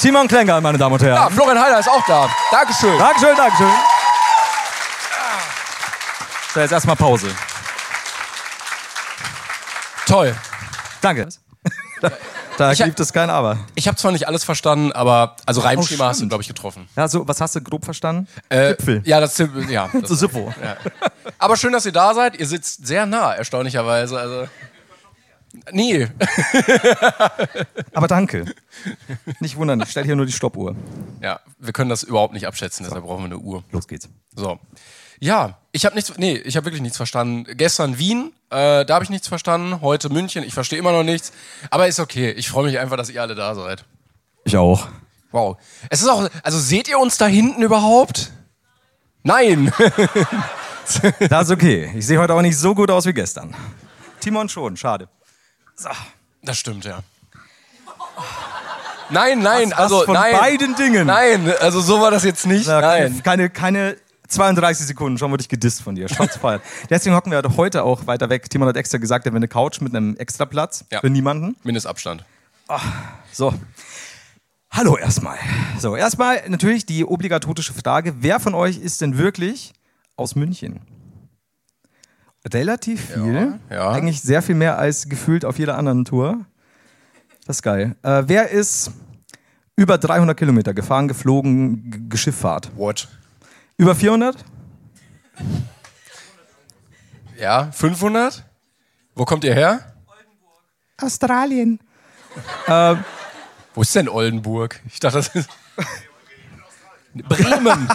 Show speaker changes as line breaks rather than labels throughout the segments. Timon Klenger, meine Damen und Herren.
Ja, Florian Heider ist auch da. Dankeschön.
Dankeschön, Dankeschön. So, jetzt erstmal Pause.
Toll.
Danke. Da, da
Ich hab-
gibt es kein Aber.
Ich habe zwar nicht alles verstanden, aber also Reimschema
stimmt.
hast du, glaube ich, getroffen.
Ja, so, was hast du grob verstanden?
Äh,
Gipfel.
Ja, das ja. Das,
So Sippo.
aber schön, dass ihr da seid. Ihr sitzt sehr nah, erstaunlicherweise. Also nee,
Aber danke. Nicht wundern, ich stelle hier nur die Stoppuhr.
ja, wir können das überhaupt nicht abschätzen. Deshalb brauchen wir eine Uhr.
Los geht's.
So. Ja, ich habe nichts, nee, ich habe wirklich nichts verstanden. Gestern Wien, äh, da habe ich nichts verstanden. Heute München, ich verstehe immer noch nichts. Aber ist okay. Ich freue mich einfach, dass ihr alle da seid.
Ich auch.
Wow. Es ist auch, also seht ihr uns da hinten überhaupt? Nein.
Das ist okay. Ich sehe heute auch nicht so gut aus wie gestern. Timon schon, schade.
Das stimmt, ja. Nein, nein,
Was- was
also
von
nein.
beiden Dingen?
Nein, also so war das jetzt nicht.
Na, keine,
nein.
keine, keine 32 Sekunden, schon wurde ich gedisst von dir. Shots fired. Deswegen hocken wir heute auch weiter weg. Timon hat extra gesagt, er will eine Couch mit einem extra Platz
Ja.
für niemanden.
Mindestabstand.
So. Hallo erstmal. So, erstmal natürlich die obligatorische Frage, wer von euch ist denn wirklich aus München? Relativ viel.
ja.
Eigentlich sehr viel mehr als gefühlt auf jeder anderen Tour. Das ist geil. Äh, wer ist über 300 Kilometer gefahren, geflogen, G- Geschifffahrt?
What?
Über 400?
Ja, 500? Wo kommt ihr her?
Australien.
Wo ist denn Oldenburg? Ich dachte, das ist Bremen.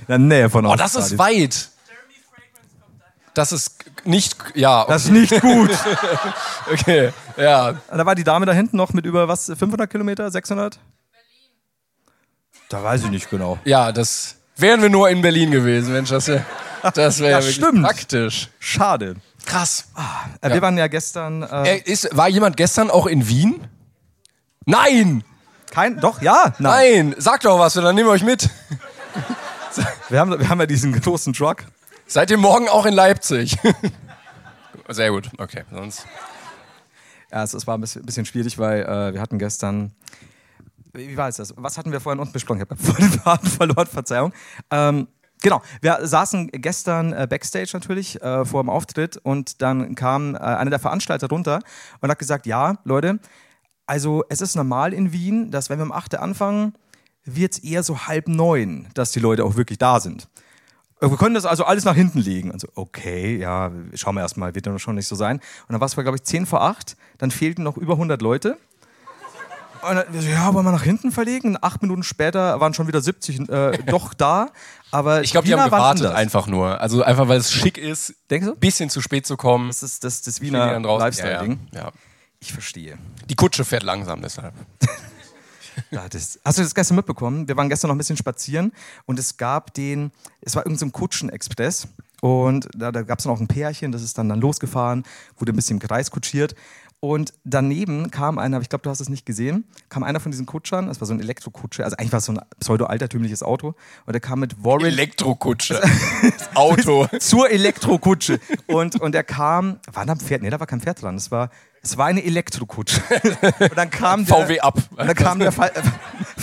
In der Nähe von
Oh,
Australien.
das ist weit. Das ist nicht ja,
Das ist nicht gut.
okay. Ja,
Da war die Dame da hinten noch mit über was, 500 Kilometer, 600? Da weiß ich nicht genau.
ja, das wären wir nur in Berlin gewesen, Mensch, das wäre das wäre ja
Das
wirklich
stimmt.
praktisch.
Schade.
Krass.
Äh, Wir waren ja gestern. Äh,
Äh, ist, war jemand gestern auch in Wien? Nein!
kein, doch, ja, nein.
Nein! Sagt doch was, dann nehmen wir euch mit.
Wir, haben, wir haben ja diesen großen Truck.
Seid ihr morgen auch in Leipzig? Sehr gut, okay. Sonst.
Ja, es, es war ein bisschen, ein bisschen schwierig, weil äh, wir hatten gestern. Wie wie war es das? Was hatten wir vorhin unten besprochen? Ich habe vorhin den Faden verloren, Verzeihung. Ähm, genau, wir saßen gestern äh, Backstage natürlich äh, vor dem Auftritt und dann kam äh, einer der Veranstalter runter und hat gesagt: Ja, Leute, also es ist normal in Wien, dass wenn wir um 8 Uhr anfangen, wird es eher so halb neun, dass die Leute auch wirklich da sind. Äh, Wir können das also alles nach hinten legen. Also, okay, ja, schauen wir erstmal, wird dann schon nicht so sein. Und dann war es, glaube ich, 10 vor 8, dann fehlten noch über 100 Leute. Und dann, wir so, ja, wollen wir nach hinten verlegen? Und acht Minuten später waren schon wieder 70 äh, doch da. Aber
Ich glaube, die haben
Wiener waren
gewartet
anders.
einfach nur. Also einfach, weil es schick ist,
Denkst du?
bisschen zu spät zu kommen.
Das ist das, das
Stehen die
Wiener
dann draußen?
Lifestyle-Ding.
Ja, ja. Ja.
Ich verstehe.
Die Kutsche fährt langsam deshalb.
Ja, das, hast du das gestern mitbekommen? Wir waren gestern noch ein bisschen spazieren und es gab den, es war irgendein so ein Kutschenexpress und da, da gab es dann auch ein Pärchen, das ist dann, dann losgefahren, wurde ein bisschen im Kreis kutschiert und daneben kam einer, aber ich glaube, du hast es nicht gesehen, kam einer von diesen Kutschern, das war so ein Elektrokutsche, also eigentlich war es so ein pseudo-altertümliches Auto und der kam mit Warren
Elektrokutsche. Auto.
zur Elektrokutsche. Und, und er kam, war da ein Pferd? Nee, da war kein Pferd dran. Es war, es war eine Elektrokutsche. Und dann kam der,
VW ab.
Und dann kam der, Fa-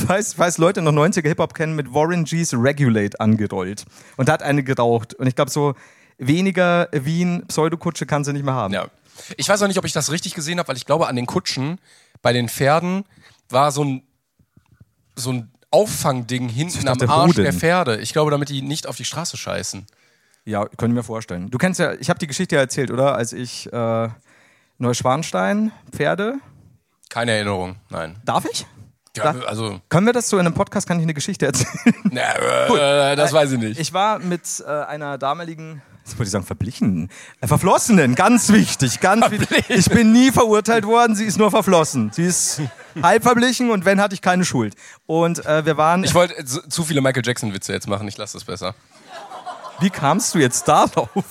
falls, falls Leute noch 90er Hip-Hop kennen, mit Warren G's Regulate angerollt. Und da hat eine geraucht. Und ich glaube, so weniger Wien-Pseudokutsche kann sie nicht mehr haben.
Ja. Ich weiß auch nicht, ob ich das richtig gesehen habe, weil ich glaube, an den Kutschen, bei den Pferden, war so ein, so ein Auffangding hinten am
dachte, wo
Arsch
denn?
der Pferde. Ich glaube, damit die nicht auf die Straße scheißen.
Ja, können mir vorstellen. Du kennst ja, ich habe die Geschichte ja erzählt, oder? Als ich äh, Neuschwanstein, Pferde.
Keine Erinnerung, nein.
Darf ich?
Ja,
Da-
also,
Können wir das so in einem Podcast? Kann ich eine Geschichte erzählen?
na, äh, das weiß ich nicht.
Ich war mit äh, einer damaligen jetzt wollte ich sagen, verblichen. Äh, verflossenen, ganz wichtig, ganz wichtig. Ich bin nie verurteilt worden, sie ist nur verflossen. Sie ist halb verblichen und wenn, hatte ich keine Schuld. Und äh, wir waren,
Ich wollte äh, zu zu viele Michael Jackson-Witze jetzt machen, ich lasse das besser.
wie kamst du jetzt darauf?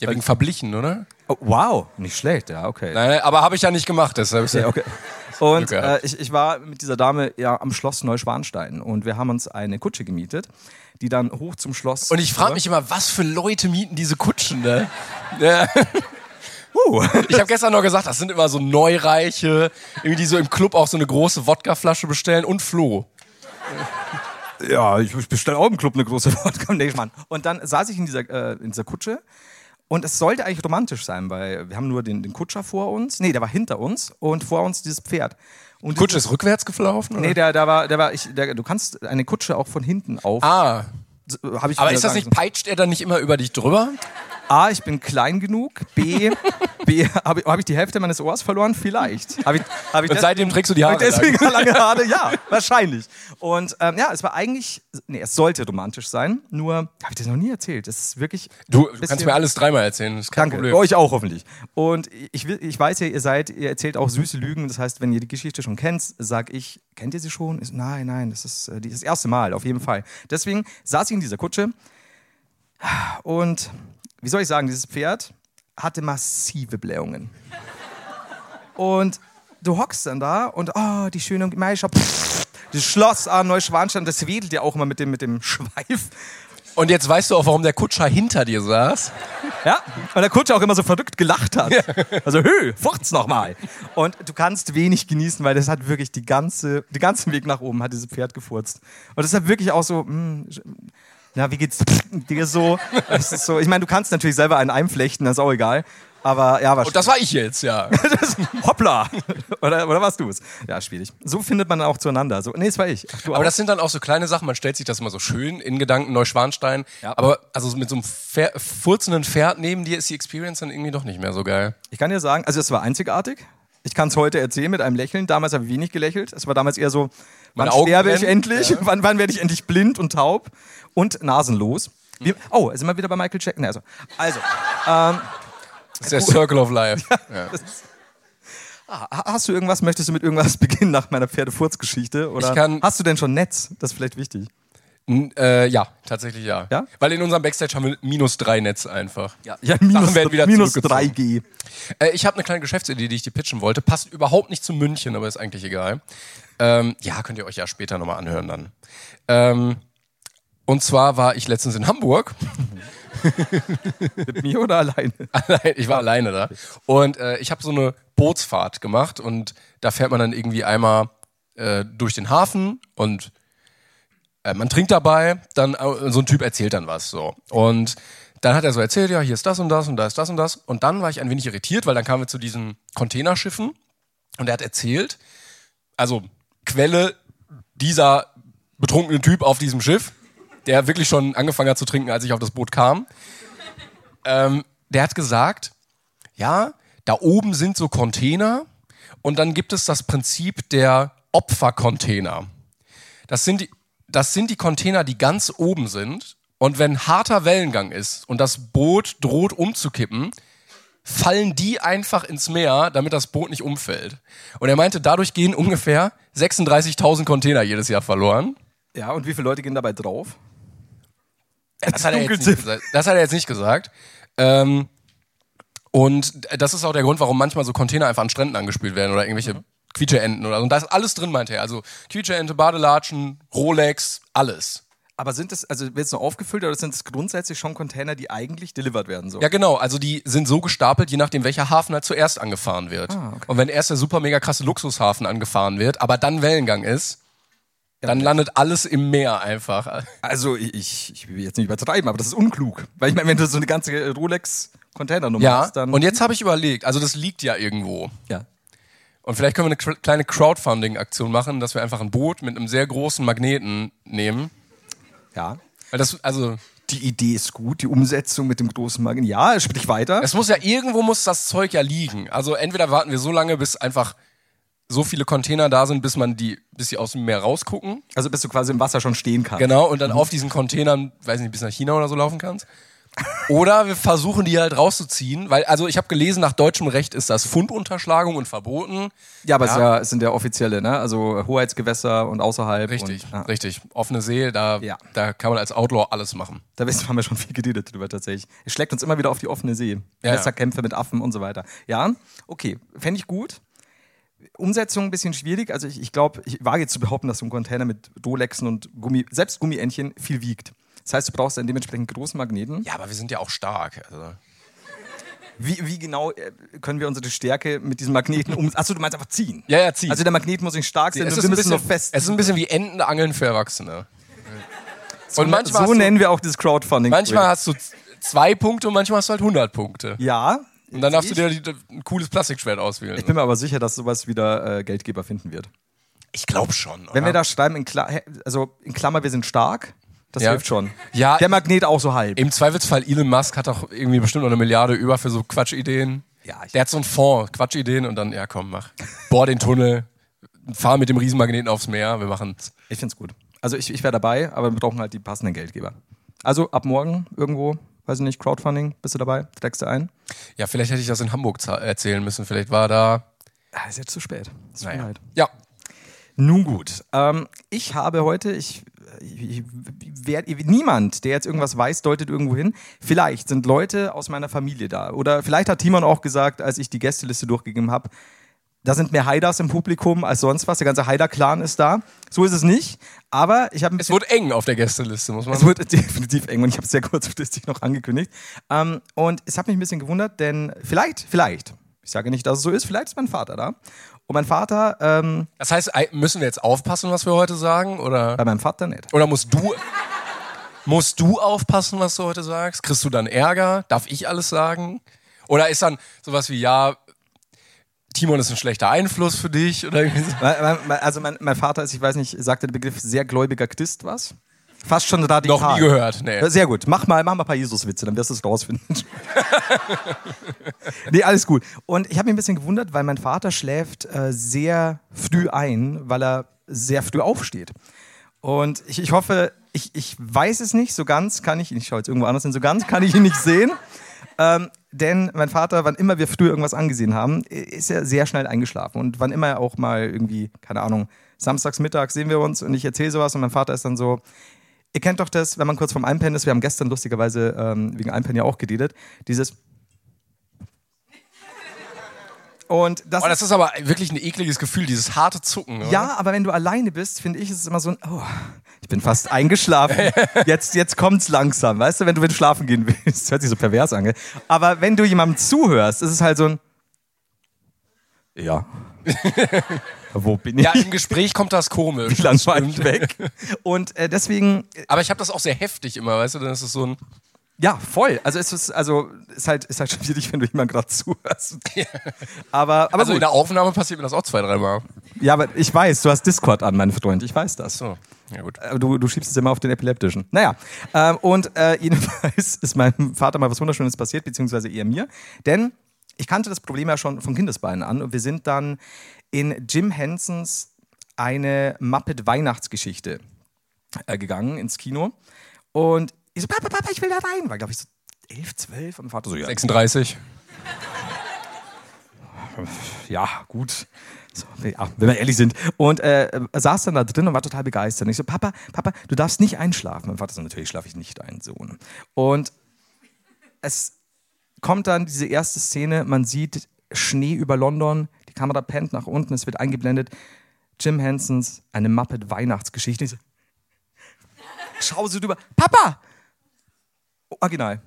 Ja, wegen verblichen, oder?
Oh, wow, nicht schlecht, ja, okay.
Nein, nein, aber habe ich ja nicht gemacht, deshalb.
Ja, okay. Und
Glück
äh,
gehabt.
ich, ich war mit dieser Dame ja am Schloss Neuschwanstein und wir haben uns eine Kutsche gemietet, die dann hoch zum Schloss.
Und ich frage mich immer, was für Leute mieten diese Kutschen, ne? Ja.
Uh,
Ich habe gestern noch gesagt, das sind immer so Neureiche, irgendwie die so im Club auch so eine große Wodkaflasche bestellen und Flo.
ja, ich, ich bestelle auch im Club eine große Wodka. Nee, Mann. Und dann saß ich in dieser, äh, in dieser Kutsche und es sollte eigentlich romantisch sein, weil wir haben nur den, den Kutscher vor uns. Nee, der war hinter uns und vor uns dieses Pferd. Und
Kutsche ist rückwärts gelaufen? Oder?
Nee, der, der war, der war, ich, der, du kannst eine Kutsche auch von hinten auf. äh,
ah,
hab ich
aber
wieder
ist das
sagen-
nicht, peitscht er dann nicht immer über dich drüber?
A, ich bin klein genug. B, B habe ich, hab ich die Hälfte meines Ohrs verloren? Vielleicht. Hab ich, hab ich
Und
des-
seitdem trägst du die Haare.
hab ich deswegen so lange Haare? Ja, wahrscheinlich. Und ähm, ja, es war eigentlich, nee, es sollte romantisch sein, nur habe ich das noch nie erzählt. Das ist wirklich.
Du, du
bisschen-
kannst mir alles dreimal erzählen, ist kein
Danke, Oh,
Problem.
euch auch hoffentlich. Und ich, will- ich weiß ja, ihr seid, ihr erzählt auch süße Lügen. Das heißt, wenn ihr die Geschichte schon kennt, sag ich, kennt ihr sie schon? Ist, nein, nein, das ist äh, die- das erste Mal, auf jeden Fall. Deswegen saß ich in dieser Kutsche und, wie soll ich sagen, dieses Pferd hatte massive Blähungen. Und du hockst dann da und, oh, die schöne Meischau, das Schloss an Neuschwanstein, das wedelt ja auch immer mit dem, mit dem Schweif.
Und jetzt weißt du auch, warum der Kutscher hinter dir saß.
Ja, weil der Kutscher auch immer so verrückt gelacht hat. Also hö, furz nochmal. Und du kannst wenig genießen, weil das hat wirklich die ganze, den ganzen Weg nach oben hat dieses Pferd gefurzt. Und das hat wirklich auch so, hm, na, wie geht's dir so? Das ist so ich meine, du kannst natürlich selber einen einflechten, das ist auch egal. Aber ja,
Und das war ich jetzt, ja.
das, hoppla! Oder, oder warst du es? Ja, schwierig. So findet man auch zueinander. So, nee, es war ich. Ach, du
Aber
auch?
das sind dann auch so kleine Sachen, man stellt sich das immer so schön in Gedanken, Neuschwanstein. Aber also mit so einem Pfer furzenden Pferd neben dir ist die Experience dann irgendwie doch nicht mehr so geil.
Ich kann dir sagen, also es war einzigartig. Ich kann es heute erzählen mit einem Lächeln. Damals habe ich wenig gelächelt. Es war damals eher so, wann
Meine Augen
sterbe ich
brennen,
endlich? Wann, wann werde ich endlich blind und taub und nasenlos? Wie, oh, sind wir wieder bei Michael Jackson. Nee, Also, also
Das ist der Circle of Life. Ja.
ha- hast du irgendwas, möchtest du mit irgendwas beginnen nach meiner Pferdefurz-Geschichte? Oder
Ich kann-
hast du denn schon Netz? Das ist vielleicht wichtig.
N- Äh, ja, tatsächlich ja.
Ja?
Weil in unserem Backstage haben wir minus drei Netz einfach.
Ja, minus,
Sachen werden wieder
minus
zurückgezogen.
3G.
Äh, ich habe eine kleine Geschäftsidee, die ich dir pitchen wollte. Passt überhaupt nicht zu München, aber ist eigentlich egal. Ähm, ja, könnt ihr euch ja später nochmal anhören dann. Ähm, und zwar war ich letztens in Hamburg.
Mit mir oder alleine?
Allein- ich war alleine da. Und äh, ich habe so eine Bootsfahrt gemacht und da fährt man dann irgendwie einmal äh, durch den Hafen und äh, man trinkt dabei, dann äh, so ein Typ erzählt dann was so. Und dann hat er so erzählt, ja, hier ist das und das und da ist das und das. Und dann war ich ein wenig irritiert, weil dann kamen wir zu diesen Containerschiffen und er hat erzählt, also Quelle dieser betrunkene Typ auf diesem Schiff, der wirklich schon angefangen hat zu trinken, als ich auf das Boot kam der hat gesagt, ja, da oben sind so Container und dann gibt es das Prinzip der Opfercontainer. Das sind die, das sind die Container, die ganz oben sind und wenn harter Wellengang ist und das Boot droht umzukippen, fallen die einfach ins Meer, damit das Boot nicht umfällt. Und er meinte, dadurch gehen ungefähr 36.000 Container jedes Jahr verloren.
Ja, und wie viele Leute gehen dabei drauf?
Das hat, er jetzt
Dunkelziffer.
nicht gesagt. das hat er jetzt nicht gesagt. Ähm, und d- das ist auch der Grund, warum manchmal so Container einfach an Stränden angespült werden oder irgendwelche Quietscheenten oder so. Und da ist alles drin, meinte er. Also Quietscheente, Badelatschen, Rolex, alles.
Aber sind das, also wird es nur aufgefüllt oder sind es grundsätzlich schon Container, die eigentlich delivered werden sollen?
Ja, genau. Also die sind so gestapelt, je nachdem, welcher Hafen halt zuerst angefahren wird.
Ah,
Und wenn erst der super mega krasse Luxushafen angefahren wird, aber dann Wellengang ist, dann landet alles im Meer einfach.
Also ich- ich, ich will jetzt nicht übertreiben, aber das ist unklug. Weil ich meine, wenn du so eine ganze Rolex-Containernummer
Ja.
hast, dann...
Und jetzt habe ich überlegt, also das liegt ja irgendwo.
ja.
Und vielleicht können wir eine kle- kleine Crowdfunding-Aktion machen, dass wir einfach ein Boot mit einem sehr großen Magneten nehmen.
ja.
Weil das, also,
Die Idee ist gut, die Umsetzung mit dem großen Magen. Ja, sprich weiter.
es muss ja irgendwo muss das Zeug ja liegen. Also entweder warten wir so lange, bis einfach so viele Container da sind, bis man die, bis sie aus dem Meer rausgucken.
Also bis du quasi im Wasser schon stehen kannst.
Mhm. Genau. Und dann auf diesen Containern, weiß nicht, bis nach China oder so laufen kannst. Oder wir versuchen die halt rauszuziehen, weil, also ich habe gelesen, nach deutschem Recht ist das Fundunterschlagung und verboten.
Ja, aber Es, ist ja, es sind ja offizielle, ne? Also äh, Hoheitsgewässer und außerhalb.
Richtig,
Und, ja.
richtig. Offene See, da,
Ja.
da kann man als Outlaw alles machen.
Da wissen- haben wir schon viel geredet drüber tatsächlich. Es schlägt uns immer wieder auf die offene See.
Ja.
Messerkämpfe mit Affen und so weiter. Ja, okay. Fände ich gut. Umsetzung ein bisschen schwierig. Also ich, ich glaube, ich wage jetzt zu behaupten, dass so ein Container mit Dolexen und Gummi, selbst Gummientchen, viel wiegt. Das heißt, du brauchst einen dementsprechend großen Magneten.
Ja, aber wir sind ja auch stark. Also.
Wie, wie genau äh, können wir unsere Stärke mit diesem Magneten um... Achso, du meinst einfach ziehen.
Ja, ja, ziehen.
Also der Magnet muss nicht stark sein,
es,
wir
ist ein
müssen nur
bisschen,
fest.
es ist ein bisschen wie Entenangeln für Erwachsene. Und
so
hast du-
nennen wir auch dieses Crowdfunding.
Manchmal hast du z- zwei Punkte und manchmal hast du halt 100 Punkte.
ja.
Und dann darfst
ich,
du dir die, ein cooles Plastikschwert auswählen.
Ich bin mir aber sicher, dass sowas wieder äh, Geldgeber finden wird.
glaube schon.
Wenn
oder?
wir da schreiben, in Kla hä- also in Klammer, wir sind stark, das
Ja.
hilft schon.
Ja.
Der Magnet auch so halb.
Im Zweifelsfall, Elon Musk hat auch irgendwie bestimmt noch eine Milliarde über für so Quatschideen.
Ja, ich-
Der hat so einen Fonds, Quatschideen und dann, ja komm, mach. Bohr den Tunnel, fahr mit dem Riesenmagneten aufs Meer, wir machen's.
Ich find's gut. Also ich, ich wäre dabei, aber wir brauchen halt die passenden Geldgeber. Also ab morgen irgendwo, weiß ich nicht, Crowdfunding, bist du dabei? Trägst du ein?
Ja, vielleicht hätte ich das in Hamburg za- erzählen müssen, vielleicht war da...
Ah, ist jetzt zu spät. Ist tut mir
Naja.
leid.
Ja,
Nun gut. Ähm, ich habe heute, ich, ich, ich wer, niemand, der jetzt irgendwas weiß, deutet irgendwo hin. Vielleicht sind Leute aus meiner Familie da. Oder vielleicht hat Timon auch gesagt, als ich die Gästeliste durchgegeben habe, da sind mehr Haiders im Publikum als sonst was. Der ganze Haider-Clan ist da. So ist es nicht. Aber ich habe ein
es
bisschen.
wurde eng auf der Gästeliste, muss man
Es wird definitiv eng und ich habe es sehr kurzfristig noch angekündigt. Ähm, und es hat mich ein bisschen gewundert, denn vielleicht, vielleicht, ich sage nicht, dass es so ist, vielleicht ist mein Vater da. Und mein Vater, ähm,
Das heißt, ei- müssen wir jetzt aufpassen, was wir heute sagen? Oder,
bei meinem äh, Vater nicht.
oder musst du. Musst du aufpassen, was du heute sagst? Kriegst du dann Ärger? Darf ich alles sagen? Oder ist dann sowas wie, ja, Timon ist ein schlechter Einfluss für dich? Oder irgendwie so?
Mein- mein- mein- Also mein, mein Vater ist, ich weiß nicht, sagte der Begriff sehr gläubiger Christ was? Fast schon radikal.
Noch nie gehört, nee.
Ja, Sehr gut. Mach mal, mach mal ein paar Jesus-Witze, dann wirst du es rausfinden. nee, alles gut. Und ich habe mich ein bisschen gewundert, weil mein Vater schläft äh, sehr früh ein, weil er sehr früh aufsteht. Und ich, ich hoffe, ich, ich weiß es nicht, so ganz kann ich ihn, ich schaue jetzt irgendwo anders hin, so ganz kann ich ihn nicht sehen. Ähm, denn mein Vater, wann immer wir früher irgendwas angesehen haben, i- ist er sehr schnell eingeschlafen. Und wann immer er auch mal irgendwie, keine Ahnung, samstags Mittag sehen wir uns und ich erzähle sowas und mein Vater ist dann so, ihr kennt doch das, wenn man kurz vorm Einpennen ist, wir haben gestern lustigerweise ähm, wegen Einpennen ja auch geredet, dieses und das,
Oh, das ist aber wirklich ein ekliges Gefühl, dieses harte Zucken. Oder?
ja, aber wenn du alleine bist, finde ich, ist es immer so ein, oh, ich bin fast eingeschlafen. Jetzt, jetzt kommt's langsam, weißt du, wenn du, wenn du schlafen gehen willst. Das hört sich so pervers an, gell? Aber wenn du jemandem zuhörst, ist es halt so ein, ja. Wo bin ich?
Ja, im Gespräch kommt das komisch.
Wie lang war ich weg? Und äh, deswegen, äh,
Aber ich habe das auch sehr heftig immer, weißt du? Dann ist es so ein.
ja, voll. Also es ist, also ist halt, ist halt schwierig, wenn du jemandem gerade zuhörst. Aber, aber
Also in
gut.
der Aufnahme passiert mir das auch zwei, dreimal.
ja, aber ich weiß, du hast Discord an, mein Freund. Ich weiß das.
So, ja gut.
Aber äh, Du, du schiebst es immer auf den Epileptischen. Naja, ähm, und äh, jedenfalls ist meinem Vater mal was Wunderschönes passiert, beziehungsweise eher mir. Denn ich kannte das Problem ja schon von Kindesbeinen an und wir sind dann in Jim Hensons eine Muppet-Weihnachtsgeschichte äh, gegangen ins Kino. Und ich so, Papa, Papa, ich will da rein. War, glaube ich, so elf, zwölf. Und mein Vater so, ja,
36.
ja, gut. So, ja, wenn wir ehrlich sind. Und äh, saß dann da drin und war total begeistert. Und ich so, Papa, Papa, du darfst nicht einschlafen. Mein Vater so, natürlich schlafe ich nicht ein, Sohn. Und es kommt dann diese erste Szene, man sieht Schnee über London, die Kamera pennt nach unten, es wird eingeblendet. Jim Hensons, eine Muppet-Weihnachtsgeschichte. Ich so, Schau so drüber. Papa! Original.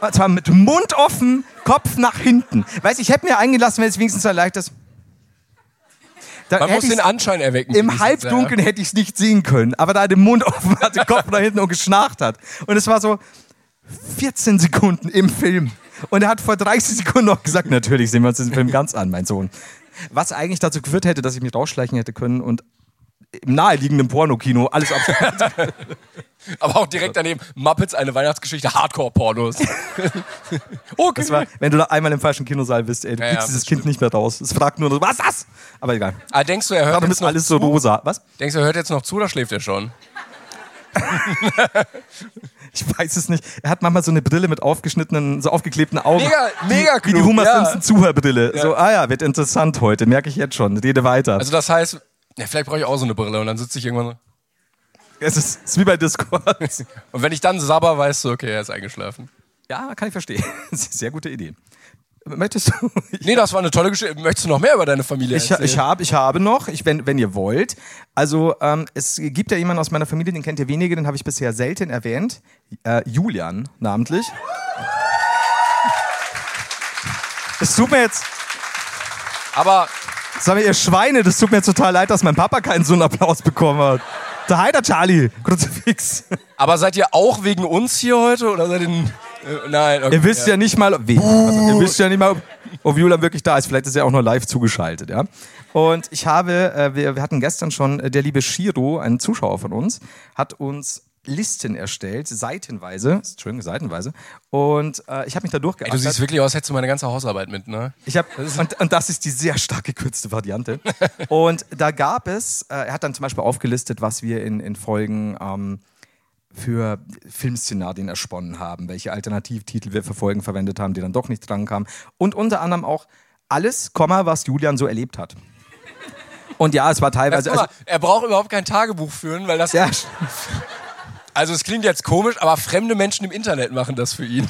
Und zwar mit Mund offen, Kopf nach hinten. Weiß ich hätte mir eingelassen, wenn es wenigstens ein leichtes. Da
Man
hätte
muss den
ich's-
Anschein erwecken.
Äh, im
wenigstens, ja.
Halbdunkeln hätte ich es nicht sehen können, aber da er den Mund offen hatte, den Kopf nach hinten und geschnarcht hat. Und es war so 14 Sekunden im Film. Und er hat vor 30 Sekunden noch gesagt, natürlich sehen wir uns diesen Film ganz an, mein Sohn. Was eigentlich dazu geführt hätte, dass ich mich rausschleichen hätte können und im naheliegenden Pornokino alles ab.
Aber auch direkt daneben Muppets, eine Weihnachtsgeschichte, Hardcore-Pornos. Oh, okay.
Das war, wenn du da einmal im falschen Kinosaal bist, ey, du
Ja,
kriegst
ja,
dieses
das
Kind nicht mehr raus. Es fragt nur, so, was ist das? Aber egal.
ah, denkst, du, er hört
Darum
jetzt
ist
noch,
alles so rosa. Was?
denkst du, er hört jetzt noch zu oder schläft er schon?
Ich weiß es nicht. Er hat manchmal so eine Brille mit aufgeschnittenen, so aufgeklebten Augen.
Mega- mega
die, Wie die
klug,
Homer
ja.
Simpson Zuhörbrille. So, ah ja, wird interessant heute, merke ich jetzt schon. Rede weiter.
Also das heißt, ja, vielleicht brauche ich auch so eine Brille und dann sitze ich irgendwann so.
es ist, es ist wie bei Discord.
Und wenn ich dann sabber, weißt du, okay, er ist eingeschlafen.
ja, kann ich verstehen. Das ist eine sehr gute Idee. Möchtest du?
Nee, das war eine tolle Geschichte. Möchtest du noch mehr über deine Familie
Ich, ha-
erzählen?
ich, hab, ich habe noch, ich, wenn, wenn ihr wollt. Also, ähm, es gibt ja jemanden aus meiner Familie, den kennt ihr wenige, den habe ich bisher selten erwähnt. Äh, Julian namentlich. Es tut mir jetzt,
Aber
sag mal, ihr Schweine, das tut mir jetzt total leid, dass mein Papa keinen so einen Applaus bekommen hat. Da heider Charlie, Kruzifix.
Aber seid ihr auch wegen uns hier heute oder seid ihr? Äh, nein, okay.
Ihr wisst ja, nicht mal, ob, wen, also, ihr wisst ja nicht mal, ob, ob Julian wirklich da ist. Vielleicht ist er auch nur live zugeschaltet, ja. Und ich habe, äh, wir, wir hatten gestern schon, äh, der liebe Shiro, ein Zuschauer von uns, hat uns Listen erstellt, seitenweise, Entschuldigung, seitenweise. Und äh, ich habe mich da
Ey, du siehst
durchgearbeitet.
wirklich aus, hättest du meine ganze Hausarbeit mit, ne?
Ich hab, und, und das ist die sehr stark gekürzte Variante. Und da gab es, äh, er hat dann zum Beispiel aufgelistet, was wir in, in Folgen ähm, für Filmszenarien ersponnen haben, welche Alternativtitel wir für Folgen verwendet haben, die dann doch nicht dran kamen. Und unter anderem auch alles, Komma, was Julian so erlebt hat. Und ja, es war teilweise.
Guck mal,
Also,
er braucht überhaupt kein Tagebuch führen, weil das.
ja,
Also es klingt jetzt komisch, aber fremde Menschen im Internet machen das für ihn.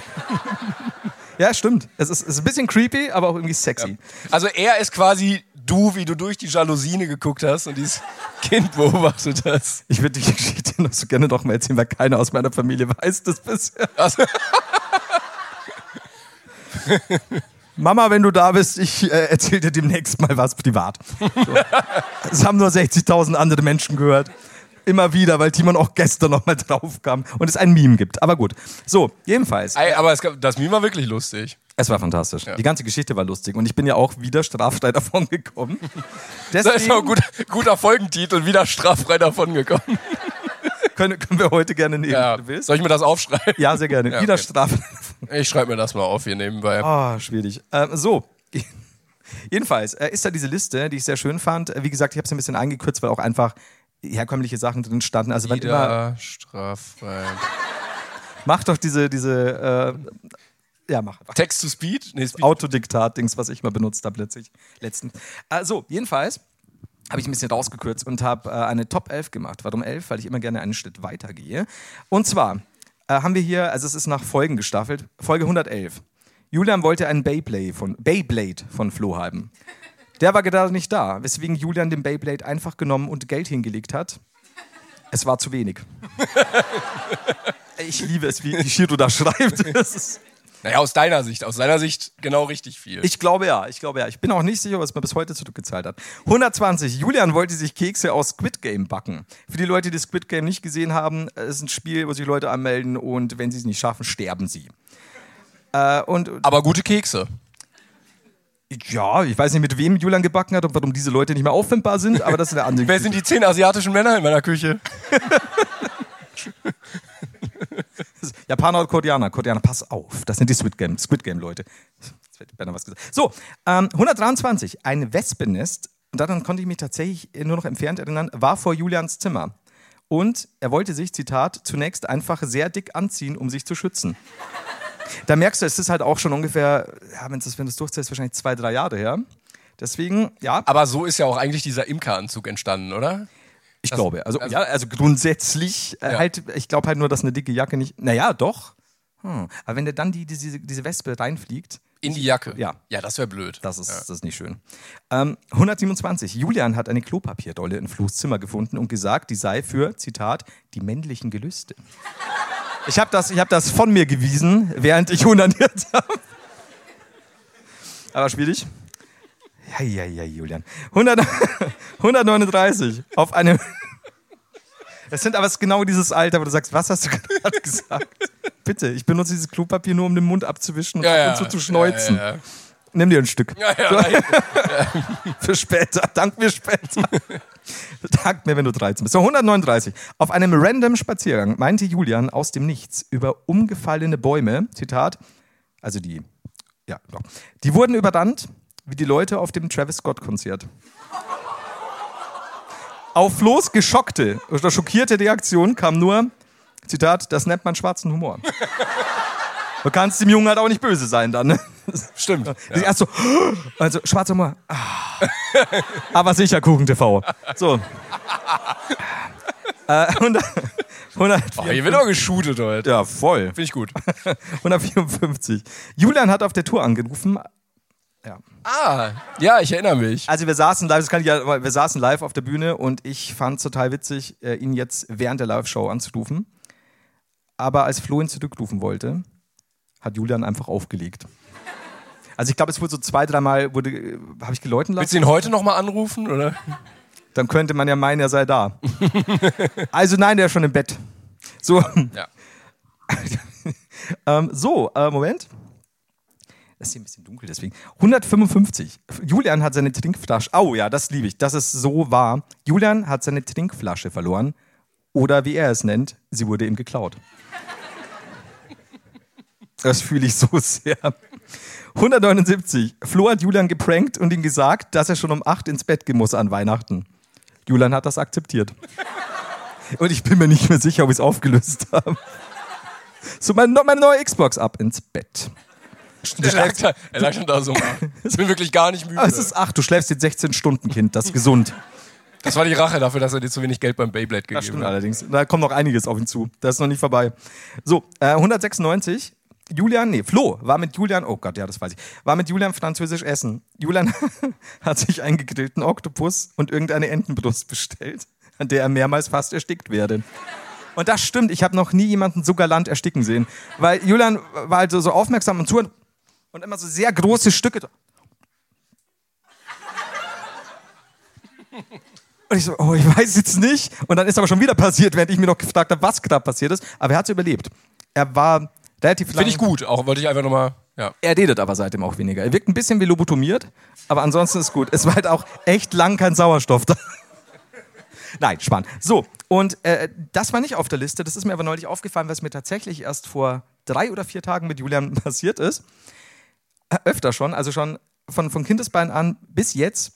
ja, stimmt. Es ist, es ist ein bisschen creepy, aber auch irgendwie sexy.
Also er ist quasi du, wie du durch die Jalousine geguckt hast und dieses Kind beobachtet hast.
Ich würde die Geschichte noch so gerne noch mal erzählen, weil keiner aus meiner Familie weiß das bisher.
Also,
Mama, wenn du da bist, ich äh, erzähle dir demnächst mal was privat. So. Das haben nur 60.000 andere Menschen gehört. Immer wieder, weil Timon auch gestern nochmal drauf kam und es ein Meme gibt. Aber gut. So, jedenfalls.
ey, aber es gab, das Meme war wirklich lustig.
Es war fantastisch. Die ganze Geschichte war lustig und ich bin ja auch wieder straffrei davon gekommen.
Das ist auch ein
Deswegen
guter, guter Folgentitel, wieder straffrei davongekommen.
können, können wir heute gerne nehmen,
Ja.
wenn du willst.
Soll ich mir das aufschreiben?
Ja, sehr gerne.
Ja,
wieder
okay.
straffrei
Ich schreibe mir das mal auf hier nebenbei.
Ah, schwierig. Ähm, so. Jedenfalls äh, ist da diese Liste, die ich sehr schön fand. Äh, Wie gesagt, ich habe es ein bisschen eingekürzt, weil auch einfach herkömmliche Sachen drin standen. Also wann immer,
Wieder straffrei.
mach doch diese, diese, äh, ja, mach.
Text to Speed? Nee, Speed.
Autodiktat-Dings, was ich mal benutzt habe letztlich. Letztens. Äh, so, jedenfalls habe ich ein bisschen rausgekürzt und habe äh, eine Top 11 gemacht. Warum 11? Weil ich immer gerne einen Schritt weiter gehe. Und zwar äh, haben wir hier, also es ist nach Folgen gestaffelt, Folge 111. Julian wollte einen Beyblade von, Beyblade von Flo haben. Der war gerade nicht da, weswegen Julian den Beyblade einfach genommen und Geld hingelegt hat. Es war zu wenig. ich liebe es, wie Shiro da schreibt. Das ist
Naja, aus deiner Sicht. Aus seiner Sicht genau richtig viel.
ich glaube ja, ich glaube ja. Ich bin auch nicht sicher, was man bis heute zurückgezahlt hat. 120. Julian wollte sich Kekse aus Squid Game backen. Für die Leute, die Squid Game nicht gesehen haben, äh, ist ein Spiel, wo sich Leute anmelden und wenn sie es nicht schaffen, sterben sie. Äh, und
aber gute Kekse.
ja, ich weiß nicht, mit wem Julian gebacken hat und warum diese Leute nicht mehr auffindbar sind, aber das ist eine andere
Wer sind die zehn asiatischen Männer in meiner Küche?
Geschichte. Japaner und Koreaner. Koreaner, pass auf. Das sind die Squid Game, Squid Game Leute. Jetzt wird beinahe was gesagt. So, ähm, 123. Ein Wespennest, und daran konnte ich mich tatsächlich nur noch entfernt erinnern, war vor Julians Zimmer. Und er wollte sich, Zitat, zunächst einfach sehr dick anziehen, um sich zu schützen. Da merkst du, es ist halt auch schon ungefähr, ja, wenn du das, wenn das durchzählst, wahrscheinlich zwei, drei Jahre her. Deswegen, ja,
Aber so ist ja auch eigentlich dieser Imkeranzug entstanden, oder?
ich glaube. Also,
also-
ja, also grundsätzlich äh,
Ja.
halt, ich glaube halt nur, dass eine dicke Jacke nicht. Naja, doch. Hm. Aber wenn dir dann die, diese, diese Wespe reinfliegt,
In die Jacke.
Ja.
Ja, das wäre blöd.
das ist, das ist nicht schön. Ähm, 127. Julian hat eine Klopapierdolle in Flo's Zimmer gefunden und gesagt, die sei für, Zitat, die männlichen Gelüste. Ich habe das, ich hab das von mir gewiesen, während ich unaniert habe. Aber schwierig. Ja, ja, ja, Julian. 100, 139. Auf einem. Das sind aber genau dieses Alter, wo du sagst, was hast du gerade gesagt? Bitte, ich benutze dieses Klopapier nur, um den Mund abzuwischen und
ja, ja.
ab und zu zu schneuzen.
Ja, ja,
Nimm dir ein Stück
ja. ja, ja, ja.
für später. Dank mir später. Dank mir, wenn du 13 bist. So, 139. Auf einem random Spaziergang meinte Julian aus dem Nichts über umgefallene Bäume, Zitat, also die, ja, doch. die wurden überrannt wie die Leute auf dem Travis Scott-Konzert. Auf Flo's geschockte oder schockierte Reaktion kam nur, Zitat, das nennt man schwarzen Humor. Du kannst dem Jungen halt auch nicht böse sein dann. Ne?
Stimmt.
Ja. Erst so, also schwarzer Humor. Ah. Aber sicher Kuchen TV. So. Äh, 100, 100,
Oh, hier wird aber geshootet heute.
ja, voll.
Finde ich gut.
154. Julian hat auf der Tour angerufen.
Ah, ja, ich erinnere mich.
Also wir saßen live, das kann ich ja, weil wir saßen live auf der Bühne und ich fand es total witzig, äh, ihn jetzt während der Live-Show anzurufen. Aber als Flo ihn zurückrufen wollte, hat Julian einfach aufgelegt. Also ich glaube, es wurde so zwei, dreimal wurde, äh, habe ich geläuten lassen.
Willst du ihn heute nochmal anrufen, oder?
Dann könnte man ja meinen, er sei da. also nein, der ist schon im Bett. So.
Ja.
Ähm, so, äh, Moment. Das ist hier ein bisschen dunkel, deswegen. 155. Julian hat seine Trinkflasche. Oh ja, das liebe ich. Das ist so wahr. Julian hat seine Trinkflasche verloren. Oder wie er es nennt, sie wurde ihm geklaut. Das fühle ich so sehr. 179. Flo hat Julian geprankt und ihm gesagt, dass er schon um 8 ins Bett gehen muss an Weihnachten. Julian hat das akzeptiert. Und ich bin mir nicht mehr sicher, ob ich es aufgelöst habe. So, meine, meine neue Xbox ab ins Bett.
Er lag, da, er lag schon da so. mal. Ich bin wirklich gar nicht müde.
Ah, Es ist acht, du schläfst jetzt 16 Stunden, Kind, das ist gesund.
Das war die Rache dafür, dass er dir zu wenig Geld beim Beyblade
Das
gegeben
stimmt
hat.
allerdings. Da kommt noch einiges auf ihn zu. Das ist noch nicht vorbei. So, äh, 196. Julian, nee, Flo war mit Julian, oh Gott, ja, das weiß ich, war mit Julian französisch essen. Julian hat sich einen gegrillten Oktopus und irgendeine Entenbrust bestellt, an der er mehrmals fast erstickt werde. Und das stimmt, ich habe noch nie jemanden so galant ersticken sehen. Weil Julian war also so aufmerksam und zuhört und immer so sehr große Stücke. Und ich so, oh, ich weiß jetzt nicht. Und dann ist aber schon wieder passiert, während ich mir noch gefragt habe, was gerade passiert ist. Aber er hat es überlebt. Er war relativ lang.
Finde ich gut. Auch wollte ich einfach nochmal. Ja.
Er redet aber seitdem auch weniger. Er wirkt ein bisschen wie lobotomiert, aber ansonsten ist gut. Es war halt auch echt lang kein Sauerstoff da. Nein, spannend. So, und äh, das war nicht auf der Liste. Das ist mir aber neulich aufgefallen, was mir tatsächlich erst vor drei oder vier Tagen mit Julian passiert ist. Äh, Öfter schon, also schon von, von Kindesbein an bis jetzt.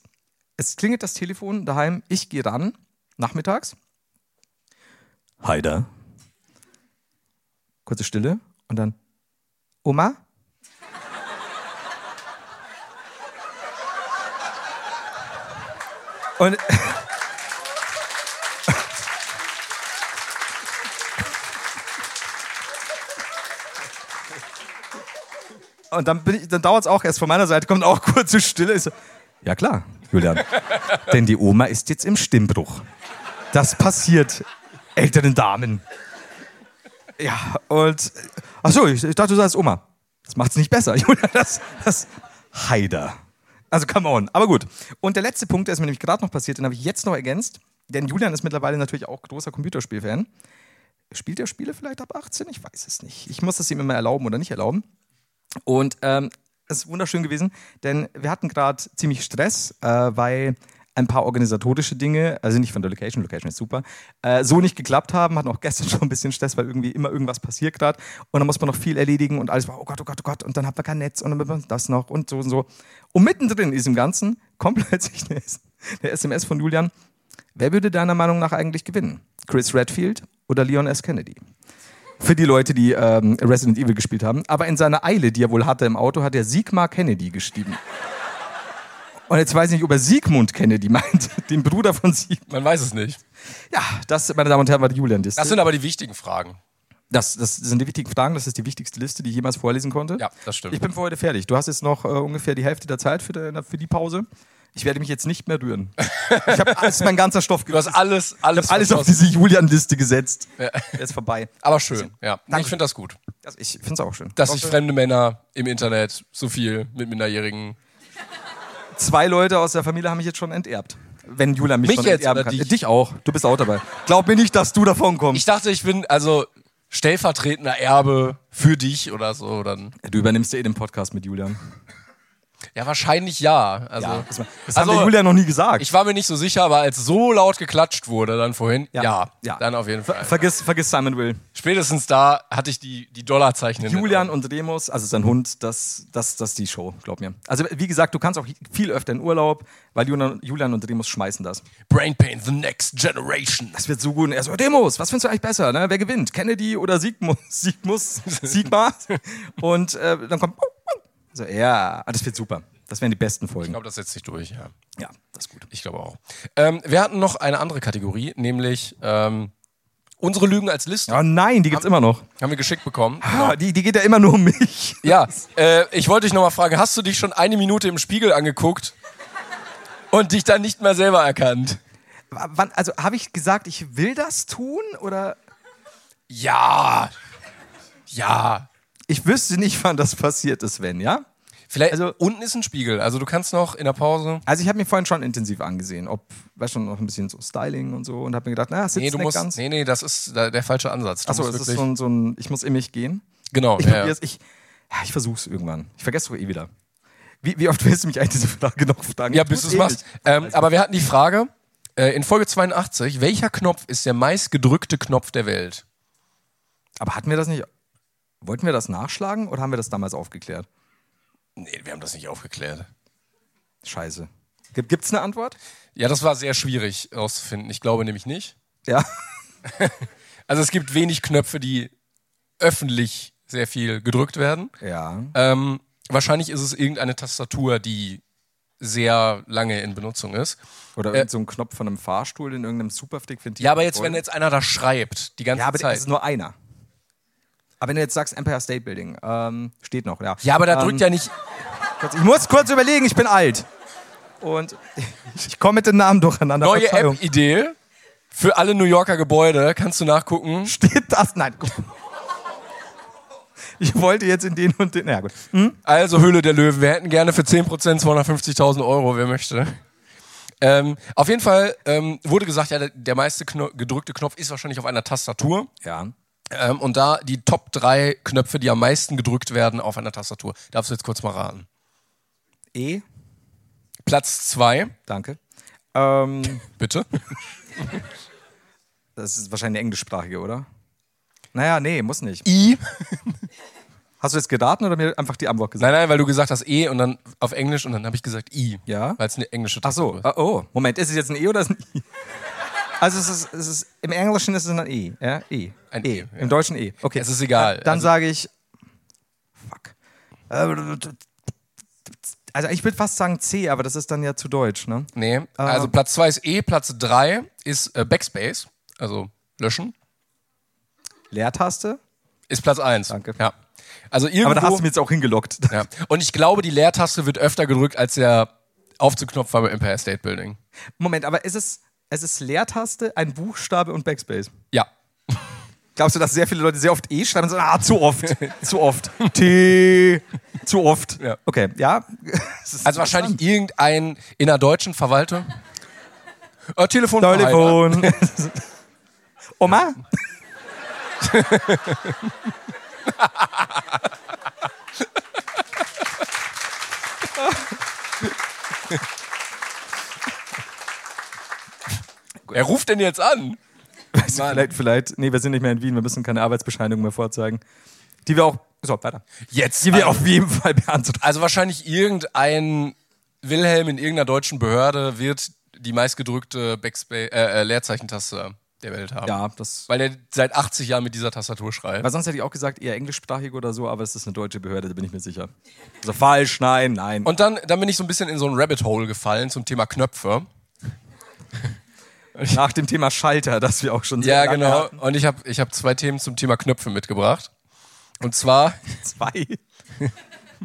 Es klingelt das Telefon daheim. Ich gehe ran, nachmittags. Heider. Kurze Stille und dann Oma? Und Und dann, bin ich- dann dauert es auch erst von meiner Seite, kommt auch kurze Stille. Ich so, ja klar, Julian. Denn die Oma ist jetzt im Stimmbruch. Das passiert älteren Damen. Ja, und achso, ich, ich dachte, du sagst Oma. Das macht's nicht besser, Julian. Das, das Heider. Also come on. Aber gut. Und der letzte Punkt, der ist mir nämlich gerade noch passiert, den habe ich jetzt noch ergänzt. Denn Julian ist mittlerweile natürlich auch großer Computerspielfan. Spielt er Spiele vielleicht ab 18? Ich weiß es nicht. Ich muss es ihm immer erlauben oder nicht erlauben. Und ähm, es ist wunderschön gewesen, denn wir hatten gerade ziemlich Stress, äh, weil ein paar organisatorische Dinge, also nicht von der Location, Location ist super, äh, so nicht geklappt haben, hatten auch gestern schon ein bisschen Stress, weil irgendwie immer irgendwas passiert gerade und dann muss man noch viel erledigen und alles war, oh Gott, oh Gott, oh Gott und dann hat man kein Netz und dann muss man das noch und so und so. Und mittendrin in diesem Ganzen kommt plötzlich eine S- eine SMS von Julian, wer würde deiner Meinung nach eigentlich gewinnen? Chris Redfield oder Leon S. Kennedy? für die Leute, die ähm, Resident Evil gespielt haben. Aber in seiner Eile, die er wohl hatte im Auto, hat er Sigmar Kennedy geschrieben. Und jetzt weiß ich nicht, ob er Sigmund Kennedy meint, den Bruder von Sieg.
Man weiß es nicht.
Ja, das, meine Damen und Herren, war die julian
Das
das,
sind aber die wichtigen Fragen.
das, das sind die wichtigen Fragen, das ist die wichtigste Liste, die ich jemals vorlesen konnte.
Ja, das stimmt.
Ich bin für heute fertig. Du hast jetzt noch äh, ungefähr die Hälfte der Zeit für, de, für die Pause. Ich werde mich jetzt nicht mehr rühren. Ich habe alles, mein ganzer Stoff
Du hast alles, alles,
alles auf
verpasst.
diese Julian-Liste gesetzt. Der ist vorbei.
Aber schön. Ja. Ich finde das gut,
Also ich finde es auch schön.
dass sich fremde Männer im Internet so viel mit Minderjährigen.
zwei Leute aus der Familie haben mich jetzt schon enterbt. Wenn Julia mich,
Mich
schon
jetzt
enterben
oder
kann.
dich?
auch. Du bist auch dabei. Glaub mir nicht, dass du davon kommst.
Ich dachte, ich bin also stellvertretender Erbe für dich oder so. Dann
du übernimmst ja eh den Podcast mit Julian.
Ja, wahrscheinlich ja. Also,
Ja, das das
also,
haben wir Julia noch nie gesagt.
Ich war mir nicht so sicher, aber als so laut geklatscht wurde dann vorhin, ja, dann auf jeden Fall.
Ver vergiss, vergiss Simon Will.
Spätens da hatte ich die, die Dollarzeichen. in den
Julian
Augen.
und Remus, also sein Hund, das, das, das ist die Show, glaub mir. Also wie gesagt, du kannst auch viel öfter in Urlaub, weil Julian, Julian und Remus schmeißen das.
Brain Pain, the next generation.
Das wird so gut. Und er so, Demos, was findest du eigentlich besser? Ne? Wer gewinnt? Kennedy oder Sigmus? Sigmus? Sigma? Und äh, dann kommt... So, ja, ah, das wird super. Das wären die besten
Ich
Folgen.
glaube, das setzt sich durch, ja.
Ja, das ist gut.
Ich glaube auch. Ähm, wir hatten noch eine andere Kategorie, nämlich ähm, unsere Lügen als Liste.
Oh nein, die gibt's immer noch.
Haben wir geschickt bekommen.
Ah, die, die geht ja immer nur um mich.
Ja, äh, ich wollte dich nochmal fragen, hast du dich schon eine Minute im Spiegel angeguckt und dich dann nicht mehr selber erkannt?
Wann, also habe ich gesagt, ich will das tun oder
Ja. Ja.
ich wüsste nicht, wann das passiert ist, wenn, ja?
Vielleicht,
Also-
also, unten ist ein Spiegel, also du kannst noch in der Pause.
Also ich habe mir vorhin schon intensiv angesehen, ob war schon noch ein bisschen so Styling und so und habe mir gedacht, na, sitzt
Nee, du
nicht
musst,
ganz.
nee, nee, das ist da, der falsche Ansatz. Du
Achso,
musst
es ist so ein, so ein, ich muss in mich gehen.
genau,
Ich
ja, ja.
probier's, ich, ja, ich versuch's irgendwann. Ich vergesse doch eh wieder. Wie, wie oft willst du mich eigentlich diese Frage noch fragen?
ja,
Ich
bis du
tu's
es
eh
machst.
nicht.
Ähm, aber wir hatten die Frage, äh, in Folge 82, welcher Knopf ist der meistgedrückte Knopf der Welt?
Aber hatten wir das nicht, wollten wir das nachschlagen oder haben wir das damals aufgeklärt?
Nee, wir haben das nicht aufgeklärt.
Scheiße. Gibt, gibt's eine Antwort?
Ja, das war sehr schwierig herauszufinden. Ich glaube nämlich nicht.
Ja.
Also es gibt wenig Knöpfe, die öffentlich sehr viel gedrückt werden.
Ja.
Ähm, wahrscheinlich ist es irgendeine Tastatur, die sehr lange in Benutzung ist.
Oder irgend so ein Knopf von einem Fahrstuhl in irgendeinem Superstick-Ventil.
äh. Ja, aber jetzt, wenn
verfolgen.
jetzt einer da schreibt, die ganze
Ja, aber
Zeit.
es ist nur einer. Aber wenn du jetzt sagst Empire State Building, ähm, steht noch, ja.
ja, aber da
ähm,
drückt ja nicht.
Kurz, ich muss kurz überlegen, ich bin alt. Und ich komme mit den Namen durcheinander.
Neue
Verzeihung.
App-Idee für alle New Yorker Gebäude. Kannst du nachgucken?
Steht das? Nein. guck. Ich wollte jetzt in den und den. Na ja, gut.
Also Höhle der Löwen. Wir hätten gerne für 10% 250.000 Euro, wer möchte. Ähm, auf jeden Fall ähm, wurde gesagt, ja, der, der meiste Kno gedrückte Knopf ist wahrscheinlich auf einer Tastatur.
Ja.
Ähm, und da die Top 3 Knöpfe, die am meisten gedrückt werden auf einer Tastatur. Darfst du jetzt kurz mal raten.
E,
Platz 2,
danke. Ähm,
bitte.
das ist wahrscheinlich eine englischsprachige, oder? Naja, nee, muss nicht.
I.
Hast du jetzt geraten oder mir einfach die Antwort gesagt?
Nein, nein, weil du gesagt hast E und dann auf Englisch und dann habe ich gesagt I.
Ja.
Weil es eine englische
Ach so.
ist.
Ah, Oh, Moment, ist es jetzt ein E oder ist es ein I? Also es ist, es ist im Englischen ist es ein E, ja? E.
Ein
e.
E, ja.
Im Deutschen E. Okay.
Es ist egal.
Dann
Also-
sage ich Fuck. Äh, Also ich würde fast sagen C, aber das ist dann ja zu deutsch, ne?
Nee. Also Platz 2 ist E, Platz 3 ist äh, Backspace, also löschen.
Leertaste?
Ist Platz 1.
Danke.
Ja. Also irgendwo.
Aber da hast du mir jetzt auch hingelockt.
ja. Und ich glaube, die Leertaste wird öfter gedrückt, als der Aufzugknopf war beim Empire State Building.
Moment, aber ist es, es ist Leertaste, ein Buchstabe und Backspace?
Ja.
Glaubst du, dass sehr viele Leute sehr oft E schreiben und sagen, ah, zu oft, zu oft, T, zu oft.
Ja.
Okay, ja.
Also wahrscheinlich irgendein in der deutschen Verwaltung. Äh, Telefon.
Telefon. Oma?
Wer ruft denn jetzt an?
Vielleicht, vielleicht. Nee, wir sind nicht mehr in Wien, wir müssen keine Arbeitsbescheinigung mehr vorzeigen. Die wir auch. So, weiter.
Jetzt.
Die wir auf jeden Fall beantworten.
Also wahrscheinlich irgendein Wilhelm in irgendeiner deutschen Behörde wird die meistgedrückte Backspace, äh, äh, Leerzeichentaste der Welt haben.
Ja, das.
Weil er seit 80 Jahren mit dieser Tastatur schreibt.
Weil sonst hätte ich auch gesagt, eher englischsprachig oder so, aber es ist eine deutsche Behörde, da bin ich mir sicher. Also falsch, nein, nein.
Und dann, dann bin ich so ein bisschen in so ein Rabbit Hole gefallen zum Thema Knöpfe.
Nach dem Thema Schalter, das wir auch schon sehr
Ja,
lange
genau.
hatten.
Und ich habe ich hab zwei Themen zum Thema Knöpfe mitgebracht. Und zwar,
Zwei.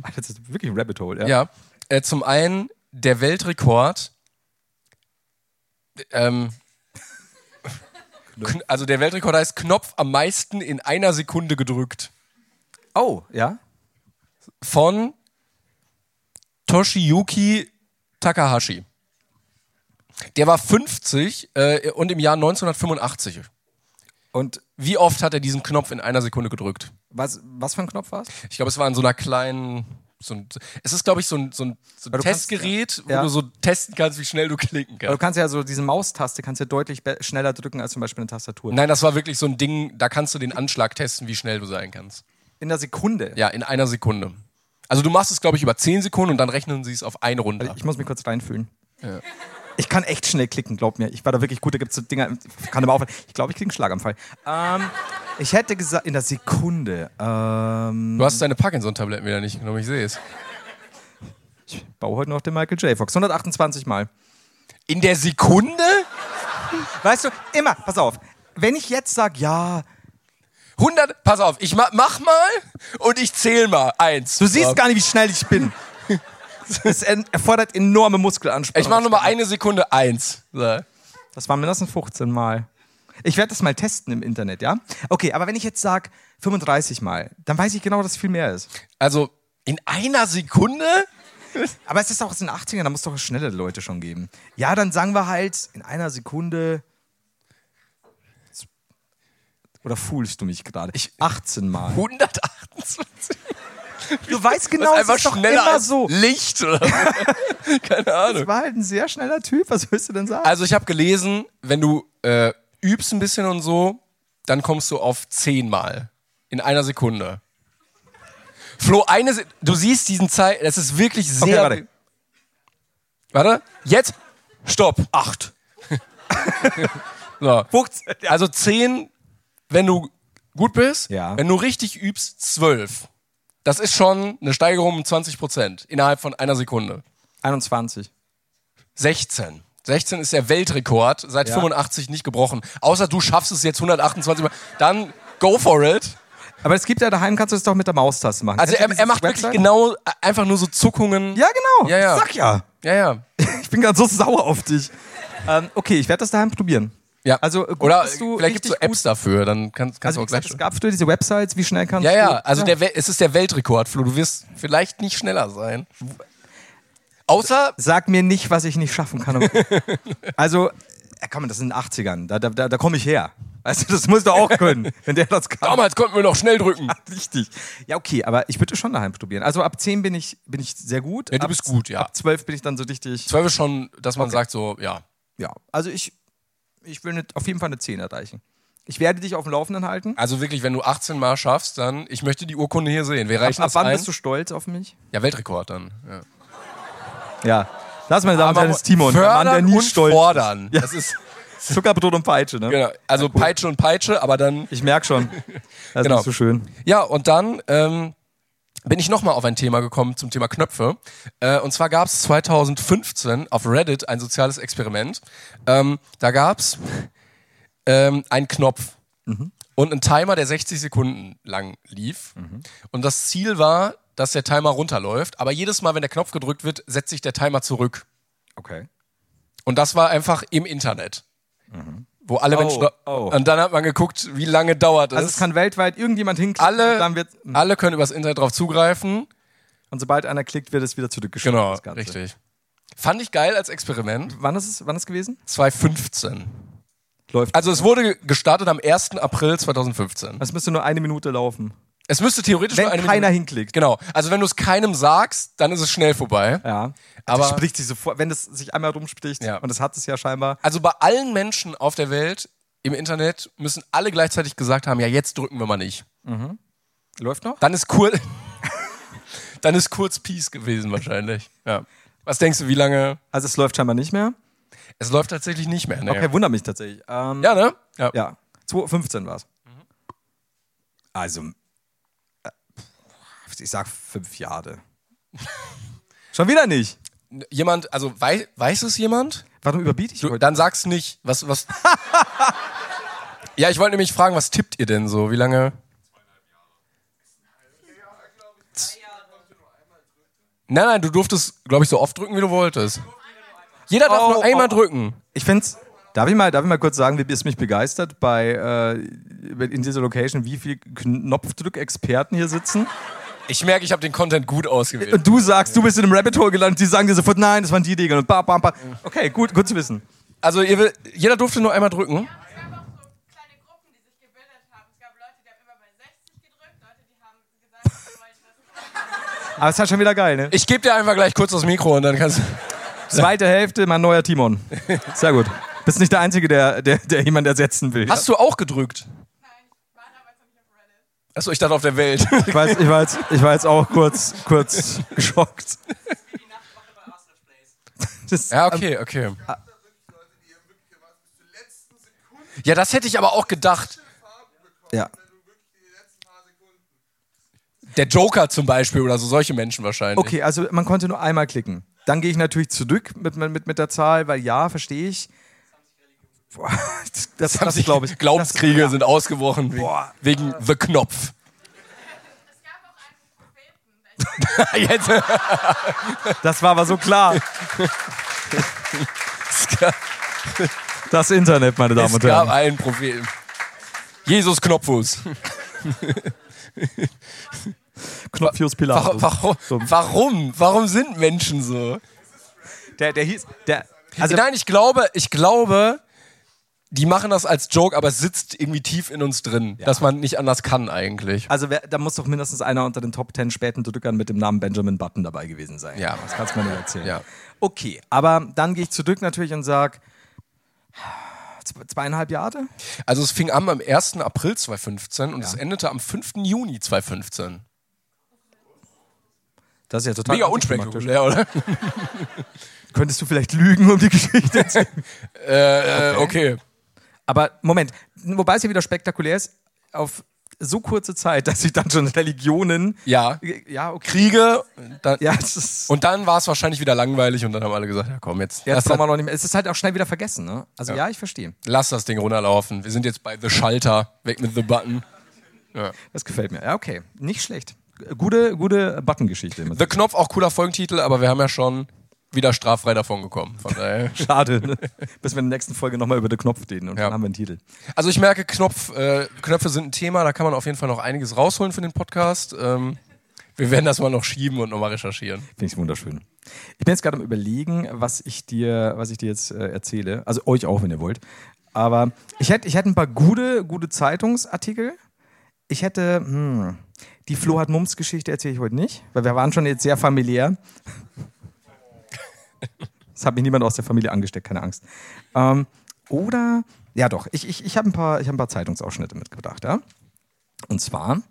Alter, das ist wirklich ein Rabbit Hole, ja.
ja, äh, zum einen der Weltrekord. Ähm, kn- also der Weltrekord heißt Knopf am meisten in einer Sekunde gedrückt.
Oh, ja.
Von Toshiyuki Takahashi. Der war 50 äh, und im Jahr 1985.
Und
Wie oft hat er diesen Knopf in einer Sekunde gedrückt?
was, was für ein Knopf war es?
Ich glaube, es war in so einer kleinen, so ein es ist, glaube ich, so ein, so ein, so ein
du kannst-
Testgerät,
ja.
wo du so testen kannst, wie schnell du klicken
Äh, Du
kannst.
kannst ja so diese Maustaste kannst ja deutlich be- schneller drücken als zum Beispiel eine Tastatur.
Nein, das war wirklich so ein Ding, da kannst du den Anschlag testen, wie schnell du sein kannst.
In der Sekunde.
Ja, in einer Sekunde. Also du machst es, glaube ich, über 10 Sekunden und dann rechnen sie es auf eine Runde. ab.
Also Ich muss mich kurz reinfühlen. Ich kann echt schnell klicken, glaub mir. Ich war da wirklich gut. Da gibt es so Dinger. Ich kann aber aufhören. Ich glaube, ich kriege einen Schlaganfall. Ähm, ich hätte gesagt, in der Sekunde. Ähm,
Du hast deine Parkinson-Tabletten wieder nicht genommen, ich sehe es.
ich baue heute noch den Michael J. Fox. 128 Mal.
In der Sekunde?
Weißt du, immer, pass auf. Wenn ich jetzt sage, ja,
100, pass auf, ich ma mach mal und ich zähl mal. Eins.
du siehst
Ja.
gar nicht, wie schnell ich bin. Es en- erfordert enorme Muskelanspannung.
Ich mach nur mal eine Sekunde. Eins. So.
Das waren mindestens 15 Mal. Ich werde das mal testen im Internet, ja? Okay, aber wenn ich jetzt sage 35 Mal, dann weiß ich genau, dass es viel mehr ist.
Also in einer Sekunde?
Aber es ist auch aus den 80ern, da muss es doch schnellere Leute schon geben. Ja, dann sagen wir halt in einer Sekunde. Oder foolst du mich gerade? Ich 18 Mal.
128.
Du weißt genau,
das
es
ist einfach
ist doch
schneller
immer
als
so.
Licht oder so. Keine Ahnung.
Das war halt ein sehr schneller Typ, was willst du denn sagen?
Also ich habe gelesen, wenn du äh, übst ein bisschen und so, dann kommst du auf zehnmal in einer Sekunde. Flo, eine Se du siehst diesen Zeit, das ist wirklich
Okay,
sehr.
warte.
Warte, jetzt, stopp, acht. so.
15. Ja.
Also zehn, wenn du gut bist,
Ja.
wenn du richtig übst, zwölf. Das ist schon eine Steigerung um 20 Prozent innerhalb von einer Sekunde.
21.
16. 16 ist der Weltrekord, seit
Ja.
85 nicht gebrochen. Außer du schaffst es jetzt 128 Mal, dann go for it.
Aber es gibt ja daheim, kannst du es doch mit der Maustaste machen.
Also
Kennst du
er,
dieses
er macht wirklich
Website?
genau äh, einfach nur so Zuckungen.
Ja, genau.
Ja, ja.
Sag ja.
ja, ja.
Ich bin gerade so sauer auf dich. Ähm, okay, ich werde das daheim probieren.
ja.
Also, gut,
Oder
dass du
vielleicht gibt's so
richtig
Apps dafür, dann kannst, kannst
Also, wie
du auch gleich.
gesagt, es gab früher diese Websites, wie schnell kannst
ja,
du.
ja, also Der Wel- es ist der Weltrekord, Flo. Du wirst vielleicht nicht schneller sein. Außer,
Sag mir nicht, was ich nicht schaffen kann. also, äh, komm, das sind den 80ern. Da, da, da, da komme ich her. Also, das musst du auch können, wenn der das kann.
damals konnten wir noch schnell drücken.
Richtig. Ja, okay, aber ich würde schon daheim probieren. Also, ab 10 bin ich, bin ich sehr gut.
Ja, du
ab,
bist gut, ja.
Ab 12 bin ich dann so richtig.
Zwölf ist schon, dass man sagt so, ja.
Ja, also ich, ich will ne, auf jeden Fall eine 10 erreichen. Ich werde dich auf dem Laufenden halten.
Also wirklich, wenn du 18 Mal schaffst, dann, ich möchte die Urkunde hier sehen. Wir reichen
Ab
das
wann
ein.
bist du stolz auf mich?
ja, Weltrekord dann. Ja.
Ja. Das, meine Damen und Herren, ist Timon. Der
fördern
Mann, der nie
und
stolz ist.
fordern. Das ist
Zuckerbrot und Peitsche, ne?
genau, also Peitsche und Peitsche, aber dann
Ich merke schon. Das
Genau.
ist so schön.
ja und dann ähm, bin ich nochmal auf ein Thema gekommen zum Thema Knöpfe. Äh, und zwar gab es 2015 auf Reddit ein soziales Experiment. Ähm, da gab es ähm, einen Knopf
Mhm.
und einen Timer, der 60 Sekunden lang lief.
Mhm.
Und das Ziel war, dass der Timer runterläuft, aber jedes Mal, wenn der Knopf gedrückt wird, setzt sich der Timer zurück.
Okay.
Und das war einfach im Internet. Wo alle
Oh,
Menschen.
oh.
Und dann hat man geguckt, wie lange dauert es.
Also es kann weltweit irgendjemand hinklicken
alle,
und dann hm. wird
alle können übers Internet drauf zugreifen.
und sobald einer klickt, wird es wieder zurückgeschickt.
Genau,
das Ganze.
richtig. Fand ich geil als Experiment.
Wann ist es wann ist es gewesen?
2015.
Läuft.
Also es wurde gestartet am 1. April 2015.
es müsste nur eine Minute laufen.
Es müsste theoretisch
Wenn
nur eine
keiner
Minute-
hinklickt.
Genau. Also wenn du es keinem sagst, dann ist es schnell vorbei.
Ja.
Aber-
das spricht sich sofort, wenn es sich einmal rumspricht
Ja.
und das hat es Genau. ja scheinbar.
Also bei allen Menschen auf der Welt im Internet müssen alle gleichzeitig gesagt haben, ja, jetzt drücken wir mal nicht.
Läuft noch?
Dann ist kurz, dann ist kurz Peace gewesen wahrscheinlich. Ja. Was denkst du, wie lange?
Also es läuft scheinbar nicht mehr.
Es läuft tatsächlich nicht mehr. Ne?
Okay, wundert mich tatsächlich. Ähm,
Ja, ne? Ja.
Ja, 2015 war es. Also, äh, pff, ich sag fünf Jahre. Schon wieder nicht.
Jemand, also wei weiß es jemand?
Warum überbiete ich
Du,
heute?
dann sag's nicht. Was, was? ja, ich wollte nämlich fragen, was tippt ihr denn so? Wie lange? Nein, nein, du durftest, glaube ich, so oft drücken, wie du wolltest. Jeder darf
Oh,
nur einmal
oh.
drücken.
Ich find's. Darf ich, mal, darf ich mal kurz sagen, wie es mich begeistert, bei, äh, in dieser Location, wie viele Knopfdrückexperten hier sitzen?
Ich merke, ich habe den Content gut ausgewählt.
Und du sagst, du bist in einem Rabbit Hole gelandet, die sagen dir sofort, nein, das waren die Regeln und bam, bam, bam. Okay, gut, gut zu wissen.
Also ihr, will- jeder durfte nur einmal drücken.
Es gab auch so kleine Gruppen, die sich gebildet haben. Es gab Leute, die haben immer bei 60 gedrückt, Leute, die haben gesagt, sie wollen das.
Aber es ist halt schon wieder geil, ne?
Ich gebe dir einfach gleich kurz das Mikro und dann kannst du.
Zweite Hälfte, mein neuer Timon. Sehr gut. Bist nicht der Einzige, der, der, der jemand ersetzen will.
Hast du auch gedrückt?
Nein, ich war damals noch nicht auf Reddit.
Achso, ich dachte auf der Welt.
Ich war, jetzt, ich, war jetzt, ich war jetzt auch kurz, kurz geschockt.
Wie die Nachtwache bei Arsenal Place.
Das, also,
Ja, okay,
ah.
okay. Ja, das hätte ich aber auch gedacht.
ja.
Der Joker zum Beispiel oder so solche Menschen wahrscheinlich.
Okay, also man konnte nur einmal klicken. Dann gehe ich natürlich zurück mit, mit, mit der Zahl, weil ja, verstehe ich. Boah, das das, das glaube ich.
Glaubenskriege sind ausgebrochen wegen,
Boah.
wegen The Knopf.
Es gab auch einen Propheten. Ich weiß
Jetzt.
Das war aber so klar. Das Internet, meine Damen
äh, Es
und
gab
Herren.
einen Propheten. Jesus Knopfus.
Knopfius
Warum,
Pilatus.
warum, warum? Warum sind Menschen so?
Der, der hieß. Der, also,
Nein, ich glaube, ich glaube, die machen das als Joke, aber es sitzt irgendwie tief in uns drin, dass man nicht anders kann eigentlich.
also wer, da muss doch mindestens einer unter den Top Ten späten Drückern mit dem Namen Benjamin Button dabei gewesen sein.
Ja.
Das kannst du mir nicht erzählen.
Ja.
Okay, aber dann gehe ich zurück natürlich und sage. Zweieinhalb Jahre?
Also es fing an am 1. April 2015 und es endete am 5. Juni 2015.
Das ist ja total.
Mega
antiklimatisch.
unspektakulär, oder?
Könntest du vielleicht lügen um die Geschichte? erzählen?
äh, äh, okay.
Aber Moment, wobei es ja wieder spektakulär ist, auf so kurze Zeit, dass sich dann schon Religionen.
Ja.
Ja, okay.
Kriege. Dann,
Ja, es ist.
Und dann war es wahrscheinlich wieder langweilig und dann haben alle gesagt, ja komm, jetzt,
Jetzt
lass,
brauchen wir
das,
noch nicht mehr. Es ist halt auch schnell wieder vergessen, ne? Also ja, ich verstehe.
lass das Ding runterlaufen. Wir sind jetzt bei The Schalter, weg mit The Button.
Das gefällt mir. Ja, okay. Nicht schlecht. Gute, gute Button-Geschichte.
The Knopf, auch cooler Folgentitel, aber wir haben ja schon wieder straffrei davon gekommen. Von daher.
Schade, ne? Bis wir in der nächsten Folge nochmal über den Knopf reden und
Ja.
dann haben wir einen Titel.
Also ich merke, Knopf, äh, Knöpfe sind ein Thema, da kann man auf jeden Fall noch einiges rausholen für den Podcast. Ähm, wir werden das mal noch schieben und nochmal recherchieren.
Finde ich wunderschön. Ich bin jetzt gerade am überlegen, was ich dir, was ich dir jetzt äh, erzähle. Also euch auch, wenn ihr wollt. Aber ich hätte ich hätte ein paar gute, gute Zeitungsartikel. Ich hätte, hm, die Flo hat Mums Geschichte erzähle ich heute nicht, weil wir waren schon jetzt sehr familiär. Es hat mich niemand aus der Familie angesteckt, keine Angst. Ähm, oder, ja doch, ich, ich, ich habe ein, paar- ich hab ein paar Zeitungsausschnitte mitgebracht. Ja? Und zwar,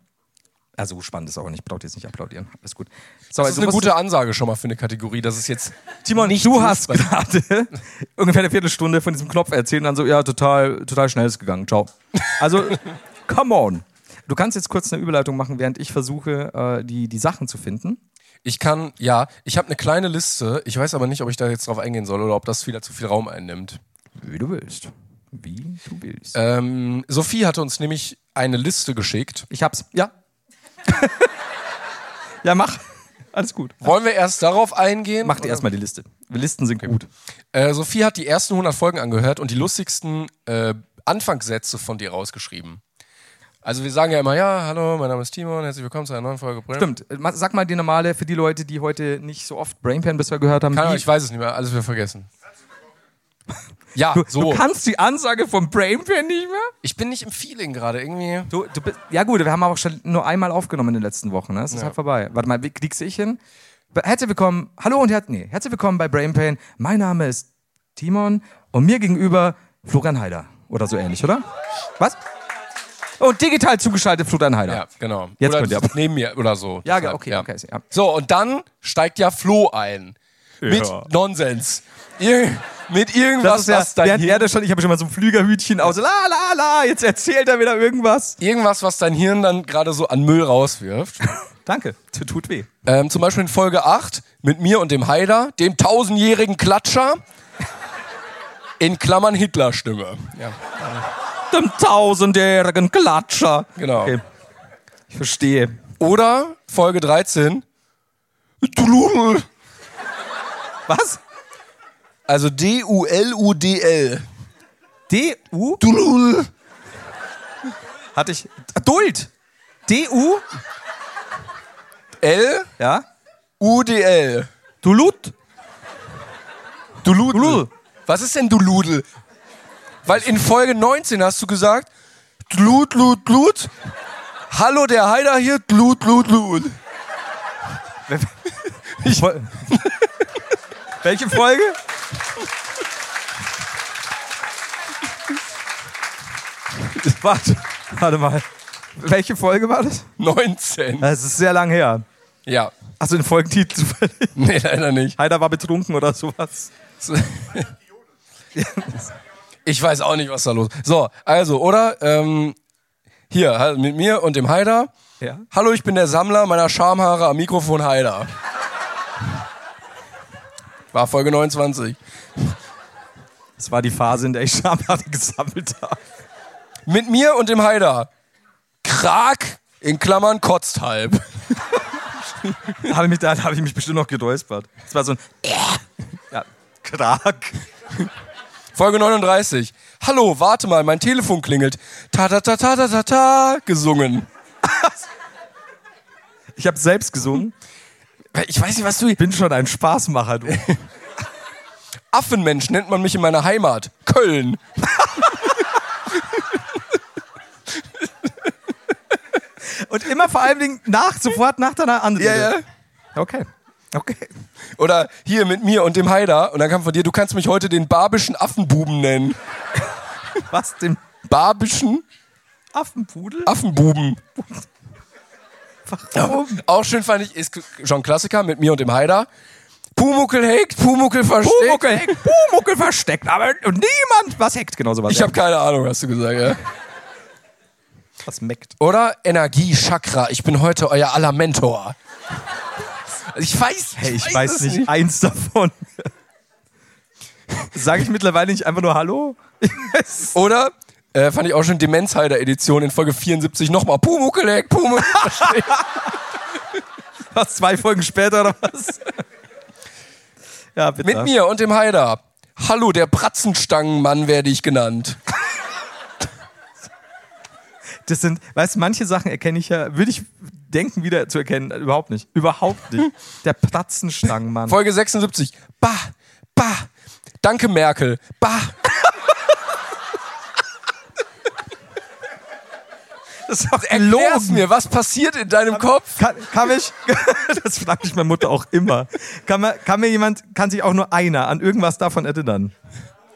also spannend ist auch nicht, braucht jetzt nicht applaudieren, alles gut. So,
Das ist
also
eine
musst-
gute Ansage schon mal für eine Kategorie, dass es jetzt
Timon,
nicht
du
so
hast
spannend.
gerade ungefähr eine Viertelstunde von diesem Knopf erzählt und dann so, ja, total, total schnell ist gegangen. Ciao. Also, come on. Du kannst jetzt kurz eine Überleitung machen, während ich versuche, äh, die, die Sachen zu finden.
Ich kann, ja, ich habe eine kleine Liste. Ich weiß aber nicht, ob ich da jetzt drauf eingehen soll oder ob das wieder zu viel Raum einnimmt.
Wie du willst. Wie du willst.
Ähm, Sophie hatte uns nämlich eine Liste geschickt.
Ich hab's. Ja. ja, mach. Alles gut.
Wollen wir erst darauf eingehen?
Mach dir erstmal die Liste. Listen sind gut.
Äh, Sophie hat die ersten 100 Folgen angehört und die lustigsten äh, Anfangssätze von dir rausgeschrieben. Also wir sagen ja immer, ja, hallo, mein Name ist Timon, herzlich willkommen zu einer neuen Folge. Brain-
Stimmt. Äh, ma- Sag mal die normale für die Leute, die heute nicht so oft Brainpan bisher gehört haben.
Keine Ahnung,
die,
ich weiß es nicht mehr, alles wieder vergessen. Ja,
du,
so.
du kannst die Ansage von Brainpan nicht mehr?
ich bin nicht im Feeling gerade irgendwie.
Du, du bist, ja gut, wir haben auch schon nur einmal aufgenommen in den letzten Wochen. Ne? Es ist halt vorbei. Warte mal, wie kriegst ich hin? Be- Herzlich willkommen, hallo und her nee, herzlich willkommen bei Brain Pain. Mein Name ist Timon und mir gegenüber Florian Heider oder so ähnlich, oder? Was? Und digital zugeschaltet Florian Heider.
Ja, genau.
Jetzt
oder
könnt ihr
du sitzt neben mir oder so.
Ja,
Deshalb,
okay, okay, ja.
So, und dann steigt ja Flo ein. Mit Nonsens. Ir mit
Das
irgendwas,
ist ja,
was dein
während er
Hirn,
das schon, ich habe schon mal so ein Flügerhütchen aus, la la la, jetzt erzählt er wieder irgendwas.
irgendwas, was dein Hirn dann gerade so an Müll rauswirft.
Danke, t- tut weh.
ähm, zum Beispiel in Folge 8 mit mir und dem Haider, dem tausendjährigen Klatscher. In Klammern Hitlerstimme. Ja.
Dem tausendjährigen Klatscher.
Genau.
Okay. Ich verstehe.
Oder Folge 13. Duludel.
Was?
Also D-U-L-U-D-L.
D-U?
Duludel.
Hatte ich. Duld! D-U?
L.
Ja?
UDL.
Dulut?
Duludel.
Duludel.
Was ist denn Duludel? Weil in Folge 19 hast du gesagt, Dlut, Lut, Lut. Hallo, der Heider hier, Dlut, Lut, Lut.
Voll- Welche Folge? Warte, warte mal. Welche Folge war das?
19.
Das ist sehr lang her.
Ja.
Hast du den Folgentitel zufällig?
Nee, leider nicht.
Heider war betrunken oder sowas.
Ich weiß auch nicht, was da los ist. So, also, oder? Ähm, hier, halt mit mir und dem Haider.
Ja.
Hallo, ich bin der Sammler meiner Schamhaare am Mikrofon Haider. War Folge 29.
Das war die Phase, in der ich Schamhaare gesammelt habe.
Mit mir und dem Haider. Krag in Klammern kotzt halb.
Da habe ich, mich- da habe ich mich bestimmt noch geräuspert. Das war so ein. Ja, Krag.
Folge 39. Hallo, warte mal, mein Telefon klingelt. Ta ta ta ta ta ta ta gesungen.
Ich habe selbst gesungen.
Ich weiß nicht, was du.
Bin schon ein Spaßmacher, du.
Affenmensch nennt man mich in meiner Heimat. Köln.
Und immer vor allen Dingen nach, sofort nach deiner Anrede. Okay. Okay.
Oder hier mit mir und dem Haider. Und dann kam von dir, du kannst mich heute den barbischen Affenbuben nennen.
Was, den
Barbischen
Affenpudel?
Affenbuben.
Warum?
Auch schön fand ich, ist schon ein Klassiker mit mir und dem Haider. Pumuckel hackt, Pumuckel versteckt.
Pumuckel hackt, Pumuckel versteckt, aber niemand was hackt, genau sowas.
Ich habe keine Ahnung, hast du gesagt, ja.
was meckt.
Oder Energie, Chakra, ich bin heute euer aller Mentor. Ich weiß,
Hey, ich weiß,
es
nicht, eins davon. Sage ich mittlerweile nicht einfach nur Hallo?
Oder äh, fand ich auch schon Demenzheider-Edition in Folge 74 nochmal. Pumuckel hackt, Pumuckel versteckt.
Was, zwei Folgen später oder was? Ja, bitte.
Mit mir und dem Haider. Hallo, der Pratzenstangenmann werde ich genannt.
Das sind, weißt du, manche Sachen erkenne ich ja, würde ich denken, wieder zu erkennen. Überhaupt nicht. Überhaupt nicht. Der Platzenstangenmann.
Folge 76. Bah, bah. Danke, Merkel. Bah.
Das ist doch
Erklär's mir, was passiert in deinem Kopf?
Kann, kann mich, das fragt mich meine Mutter auch immer. Kann, man, kann mir jemand, kann sich auch nur einer an irgendwas davon erinnern?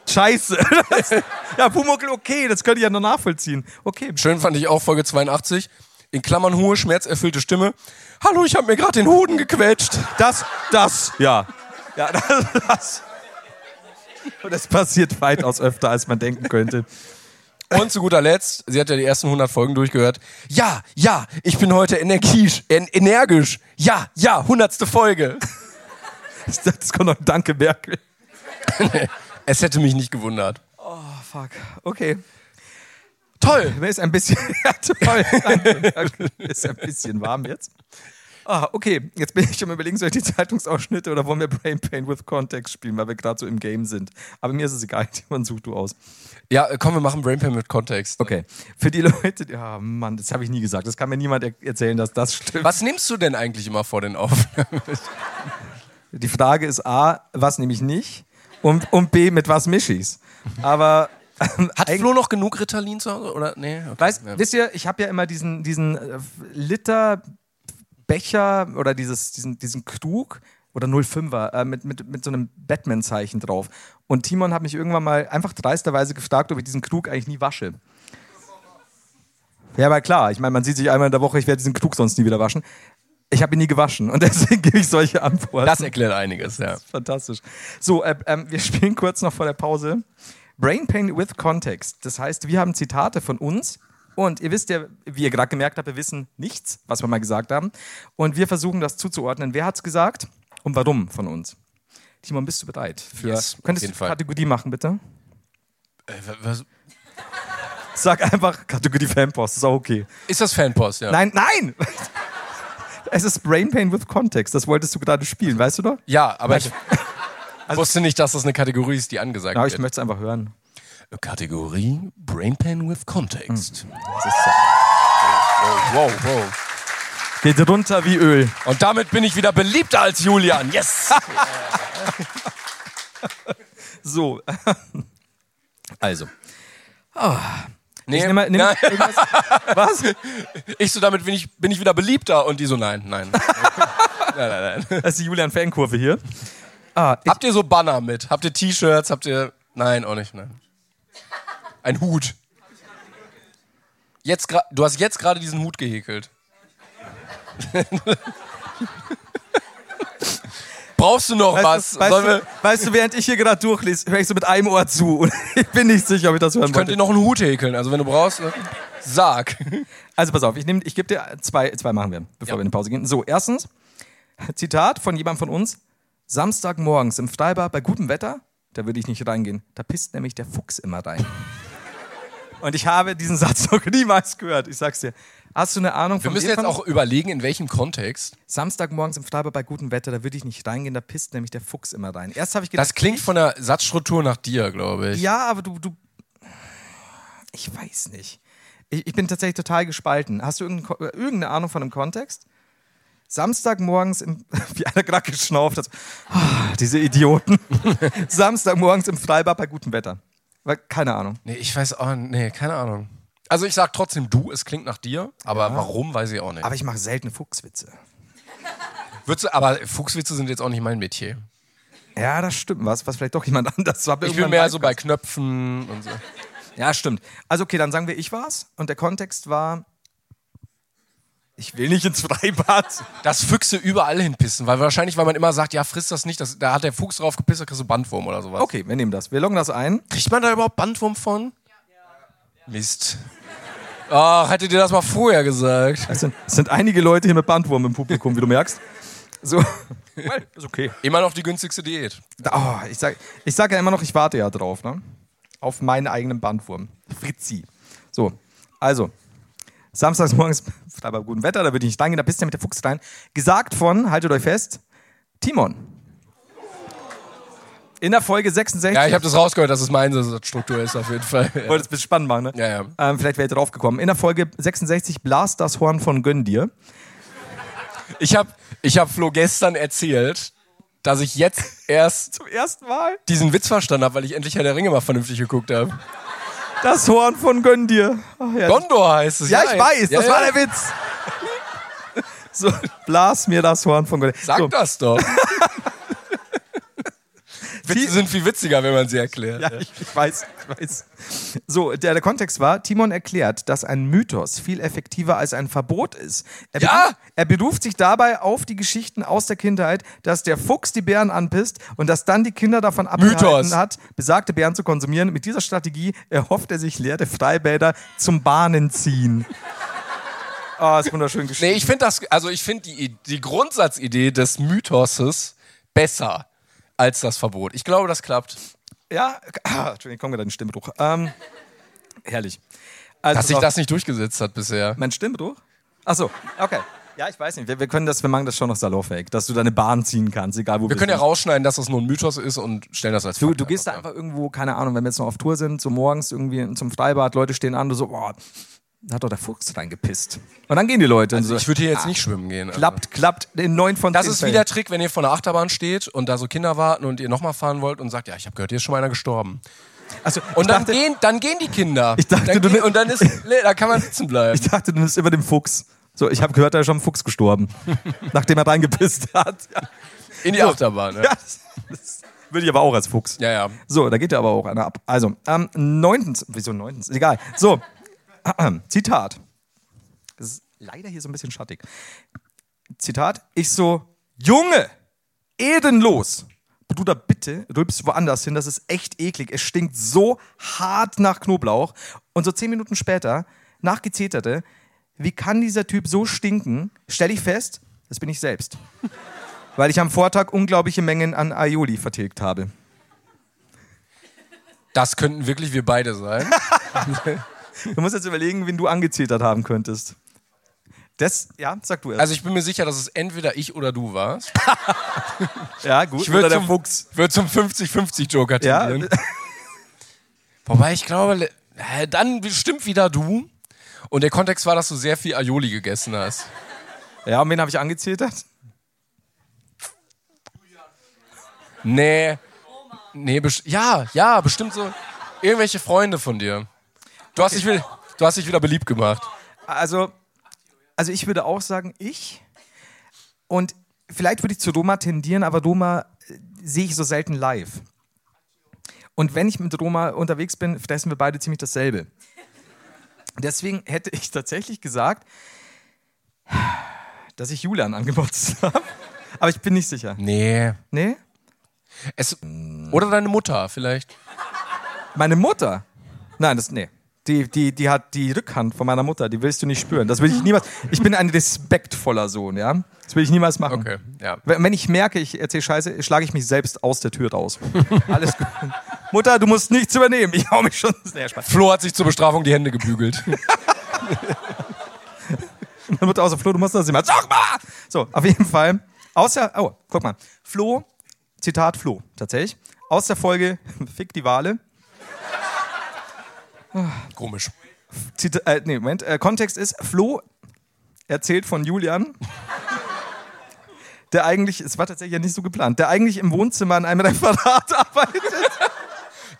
Scheiße. Das, ja, Pumuckl, okay, das könnte ich ja noch nachvollziehen. Okay,
Schön fand ich auch Folge 82. In Klammern hohe, schmerzerfüllte Stimme. Hallo, ich habe mir gerade den Hoden gequetscht.
das, das, ja. Ja, das, das. Und das passiert weitaus öfter, als man denken könnte.
Und zu guter Letzt, sie hat ja die ersten 100 Folgen durchgehört. Ja, ja, ich bin heute energisch, en energisch. Ja, ja, hundertste Folge.
Ich dachte, das kommt noch ein Danke, Merkel.
Es hätte mich nicht gewundert.
Oh, fuck. Okay.
Toll.
Mir ist ein bisschen, ja, toll, danke, danke. Mir ist ein bisschen warm jetzt. Ah, okay, jetzt bin ich schon am überlegen, soll ich die Zeitungsausschnitte oder wollen wir Brain Pain with Context spielen, weil wir gerade so im Game sind. Aber mir ist es egal, man sucht du aus.
Ja, äh, komm, wir machen Brainpain mit Kontext.
Okay, für die Leute, die, ah, Mann, das habe ich nie gesagt, das kann mir niemand er erzählen, dass das stimmt.
Was nimmst du denn eigentlich immer vor den Aufnahmen?
Die Frage ist A, was nehme ich nicht und, und B, mit was misch ich's? Aber...
Hat Flo noch genug Ritalin zu Hause? Oder? Nee. Okay.
Weißt,
Ja.
Wisst ihr, ich habe ja immer diesen, diesen äh, Liter Becher oder dieses, diesen, diesen Krug oder 05er äh, mit, mit, mit so einem Batman-Zeichen drauf. Und Timon hat mich irgendwann mal einfach dreisterweise gefragt, ob ich diesen Krug eigentlich nie wasche. Ja, aber klar, ich meine, man sieht sich einmal in der Woche, ich werde diesen Krug sonst nie wieder waschen. Ich habe ihn nie gewaschen und deswegen gebe ich solche Antworten.
Das erklärt einiges, ja.
Fantastisch. So, äh, ähm, wir spielen kurz noch vor der Pause. Brain Pain with Context. Das heißt, wir haben Zitate von uns und ihr wisst ja, wie ihr gerade gemerkt habt, wir wissen nichts, was wir mal gesagt haben. Und wir versuchen das zuzuordnen. Wer hat es gesagt und warum von uns? Timon, bist du bereit? Für,
Yes, auf
könntest du
jeden
die
Fall.
Kategorie machen, bitte?
Äh, wa- was-
Sag einfach Kategorie Fanpost, ist auch okay.
Ist das Fanpost, ja?
Nein, nein! Es ist Brain Pain with Context. Das wolltest du gerade spielen, weißt du doch?
Ja, aber ich wusste nicht, dass das eine Kategorie ist, die angesagt
Also Ja, ich
wird.
möchte es einfach hören.
Kategorie Brainpan with Context.
Hm. Das ist,
Wow, wow.
geht runter wie Öl.
Und damit bin ich wieder beliebter als Julian. Yes!
So. Also.
Oh. Nee,
Ich nehme mal- nehme
nein,
irgendwas- Was?
ich so, damit bin ich, bin ich wieder beliebter. Und die so, nein, nein. nein, nein.
Das ist die Julian-Fankurve hier. Ah, ich,
Habt ihr so Banner mit? Habt ihr T-Shirts? Habt ihr. Nein, auch nicht, nein. Ein Hut. Jetzt gra- du hast jetzt gerade diesen Hut gehäkelt. Brauchst du noch was?
weißt, du, weißt,
Sollen wir,
du, weißt du, während ich hier gerade durchlese, höre ich so mit einem Ohr zu. Und ich bin nicht sicher, ob ich das hören
könnt
wollte.
ihr noch einen Hut häkeln? Also, wenn du brauchst, ne? sag.
Also pass auf, ich, nehm- ich gebe dir zwei, zwei machen wir, bevor wir in die Pause gehen. So, erstens, Zitat von jemandem von uns. Samstagmorgens im Freibad bei gutem Wetter, da würde ich nicht reingehen. Da pisst nämlich der Fuchs immer rein. Und ich habe diesen Satz noch niemals gehört, ich sag's dir. Hast du eine Ahnung
Wir
von
müssen jetzt auch überlegen, in welchem Kontext.
Samstagmorgens im Freibad bei gutem Wetter, da würde ich nicht reingehen, da pisst nämlich der Fuchs immer rein. Erst habe ich gedacht,
Das klingt von der Satzstruktur nach dir, glaube ich.
ja, aber du, du, ich weiß nicht. Ich, ich bin tatsächlich total gespalten. Hast du irgendein, Ko- irgendeine Ahnung von dem Kontext? Samstagmorgens im, wie einer gerade geschnauft hat, Ah, diese Idioten. Samstagmorgens im Freibad bei gutem Wetter. Weil- Keine Ahnung.
Nee, ich weiß auch, nee, keine Ahnung. Also ich sag trotzdem du, es klingt nach dir, aber warum, weiß ich auch nicht.
Aber ich mache seltene Fuchswitze.
Würdest du, aber Fuchswitze sind jetzt auch nicht mein Metier.
Ja, das stimmt. Was, was vielleicht doch jemand anders war.
Ich bin mehr so bei Knöpfen und so.
Ja, stimmt. Also okay, dann sagen wir, ich war's. Und der Kontext war, ich will nicht ins Freibad.
Dass Füchse überall hinpissen, weil wahrscheinlich, weil man immer sagt, ja, friss das nicht, das, da hat der Fuchs drauf gepisst, da kriegst du Bandwurm oder sowas.
Okay, wir nehmen das. Wir loggen das ein.
Kriegt man da überhaupt Bandwurm von? Mist. Ach, hättet ihr das mal vorher gesagt.
Es sind, es sind einige Leute hier mit Bandwurm im Publikum, wie du merkst. So. Ist okay.
Immer noch die günstigste Diät.
Oh, ich sage ich sag ja immer noch, ich warte ja drauf, ne? Auf meinen eigenen Bandwurm. Fritzi. So, also. Samstags morgens frei bei gutem Wetter, da würde ich nicht reingehen, da bist du ja mit der Fuchs rein. Gesagt von, haltet euch fest, Timon. In der Folge 66.
Ja, ich habe das rausgehört, dass es meine Satzstruktur ist auf jeden Fall.
Ich wollte es ein bisschen spannend machen, ne?
Ja, ja.
Ähm, vielleicht wäre ihr drauf gekommen. In der Folge 66 blast das Horn von Gönn dir.
Ich habe ich hab Flo gestern erzählt, dass ich jetzt erst
Zum ersten Mal.
diesen Witz verstanden habe, weil ich endlich Herr der Ringe mal vernünftig geguckt habe.
Das Horn von Gönn dir. Ach, ja,
Gondor heißt es.
Also Ja, ich weiß,
Ja,
das
ja.
war der Witz. So, blas mir das Horn von Gott.
Sag
so,
das doch. Witze sind viel witziger, wenn man sie erklärt.
ja, ich, ich weiß, ich weiß. So, der, der Kontext war, Timon erklärt, dass ein Mythos viel effektiver als ein Verbot ist. Er,
Ja!
beruft, er beruft sich dabei auf die Geschichten aus der Kindheit, dass der Fuchs die Bären anpisst und dass dann die Kinder davon abgehalten
Mythos.
hat, besagte Bären zu konsumieren. Mit dieser Strategie erhofft er sich leere Freibäder zum Bahnen ziehen. Ah, ist wunderschön geschrieben.
Nee, ich finde das, also ich finde die, I- die Grundsatzidee des Mythoses besser als das Verbot. Ich glaube, das klappt.
Ja, ah, Entschuldigung, ich komme gerade in den Stimmbruch. Ähm, herrlich. Also,
Dass sich
pass auf,
das nicht durchgesetzt hat bisher.
mein Stimmbruch? Achso, okay. Ja, ich weiß nicht. Wir, wir können das, wir machen das schon noch salonfähig, dass du deine Bahn ziehen kannst, egal wo
Wir können ja
sind.
rausschneiden, dass das nur ein Mythos ist und stellen das als
Du,
Fakt
du gehst da
ja.
einfach irgendwo, keine Ahnung, wenn wir jetzt noch auf Tour sind, so morgens irgendwie zum Freibad, Leute stehen an, du so, boah, da hat doch der Fuchs reingepisst. Und dann gehen die Leute und so,
Also
Ah,
Ich würde hier jetzt nicht schwimmen gehen. also.
klappt, klappt, in neun von
Das
zehn
ist wie
Fällen.
der Trick, wenn ihr vor einer Achterbahn steht und da so Kinder warten und ihr nochmal fahren wollt und sagt, ja, ich habe gehört, hier ist schon mal einer gestorben.
Also, ich
Und dann,
dachte,
gehen, dann gehen die Kinder.
Ich dachte,
dann
du-
gehen, und dann ist, nee, da kann man sitzen bleiben.
Ich dachte, du nimmst immer den Fuchs. So, ich habe gehört, da ist schon ein Fuchs gestorben, nachdem er reingepisst hat. Ja,
In die Achterbahn. Ja,
ja das, das würde ich aber auch als Fuchs.
ja. ja.
So, da geht ja aber auch einer ab. Also, am 9. Wieso 9.? Egal. So, Ahem. Zitat. Das ist leider hier so ein bisschen schattig. Zitat. Ich so, Junge, edenlos. Bruder, bitte rülpst woanders hin. Das ist echt eklig. Es stinkt so hart nach Knoblauch. Und so zehn Minuten später, nach Gezeterte, wie kann dieser Typ so stinken? Stelle ich fest, das bin ich selbst. Weil ich am Vortag unglaubliche Mengen an Aioli vertilgt habe.
Das könnten wirklich wir beide sein.
Du musst jetzt überlegen, wen du angezieltert haben könntest. Das, ja, sag du erst.
Also ich bin mir sicher, dass es entweder ich oder du warst.
ja, gut.
Also, Ich würde
Oder der
zum,
Fuchs.
würd zum 50-50-Joker
Ja.
tendieren. Wobei ich glaube, le- äh, dann bestimmt wieder du. Und der Kontext war, dass du sehr viel Aioli gegessen hast.
Ja, und wen habe ich angezieltert?
Nee. Nee, best- ja, ja, bestimmt so. Irgendwelche Freunde von dir. Du hast, dich wieder, du hast dich wieder beliebt gemacht.
Also, also ich würde auch sagen, ich. Und vielleicht würde ich zu Roma tendieren, aber Roma äh, sehe ich so selten live. Und wenn ich mit Roma unterwegs bin, fressen wir beide ziemlich dasselbe. Deswegen hätte ich tatsächlich gesagt, dass ich Julian angemotzt habe. Aber ich bin nicht sicher.
Nee.
Nee?
Es, oder deine Mutter vielleicht.
Meine Mutter? Nein, das, nee. Die, die, die hat die Rückhand von meiner Mutter, die willst du nicht spüren. Das will ich niemals. Ich bin ein respektvoller Sohn, ja? Das will ich niemals machen.
Okay, ja.
Wenn wenn ich merke, ich erzähle Scheiße, schlage ich mich selbst aus der Tür raus. Alles gut. Mutter, du musst nichts übernehmen. Ich hau mich schon. Nee, Spaß.
Flo hat sich zur Bestrafung die Hände gebügelt.
Meine Mutter außer Flo, du musst das immer. Sag mal! So, auf jeden Fall. Außer, oh, guck mal. Flo, Zitat Flo, tatsächlich. Aus der Folge Fick die Wale.
Komisch.
Zita äh, nee, Moment. Äh, Kontext ist, Flo erzählt von Julian, der eigentlich, es war tatsächlich ja nicht so geplant, der eigentlich im Wohnzimmer an einem Referat arbeitet.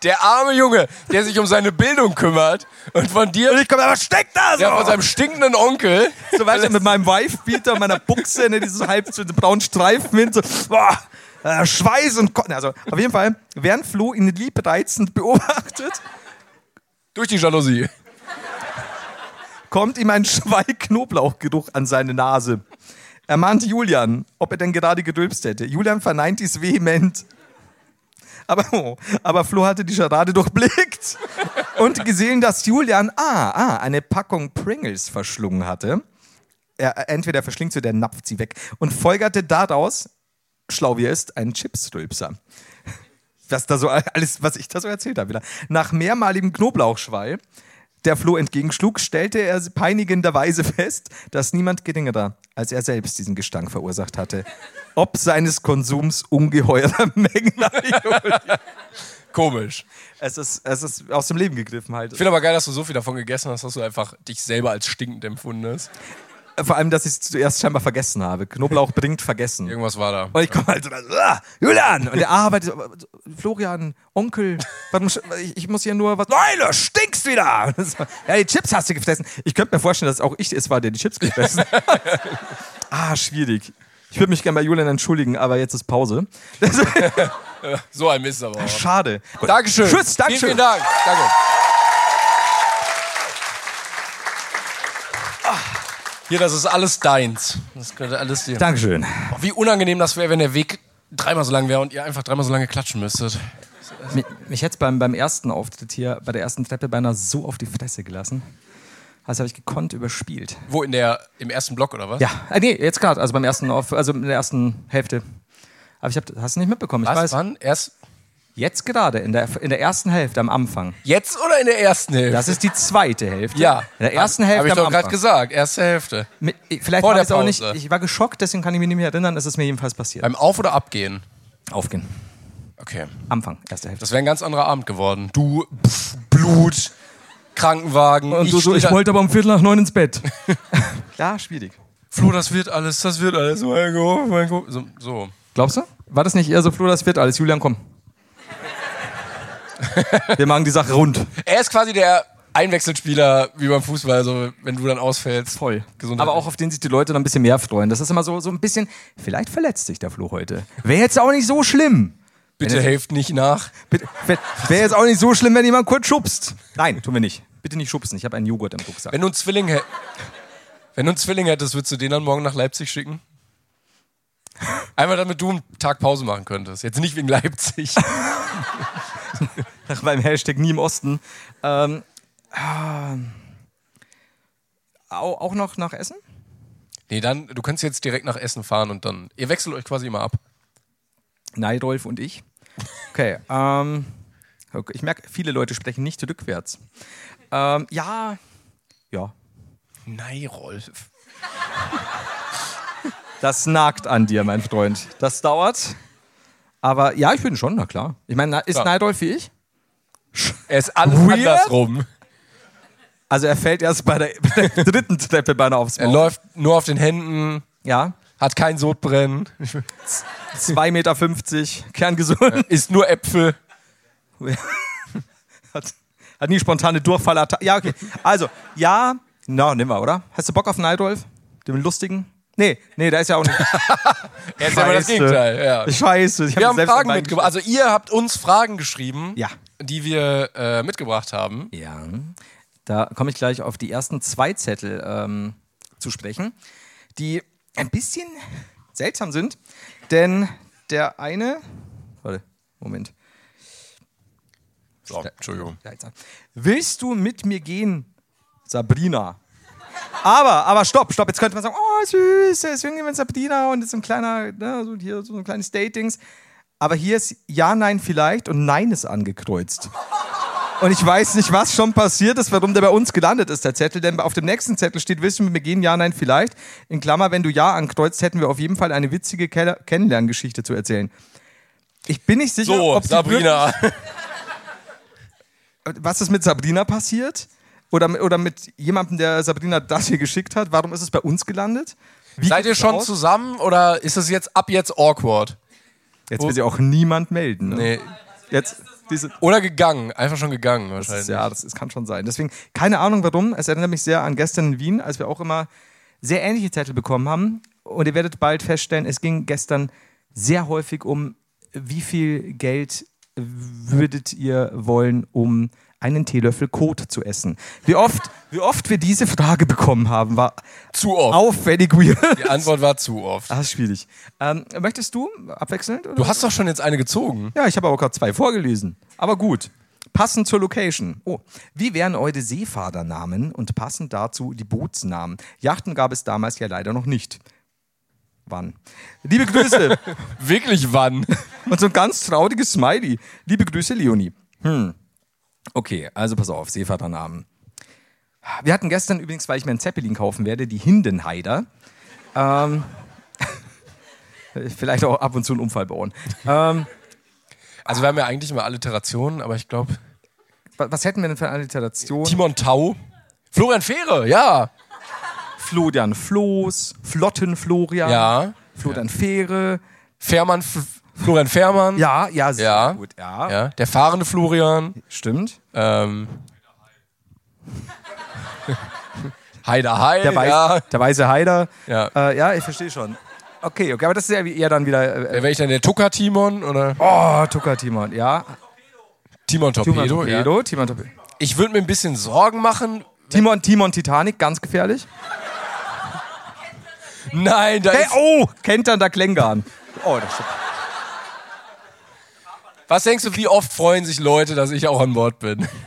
Der arme Junge, der sich um seine Bildung kümmert und von dir. Und ich komme, was steckt da so? Ja, von seinem stinkenden Onkel.
So weißt du, mit meinem Wife-Beater, und meiner Buchse, ne, dieses halb so braunen Streifen hin, so, boah, äh, Schweiß und Kotten. Also, auf jeden Fall, während Flo ihn liebreizend beobachtet,
Durch die Jalousie.
kommt ihm ein Schweigknoblauchgeruch an seine Nase. Er mahnt Julian, ob er denn gerade gedülpst hätte. Julian verneint dies vehement. Aber, oh, aber Flo hatte die Scharade durchblickt und gesehen, dass Julian ah, ah, eine Packung Pringles verschlungen hatte. Er, entweder verschlingt sie oder er napft sie weg und folgerte daraus, schlau wie er ist, einen Chipsrülpser. Was da so alles, was ich da so erzählt habe wieder. Nach mehrmaligem Knoblauchschwall der Flo entgegenschlug, stellte er peinigenderweise fest, dass niemand geringerer als er selbst diesen Gestank verursacht hatte. Ob seines Konsums ungeheurer Mengen. an Alkohol.
Komisch.
es, ist, es ist aus dem Leben gegriffen halt.
Ich finde aber geil, dass du so viel davon gegessen hast, dass du einfach dich selber als stinkend empfunden hast.
Vor allem, dass ich es zuerst scheinbar vergessen habe. Knoblauch bringt vergessen.
Irgendwas war da.
Und ich komme halt so, da, ah, Julian! Und der arbeitet, so, aber so, Florian, Onkel, warum, sch- ich, ich muss hier nur was. Nein, du stinkst wieder! Und das war, Ja, die Chips hast du gefressen. Ich könnte mir vorstellen, dass auch ich es war, der die Chips gefressen hat. ah, schwierig. Ich würde mich gerne bei Julian entschuldigen, aber jetzt ist Pause. Das ist
So ein Mist aber. auch.
schade. Gut.
Dankeschön.
Tschüss, Dankeschön.
Vielen, vielen Dank. Danke. Hier, das ist alles deins. Das könnte alles dir.
Dankeschön.
Boah, Wie unangenehm das wäre, wenn der Weg dreimal so lang wäre und ihr einfach dreimal so lange klatschen müsstet.
Mich, mich hätte beim, beim ersten Auftritt hier, bei der ersten Treppe beinahe so auf die Fresse gelassen. Also habe ich gekonnt überspielt.
Wo in der im ersten Block oder was?
Ja, äh, nee, jetzt gerade, also beim ersten, Auf, also in der ersten Hälfte. Aber ich hab, hast du nicht mitbekommen, ich
Was?
weiß.
Wann? Erst
Jetzt gerade, in der, in der ersten Hälfte am Anfang.
jetzt oder in der ersten Hälfte?
Das ist die zweite Hälfte.
ja.
In der ersten
Hab
Hälfte
ich
am
doch gerade
Anfang.
gesagt. Erste Hälfte.
Mit- Vielleicht
Vor
war
der
das auch nicht,
Pause. Ähm,
ich war geschockt, deswegen kann ich mich nicht mehr erinnern, es ist mir jedenfalls passiert.
Beim Auf- oder Abgehen?
Aufgehen.
Okay.
Anfang, erste Hälfte.
Das wäre ein ganz anderer Abend geworden. Du, pff, Blut, Krankenwagen. steh da-
aber um Viertel nach neun ins Bett. Klar, schwierig.
Flo, das wird alles, das wird alles. Mein Gott, mein Gott. So, so.
Glaubst du? War das nicht eher so, Flo, das wird alles? Julian, komm. Wir machen die Sache rund.
Er ist quasi der Einwechselspieler wie beim Fußball, also wenn du dann ausfällst.
Voll.
Gesundheit.
Aber auch auf den sich die Leute dann ein bisschen mehr freuen. Das ist immer so, so ein bisschen, vielleicht verletzt sich der Flo heute. Wäre jetzt auch nicht so schlimm.
Bitte helft nicht nach.
Bitte- Wäre wär jetzt auch nicht so schlimm, wenn jemand kurz schubst. Nein, tun wir nicht. Bitte nicht schubsen. Ich habe einen Joghurt im Rucksack.
Wenn du einen Zwilling, hä wenn du einen Zwilling hättest, würdest du den dann morgen nach Leipzig schicken? Einmal damit du einen Tag Pause machen könntest. Jetzt nicht wegen Leipzig.
Nach meinem Hashtag nie im Osten. Ähm, äh, au- auch noch nach Essen?
Nee, dann, du kannst jetzt direkt nach Essen fahren und dann. Ihr wechselt euch quasi immer ab.
Nein, Rolf und ich. Okay. Ähm, okay ich merke, viele Leute sprechen nicht rückwärts. Ähm, ja. Ja.
Nein, Rolf.
Das nagt an dir, mein Freund. Das dauert. Aber ja, ich bin schon, na klar. Ich meine, na- ist
Klar.
Neidolf wie ich?
Er ist alles
Weird.
andersrum.
Also er fällt erst bei der, bei der dritten Treppe beinahe aufs
Er
Maul.
läuft nur auf den Händen,
Ja,
hat kein Sodbrennen,
2,50 Meter, kerngesund.
isst nur Äpfel.
Hat, hat nie spontane Durchfallattacken. Ja, okay. Also, ja, na, no, nimmer, oder? Hast du Bock auf Neidolf? Dem Lustigen? Nee, nee, da ist ja auch nicht.
Jetzt haben wir das
Scheiße.
Gegenteil. Ja.
Scheiße, ich hab
Wir haben
selbst
Fragen
dabei-
mitgebracht. Also ihr habt uns Fragen geschrieben,
Ja.
die wir äh, mitgebracht haben.
Ja, da komme ich gleich auf die ersten zwei Zettel ähm, zu sprechen, die ein bisschen seltsam sind, denn der eine. Warte, Moment.
So, Entschuldigung.
Seltsam. Willst du mit mir gehen, Sabrina? Aber, aber stopp, stopp. Jetzt könnte man sagen, oh süß, er ist irgendwie mit Sabrina und ist so ein kleiner, ne, so hier so ein kleines Datings. Aber hier ist ja, nein, vielleicht und nein ist angekreuzt. Und ich weiß nicht, was schon passiert ist, warum der bei uns gelandet ist, der Zettel. Denn auf dem nächsten Zettel steht, willst du mit mir gehen? Ja, nein, vielleicht. In Klammer, wenn du Ja ankreuzt, hätten wir auf jeden Fall eine witzige Keller- Kennenlerngeschichte zu erzählen. Ich bin nicht sicher,
So,
ob die
Sabrina.
was ist mit Sabrina passiert? Oder, mit- oder mit jemandem, der Sabrina das hier geschickt hat? Warum ist es bei uns gelandet? Wie
Seid ihr
geht's
schon
aus?
zusammen oder ist es jetzt ab jetzt awkward?
Jetzt will sie auch niemand melden. Ne?
Nee.
Jetzt, diese,
Oder gegangen, einfach schon gegangen
das ist,
wahrscheinlich.
ja, das, das kann schon sein. Deswegen, keine Ahnung warum. Es erinnert mich sehr an gestern in Wien, als wir auch immer sehr ähnliche Zettel bekommen haben. Und ihr werdet bald feststellen, es ging gestern sehr häufig um, wie viel Geld würdet ihr wollen, um einen Teelöffel Kot zu essen? Wie oft, wie oft wir diese Frage bekommen haben, war
Zu oft.
aufwendig weird.
Die Antwort war zu oft.
Das ist schwierig. Ähm, möchtest du abwechselnd? Oder?
Du hast doch schon jetzt eine gezogen.
Ja, ich habe aber gerade zwei vorgelesen. Aber gut. Passend zur Location. Oh, wie wären eure Seefahrernamen und passend dazu die Bootsnamen? Yachten gab es damals ja leider noch nicht. Wann? Liebe Grüße
Wirklich wann?
und so ein ganz trauriges Smiley. Liebe Grüße, Leonie. Hm. Okay, also pass auf, Seefahrernamen. Wir hatten gestern übrigens, weil ich mir einen Zeppelin kaufen werde, die Hindenheider. Ähm, vielleicht auch ab und zu einen Unfall bauen.
Also wir haben ja eigentlich immer Alliterationen, aber ich glaube
Wa- Was hätten wir denn für eine Alliteration?
Timon Tau, Florian Fähre, ja,
Florian Floß, Flotten Florian,
ja,
Florian Fähre.
Fährmann, F Florian Fährmann,
Ja, ja, sehr
Ja.
gut. Ja,
ja, der fahrende Florian,
stimmt.
ähm, Heider Heil,
Der, Weiß,
ja,
der weiße Heider.
Ja.
äh, ja ich verstehe schon. Okay, okay, aber das ist ja eher dann wieder. Äh,
Wer wäre ich denn, der Tucker Timon oder
oh, Tucker Timon, ja.
Timon Torpedo?
Timon
ja.
Torpedo, Timon Torpedo.
Ich würde mir ein bisschen Sorgen machen.
Timon, Timon Titanic, ganz gefährlich.
Nein, da
Hey,
ist,
oh, kenternder Klängern. Oh, das stimmt.
was denkst du, wie oft freuen sich Leute, dass ich auch an Bord bin?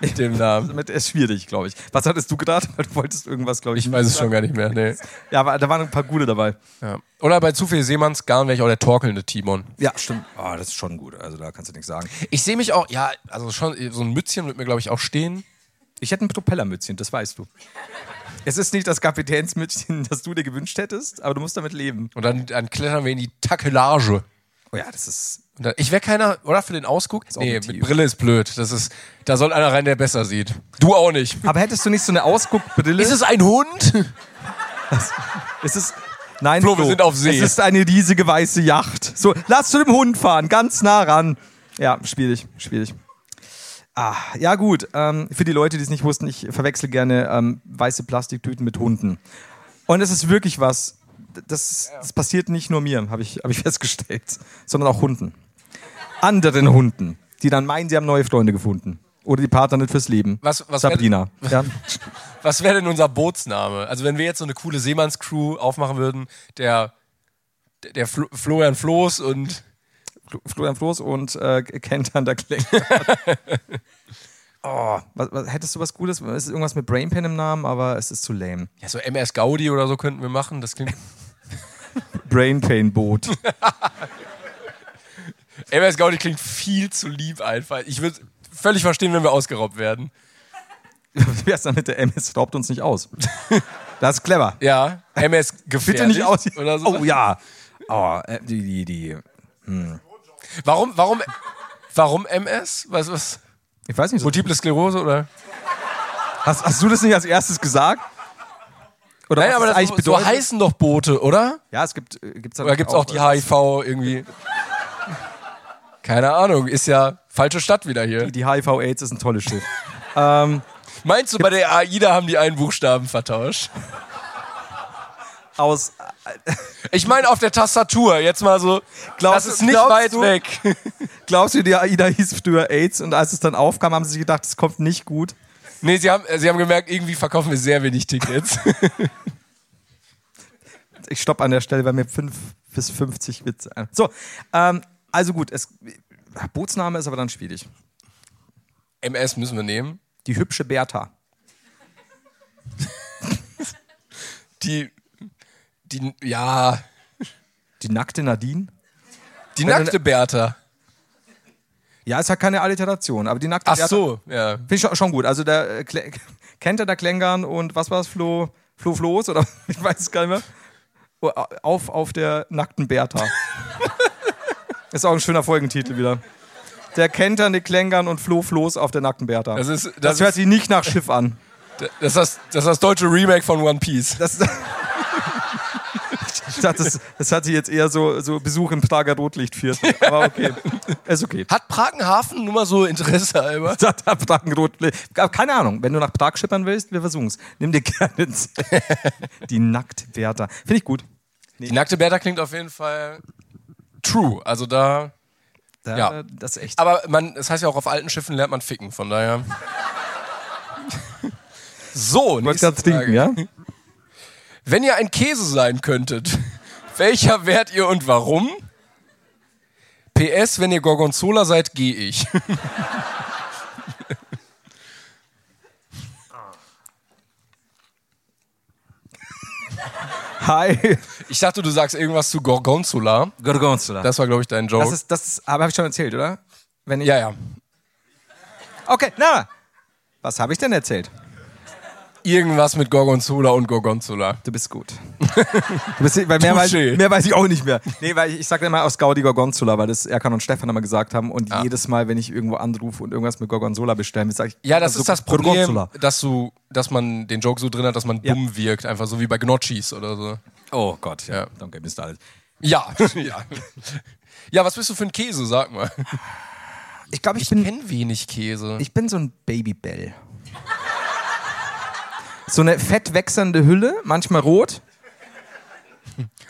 Mit dem Namen.
Damit ist schwierig, glaube ich. Was hattest du gedacht? Weil Du wolltest irgendwas, glaube ich.
Ich weiß es schon gar nicht mehr. Nee.
Ja, aber da waren ein paar gute dabei.
Ja. Oder bei zu viel Seemannsgarn wäre ich auch der torkelnde Timon.
Ja, stimmt. Ah, das ist schon gut. Also da kannst du nichts sagen.
Ich sehe mich auch, ja, also schon so ein Mützchen wird mir, glaube ich, auch stehen.
Ich hätte ein Propellermützchen, das weißt du. Es ist nicht das Kapitänsmützchen, das du dir gewünscht hättest, aber du musst damit leben.
Und dann, dann klettern wir in die Takelage.
Oh ja, das ist.
Und dann, ich wäre keiner, oder für den Ausguck?
auch
Nee,
ein
mit
Tier.
Brille ist blöd. Das ist, da soll einer rein, der besser sieht. Du auch nicht.
Aber hättest du nicht so eine Ausguckbrille?
Ist es ein Hund?
Es ist. Nein,
Flo, wir sind auf See.
Es ist eine riesige weiße Yacht. So, lass zu dem Hund fahren, ganz nah ran. Ja, schwierig, schwierig. Ah, ja gut. Ähm, für die Leute, die es nicht wussten, ich verwechsel gerne ähm, weiße Plastiktüten mit Hunden. Und es ist wirklich was. Das, das passiert nicht nur mir, habe ich, hab ich festgestellt, sondern auch Hunden. Anderen Hunden, die dann meinen, sie haben neue Freunde gefunden. Oder die Partnerin fürs Leben.
Was- was wär-
Sabrina. Ja.
Was wäre denn unser Bootsname? Also wenn wir jetzt so eine coole Seemannscrew aufmachen würden, der, der Flo, Florian Floß und
Florian Floß und äh, Kentan der Kling. oh, was, was, hättest du was Gutes? Es ist irgendwas mit Brainpan im Namen, aber es ist zu lame.
ja, so MS Gaudi oder so könnten wir machen. Das klingt.
Brainpain Boot.
MS Gaudi klingt viel zu lieb einfach. Ich würde völlig verstehen, wenn wir ausgeraubt werden.
Wie wär's damit? Der MS raubt uns nicht aus. Das ist clever.
Ja, MS gefährlich
Bitte nicht aus.
oder so.
Oh ja. Oh, äh, die, die, die.
Warum, warum, warum MS? Was, was?
Ich weiß nicht. So.
Multiple Sklerose oder?
Hast, hast du das nicht als erstes gesagt? Oder
Nein,
was
aber das, so heißen doch Boote, oder?
Ja, es gibt äh, gibt's
Oder gibt's auch die HIV irgendwie? Keine Ahnung, ist ja falsche Stadt wieder hier.
Die HIV-Aids ist ein tolles Schiff.
Meinst du, bei der AIDA haben die einen Buchstaben vertauscht?
aus.
Ich meine auf der Tastatur, jetzt mal so.
Glaubst
das ist
du-
nicht
glaubst
weit
du-
weg.
Glaubst du, die AIDA hieß früher AIDS und als es dann aufkam, haben sie sich gedacht, es kommt nicht gut.
Nee, sie haben, sie haben gemerkt, irgendwie verkaufen wir sehr wenig Tickets.
Ich stopp an der Stelle, weil mir 5 bis 50 Witze. ein- So, ähm, also gut, es, Bootsname ist aber dann schwierig.
MS müssen wir nehmen.
Die hübsche Bertha.
Die, die, ja,
Die nackte Nadine?
die nackte Bertha.
Ja, es hat keine Alliteration, aber die nackte
Ach
Bertha-
so, ja.
Finde ich schon- schon gut. Also der äh, Kle- kennt er der Klängern und was war es, Flo? Flo Floß oder ich weiß es gar nicht mehr. Oh, au- Auf, auf der nackten Bertha. ist auch ein schöner Folgentitel wieder. Der kenternde Klängern und Flo Floß auf der nackten Bertha.
Das ist- das
das hört
ist-
sich nicht nach Schiff an.
Das ist das, das, ist das deutsche Remake von One Piece.
Das, ich dachte, das, das hatte jetzt eher so, so Besuch im Prager Rotlichtviertel. Aber okay, ist okay.
Hat Pragenhafen nur mal so Interesse halber?
Da, da, Prag, Rotlicht. Äh, Keine Ahnung, wenn du nach Prag schippern willst, wir versuchen's. Nimm dir gerne ein Zelt. die Nacktwärter. Finde ich gut.
Die nackte Bertha klingt auf jeden Fall true. Also da.
Da,
Ja.
Das ist echt.
Aber man, das heißt ja auch, auf alten Schiffen lernt man ficken, von daher. So,
Du wolltest
nächste
gerade trinken,
Frage.
ja?
Wenn ihr ein Käse sein könntet, welcher wärt ihr und warum? PS, wenn ihr Gorgonzola seid, gehe ich.
Hi.
Ich dachte, du sagst irgendwas zu Gorgonzola.
Gorgonzola. Das,
Das war, glaube ich, dein Joke.
ist, das ist, aber habe ich schon erzählt, oder? Wenn ich,
ja, ja.
Okay, na. Was habe ich denn erzählt?
Irgendwas mit Gorgonzola und Gorgonzola.
Du bist gut. Du bist, weil mehr, weiß,
Touché.
mehr weiß ich auch nicht mehr. Nee, weil ich, ich sage immer aus Gaudi Gorgonzola, weil das Erkan und Stefan immer gesagt haben. Und jedes Mal, wenn ich irgendwo anrufe und irgendwas mit Gorgonzola bestellen will, sage ich.
Ja, das
also
ist das Problem,
Gorgonzola.
dass, du, dass man den Joke so drin hat, dass man
Ja.
dumm wirkt. Einfach so wie bei Gnocchis oder so.
Oh Gott, ja.
Ja.
Danke, Mr. Alt.
Ja. ja. Ja, was bist du für ein Käse, sag mal.
Ich glaube, ich,
Ich
bin
kenne wenig Käse.
ich bin so ein Babybell. So eine fett wechselnde Hülle, manchmal rot,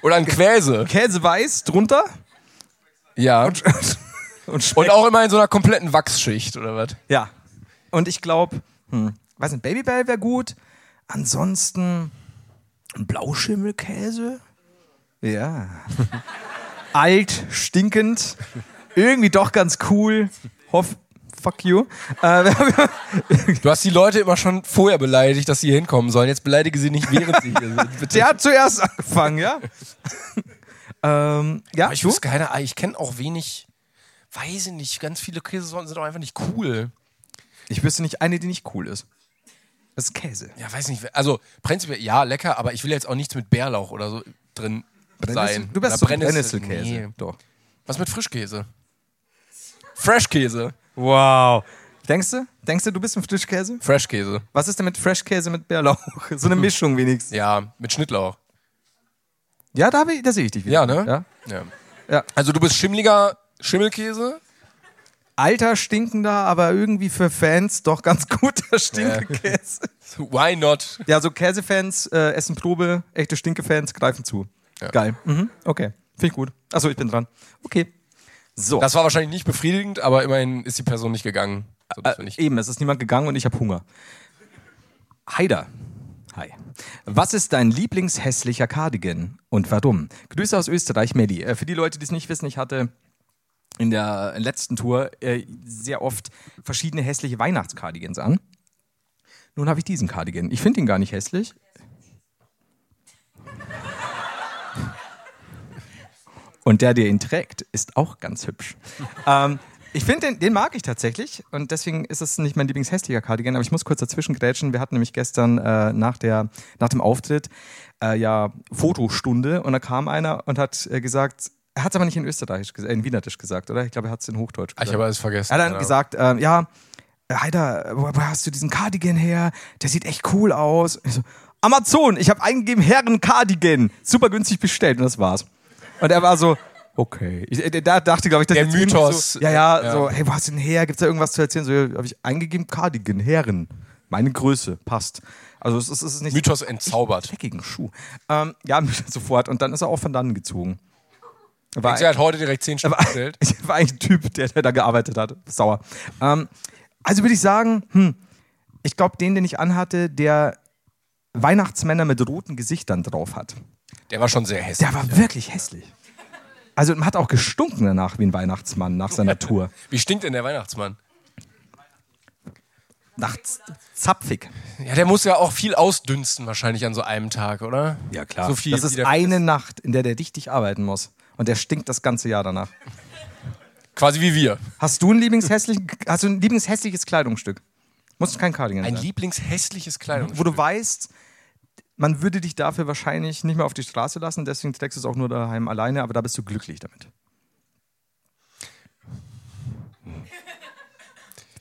Oder ein Quäse.
Käse weiß drunter
Ja.
und schmeckt.
Und auch immer in so einer kompletten Wachsschicht, oder was?
ja. Und ich glaube, hm, weiß nicht, Babybell wäre gut. Ansonsten ein Blauschimmelkäse. Ja. Alt, stinkend, irgendwie doch ganz cool. Hoff, fuck you. Äh,
Du hast die Leute immer schon vorher beleidigt, dass sie hier hinkommen sollen. Jetzt beleidige sie nicht, während sie hier sind. Bitte.
Der hat zuerst angefangen, ja? ähm, ja,
Aber ich
du?
wüsste keine, Ah, ich kenne auch wenig, weiß ich nicht, ganz viele Käsesorten sind auch einfach nicht cool.
ich wüsste nicht eine, die nicht cool ist. Das ist Käse.
Ja, weiß nicht, also prinzipiell ja, lecker, aber ich will jetzt auch nichts mit Bärlauch oder so drin sein.
Du bist
oder
so Brennnesselkäse.
Nee.
Doch.
Was mit Frischkäse? Freshkäse.
Wow. Denkst du? Denkst du, du bist ein Frischkäse?
Freshkäse.
Was ist denn mit Freshkäse mit Bärlauch? So eine Mischung wenigstens.
Ja, mit Schnittlauch.
Ja, da, hab ich, da sehe ich dich wieder.
Ja, ne?
Ja?
Ja.
Ja.
Also du bist schimmliger Schimmelkäse?
Alter, stinkender, aber irgendwie für Fans doch ganz guter Stinkekäse.
Why not?
Ja, so Käsefans äh, essen Probe, echte Stinkefans greifen zu. Geil. Mhm. Okay. Finde ich gut. Achso, ich bin dran. Okay. So.
Das war wahrscheinlich nicht befriedigend, aber immerhin ist die Person nicht gegangen. So, das will ich-
Äh, Eben, es ist niemand gegangen und ich habe Hunger. Haider. Hi. Was ist dein lieblingshässlicher Cardigan und warum? Grüße aus Österreich, Melli. Äh, Für die Leute, die es nicht wissen, ich hatte in der letzten Tour äh, sehr oft verschiedene hässliche Weihnachtscardigans an. Nun habe ich diesen Cardigan. Ich finde ihn gar nicht hässlich. Und der, der ihn trägt, ist auch ganz hübsch. ähm, ich finde, den, den mag ich tatsächlich und deswegen ist es nicht mein lieblingshässlicher Cardigan, aber ich muss kurz dazwischen grätschen. Wir hatten nämlich gestern äh, nach, der, nach dem Auftritt äh, ja Fotostunde und da kam einer und hat äh, gesagt, er hat es aber nicht in Österreichisch, ges- äh, in Wienertisch gesagt, oder? Ich glaube, er hat es in Hochdeutsch
Ah,
gesagt.
ich habe alles vergessen.
Er hat dann
Keine Ahnung.
gesagt, ähm, ja, Heider, wo, wo hast du diesen Cardigan her? Der sieht echt cool aus. Ich so, Amazon, ich habe eingegeben Herren Cardigan, super günstig bestellt und das war's. Und er war so, okay. Ich, äh, da dachte, glaube ich, dass
Der
jetzt irgendwie
Mythos.
So, ja, ja,
Ja.
so, hey, wo hast du den her? Gibt's da irgendwas zu erzählen? So, habe ich eingegeben Cardigan, Herren. Meine Größe, passt. Also es ist, es ist nicht
Mythos entzaubert.
dreckigen Schuh. Ähm, ja, sofort. Und dann ist er auch von dannen gezogen. War,
Sie hat heute direkt 10 Stunden
war,
bestellt.
war eigentlich ein Typ, der, der da gearbeitet hat. Sauer. Ähm, also würde ich sagen, hm, ich glaube, den, den ich anhatte, der Weihnachtsmänner mit roten Gesichtern drauf hat.
Der war schon sehr hässlich.
Der war wirklich hässlich. Also man hat auch gestunken danach wie ein Weihnachtsmann nach seiner Tour.
Wie stinkt denn der Weihnachtsmann?
Nach Z zapfig.
Ja, der muss ja auch viel ausdünsten wahrscheinlich an so einem Tag, oder? So viel
das
wie
ist
der-
eine Nacht, in der der richtig arbeiten muss. Und der stinkt das ganze Jahr danach.
quasi wie wir.
Hast du ein, lieblingshässlichen, hast du ein lieblingshässliches Kleidungsstück? Muss kein Cardigan
Ein
sein.
lieblingshässliches Kleidung.
Wo du weißt, man würde dich dafür wahrscheinlich nicht mehr auf die Straße lassen, deswegen trägst du es auch nur daheim alleine, aber da bist du glücklich damit. Hm.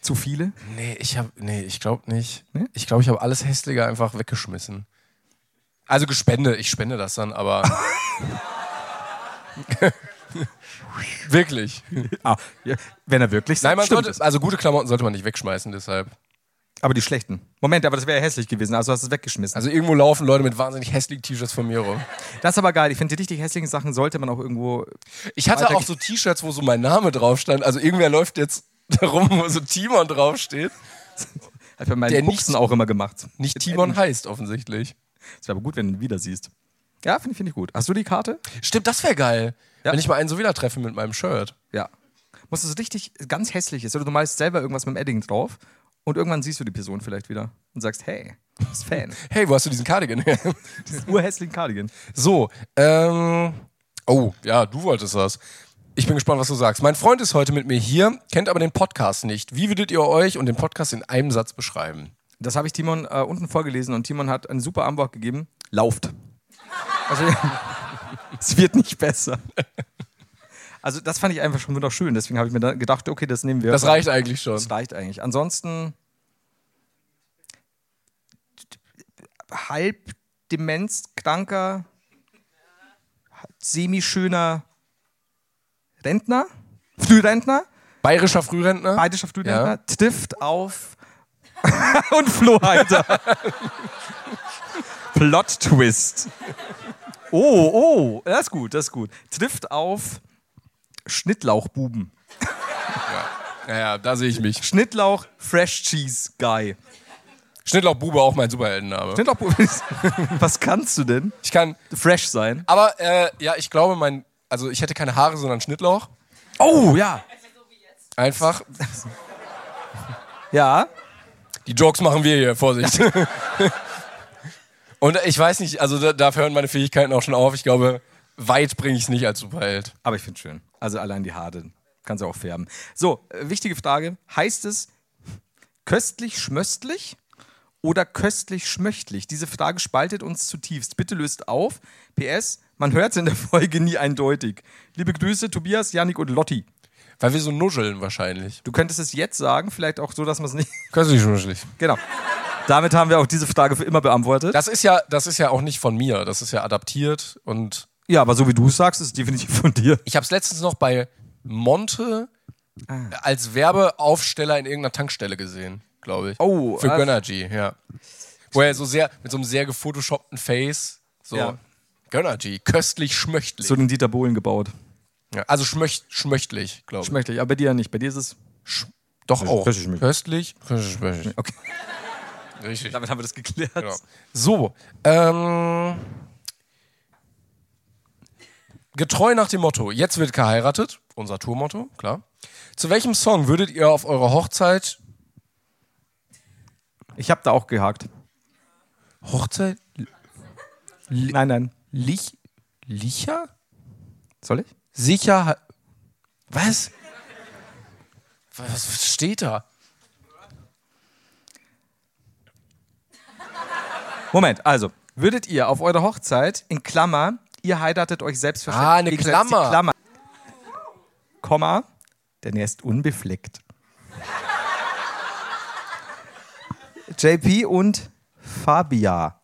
Zu viele?
Nee, ich habe nee, ich glaube nicht.
Nee?
Ich glaube, ich habe alles hässliche einfach weggeschmissen. Also gespende, ich spende das dann, aber Wirklich.
Ah, ja, wenn er wirklich
Nein, man
stimmt
sollte,
es.
also gute Klamotten sollte man nicht wegschmeißen, deshalb.
Aber die schlechten. Moment, aber das wäre ja hässlich gewesen, also hast du es weggeschmissen.
Also irgendwo laufen Leute mit wahnsinnig hässlichen T-Shirts von mir rum.
das ist aber geil. Ich finde, die richtig hässlichen Sachen sollte man auch irgendwo.
Ich hatte
Weiter
auch so T-Shirts, wo so mein Name drauf stand. Also irgendwer läuft jetzt da rum, wo so Timon draufsteht.
Hat bei meinen
Der nicht-
Buchsen auch immer gemacht.
Nicht
Äh,
Timon heißt offensichtlich.
Es wäre aber gut, wenn du ihn wieder siehst. Ja, finde find ich gut. Hast du die Karte?
Stimmt, das wäre geil.
Ja.
Wenn ich mal einen so wieder treffe mit meinem Shirt.
Ja. Musst du so richtig ganz hässlich ist. Oder du malst selber irgendwas mit dem Edding drauf und irgendwann siehst du die Person vielleicht wieder und sagst, hey, du bist Fan.
Hey, wo hast du diesen Cardigan her?
Urhässlichen Cardigan.
So, ähm. Oh, ja, du wolltest das. Ich bin gespannt, was du sagst. Mein Freund ist heute mit mir hier, kennt aber den Podcast nicht. Wie würdet ihr euch und den Podcast in einem Satz beschreiben?
Das habe ich Timon äh, unten vorgelesen und Timon hat eine super Antwort gegeben. Lauft. Also, es wird nicht besser. Also, das fand ich einfach schon wunderschön. Deswegen habe ich mir da gedacht, okay, das nehmen wir.
Das reicht eigentlich schon.
Das reicht eigentlich. Ansonsten halb demenzkranker, semischöner Rentner, Frührentner,
Bayerischer Frührentner?
bayerischer Frührentner,
Ja.
trifft auf und Flohhalter. Plot Twist. Oh, oh, das ist gut, das ist gut. Trifft auf Schnittlauchbuben.
Ja, ja, da sehe ich mich.
Schnittlauch Fresh Cheese Guy.
Schnittlauch Bube auch mein Superheldenname.
Sind doch Profis. Was kannst du denn?
Ich kann.
Fresh sein.
Aber äh, ja, ich glaube, mein. Also ich hätte keine Haare, sondern Schnittlauch.
Oh, ja.
Einfach.
Ja.
Die Jokes machen wir hier, Vorsicht. Und ich weiß nicht, also da, da hören meine Fähigkeiten auch schon auf. Ich glaube, weit bringe ich es nicht als Superheld.
Aber ich finde schön. Also allein die Haare. Kannst du auch färben. So, äh, wichtige Frage. Heißt es köstlich schmöstlich oder köstlich schmöchtlich? Diese Frage spaltet uns zutiefst. Bitte löst auf. PS, man hört es in der Folge nie eindeutig. Liebe Grüße, Tobias, Janik und Lotti.
Weil wir so nuscheln wahrscheinlich.
Du könntest es jetzt sagen, vielleicht auch so, dass man es nicht.
Köstlich nuschelig.
Genau. Damit haben wir auch diese Frage für immer beantwortet.
Das ist ja, das ist ja auch nicht von mir. Das ist ja adaptiert und
Ja, aber so wie du es sagst, ist es definitiv von dir.
ich habe es letztens noch bei Monte
Ah.
als Werbeaufsteller in irgendeiner Tankstelle gesehen, glaube ich.
Oh,
Für
äh,
Gönnergy, ja. Wo er so sehr mit so einem sehr gefotoshoppten Face so
Ja.
Gönnergy, köstlich schmöchtlich.
So den Dieter Bohlen gebaut.
ja, also schmöcht, schmöchtlich, glaube ich.
Schmöchtlich, aber bei dir ja nicht. Bei dir ist es.
Sch doch auch.
köstlich schmöchtlich.
Köstlich, köstlich schmöchtlich.
Okay.
Richtig.
Damit haben wir das geklärt.
Genau. So, ähm, getreu nach dem Motto, jetzt wird geheiratet, unser Tourmotto, klar. Zu welchem Song würdet ihr auf eurer Hochzeit,
Ich habe da auch gehakt.
Hochzeit,
Nein, nein.
Lich, Licher?
Soll ich?
Sicher, was? was? Was steht da?
Moment, also, würdet ihr auf eurer Hochzeit in Klammer, ihr heiratet euch selbst
Ah, eine
gegenseitig die
Klammer.
Klammer. Komma, denn er ist unbefleckt. JP und Fabia.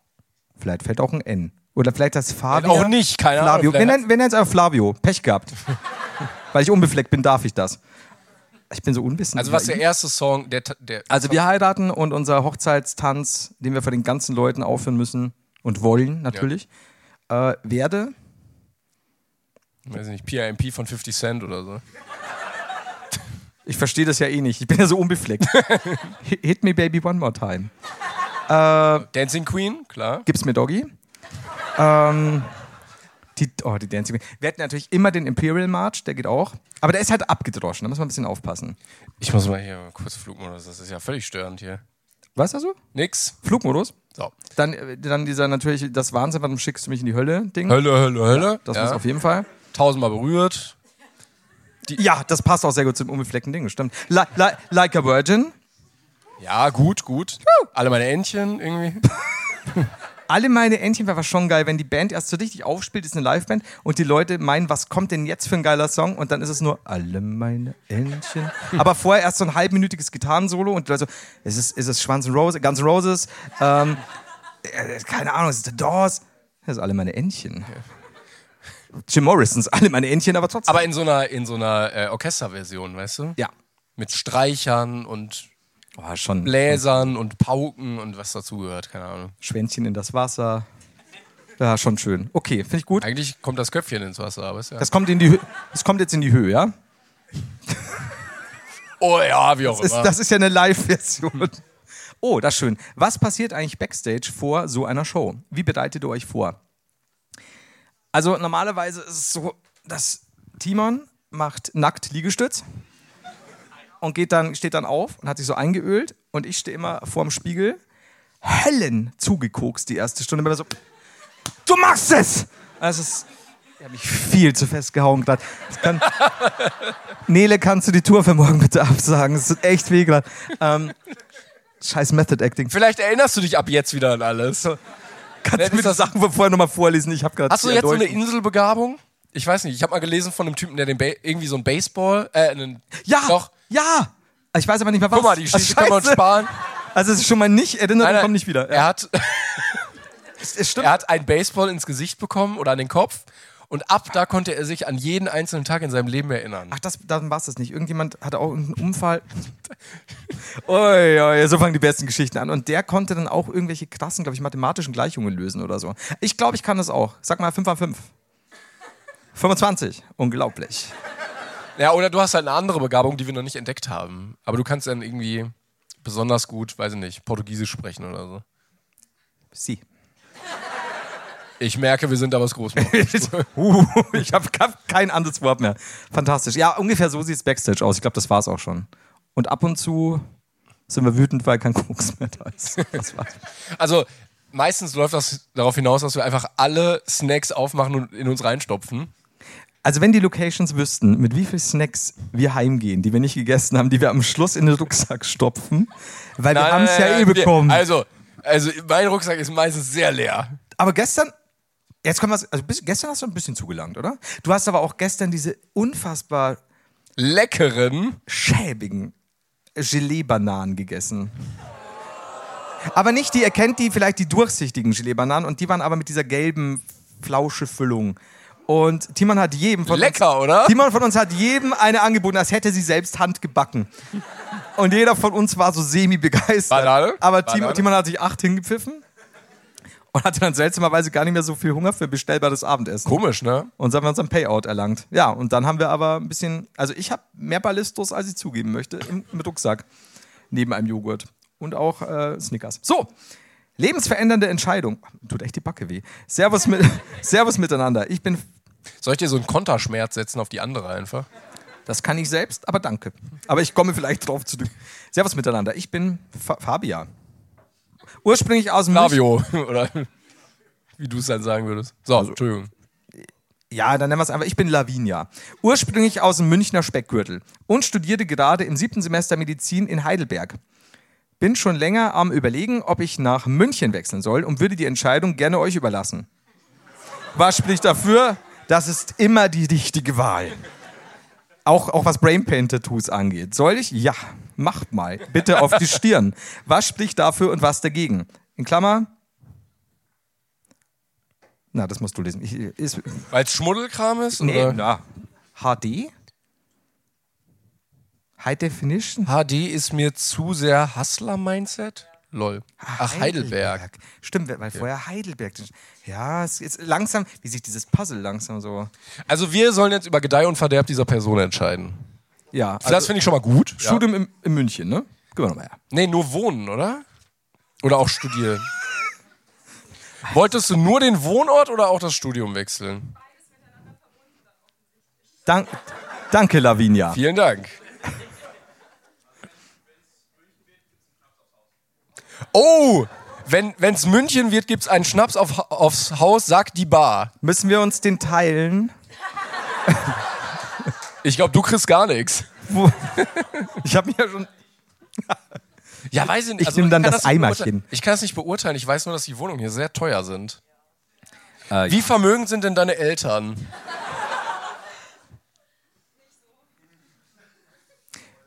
Vielleicht fällt auch ein N. Oder vielleicht das Fabia.
auch nicht, keine Ahnung,
Flavio. Wir
vielleicht-
nennen, wir nennen es einfach Flavio. Pech gehabt. Weil ich unbefleckt bin, darf ich das. ich bin so unwissend.
Also was
über ihn.
der erste Song, der, ta- der
Also wir heiraten und unser Hochzeitstanz, den wir vor den ganzen Leuten aufführen müssen und wollen natürlich, äh, werde
weiß ich nicht, PIMP von 50 Cent oder so.
Ich verstehe das ja eh nicht. Ich bin ja so unbefleckt. Hit me baby one more time.
Dancing Queen, klar.
Gib's mir Doggy. Ähm, die, oh, die Dancing Queen. Wir hätten natürlich immer den Imperial March, der geht auch. Aber der ist halt abgedroschen, da muss man ein bisschen aufpassen.
Ich muss mal hier kurz Flugmodus, das ist ja völlig störend hier.
Was also?
Nix.
Flugmodus.
So.
Dann, äh, dann dieser natürlich, das Wahnsinn, warum schickst du mich in die Hölle Ding.
Hölle, Hölle, Hölle.
Das
ja.
muss auf jeden Fall.
Tausendmal berührt.
Ja, das passt auch sehr gut zum unbefleckten Ding, stimmt. Li li like a Virgin.
Ja, gut, gut. Alle meine Entchen irgendwie.
Alle meine Entchen war was schon geil, wenn die Band erst so richtig aufspielt, ist eine Liveband und die Leute meinen, was kommt denn jetzt für ein geiler Song? Und dann ist es nur alle meine Entchen. Aber vorher erst so ein halbminütiges Gitarrensolo und die Leute so, ist es, ist es Schwanz und Rose, Guns N' Roses? Ähm, äh, keine Ahnung, ist es The Doors? Das ist alle meine Entchen. Jim Morrisons, alle meine Entchen, aber trotzdem.
Aber in so einer, in so einer äh, Orchesterversion, weißt du?
ja.
Mit Streichern und
Oh, schon.
Bläsern und Pauken und was dazugehört, keine Ahnung.
Schwänzchen in das Wasser. Ja, schon schön. Okay, finde ich gut.
Eigentlich kommt das Köpfchen ins Wasser, aber ist ja.
Das kommt, in die Hö- das kommt jetzt in die Höhe, ja?
oh ja, wie auch
ist,
immer.
das ist ja eine Live-Version. Oh, das ist schön. Was passiert eigentlich backstage vor so einer Show? Wie bereitet ihr euch vor? Also normalerweise ist es so, dass Timon macht nackt Liegestütz und geht dann, steht dann auf und hat sich so eingeölt und ich stehe immer vorm Spiegel, hellen zugekokst die erste Stunde, immer so, du machst es! Das ist, ich habe mich viel zu festgehauen gerade. Das kann, Nele, kannst du die Tour für morgen bitte absagen? Es tut echt weh gerade. Ähm, scheiß Method Acting.
Vielleicht erinnerst du dich ab jetzt wieder an alles.
Kannst
ist
du mir das
das-
Sachen vorher nochmal vorlesen? Ich habe gerade
Hast du jetzt so eine Inselbegabung? Ich weiß nicht, ich habe mal gelesen von einem Typen, der den ba irgendwie so ein Baseball, äh, einen,
Ja,
doch.
ja. Ich weiß aber nicht mehr was.
Guck mal, die Geschichte kann man
Scheiße.
sparen.
Also es ist schon mal nicht erinnert
Nein,
und
nein,
kommt nicht wieder.
Er hat,
es, es stimmt.
er hat ein Baseball ins Gesicht bekommen oder an den Kopf und ab da konnte er sich an jeden einzelnen Tag in seinem Leben erinnern.
Ach, das, dann war es das nicht. Irgendjemand hatte auch irgendeinen Unfall. Ui, ui, so fangen die besten Geschichten an. Und der konnte dann auch irgendwelche krassen, glaube ich, mathematischen Gleichungen lösen oder so. Ich glaube, ich kann das auch. Sag mal 5 an 5. 25. Unglaublich.
Ja, oder du hast halt eine andere Begabung, die wir noch nicht entdeckt haben. Aber du kannst dann irgendwie besonders gut, weiß ich nicht, Portugiesisch sprechen oder so.
Sie.
Ich merke, wir sind da was groß.
uh, ich habe hab kein anderes Wort mehr. Fantastisch. Ja, ungefähr so sieht es Backstage aus. Ich glaube, das war es auch schon. Und ab und zu sind wir wütend, weil kein Koks mehr da ist. Das war's.
Also meistens läuft das darauf hinaus, dass wir einfach alle Snacks aufmachen und in uns reinstopfen.
Also wenn die Locations wüssten, mit wie viel Snacks wir heimgehen, die wir nicht gegessen haben, die wir am Schluss in den Rucksack stopfen, weil wir haben es ja eh
wir-
bekommen.
Also, also mein Rucksack ist meistens sehr leer.
aber gestern, jetzt kommen wir, also bis- gestern hast du ein bisschen zugelangt, oder? Du hast aber auch gestern diese unfassbar
Leckeren.
schäbigen Gelee-Bananen gegessen. Aber nicht die, ihr kennt die vielleicht die durchsichtigen Gelee-Bananen und die waren aber mit dieser gelben Flauschefüllung. Und Timon hat jedem von
Lecker,
uns,
oder?
Timon von uns hat jedem eine angeboten, als hätte sie selbst handgebacken. Und jeder von uns war so semi begeistert.
Banane?
Aber Timon,
Banane?
Timon hat sich acht hingepfiffen und hatte dann seltsamerweise gar nicht mehr so viel Hunger für bestellbares Abendessen.
Komisch, ne?
Und so haben wir unseren Payout erlangt. Ja, und dann haben wir aber ein bisschen, also ich habe mehr Ballistos, als ich zugeben möchte, im, im Rucksack. Neben einem Joghurt. Und auch äh, Snickers. So, lebensverändernde Entscheidung. Tut echt die Backe weh. Servus, mit, Servus miteinander. Ich bin,
Soll ich dir so einen Konterschmerz setzen auf die andere einfach?
das kann ich selbst, aber danke. Aber ich komme vielleicht drauf zurück. Servus miteinander. Ich bin Fa Fabia. Ursprünglich aus dem
Flavio, oder wie du es dann sagen würdest. So,
Also-
Entschuldigung.
Ja, dann nennen wir es einfach. Ich bin Lavinia. Ursprünglich aus dem Münchner Speckgürtel und studierte gerade im siebten Semester Medizin in Heidelberg. Bin schon länger am Überlegen, ob ich nach München wechseln soll und würde die Entscheidung gerne euch überlassen. Was spricht dafür? Das ist immer die richtige Wahl. Auch, auch was Brain Pain Tattoos angeht. Soll ich? Ja, macht mal. Bitte auf die Stirn. Was spricht dafür und was dagegen? In Klammer. Na, das musst du lesen. Ich, ist,
Weil es Schmuddelkram ist?
Nee,
oder?
na. HD? High Definition?
HD ist mir zu sehr Hustler-Mindset. Lol. Ach, Heidelberg.
Stimmt, weil vorher Heidelberg. Ja, es ist langsam, wie sich dieses Puzzle langsam so.
Also wir sollen jetzt über Gedeih und Verderb dieser Person entscheiden.
Ja,
das finde ich schon mal gut. Ja.
Studium in, in München, ne? Gehen wir nochmal her.
Nee, nur wohnen, oder? Oder auch studieren. Wolltest du nur den Wohnort oder auch das Studium wechseln?
Dank, danke, Lavinia.
Vielen Dank. Oh, wenn es München wird, gibt's einen Schnaps auf, aufs Haus, sagt die Bar.
Müssen wir uns den teilen?
Ich glaube, du kriegst gar nichts.
Wo- Ich habe mir ja schon.
Ja, weiß ich nicht.
Ich nehm dann
kann
das
nicht
Eimerchen.
beurteilen. Ich kann das nicht beurteilen. Ich weiß nur, dass die Wohnungen hier sehr teuer sind.
Äh,
Wie vermögend sind denn deine Eltern?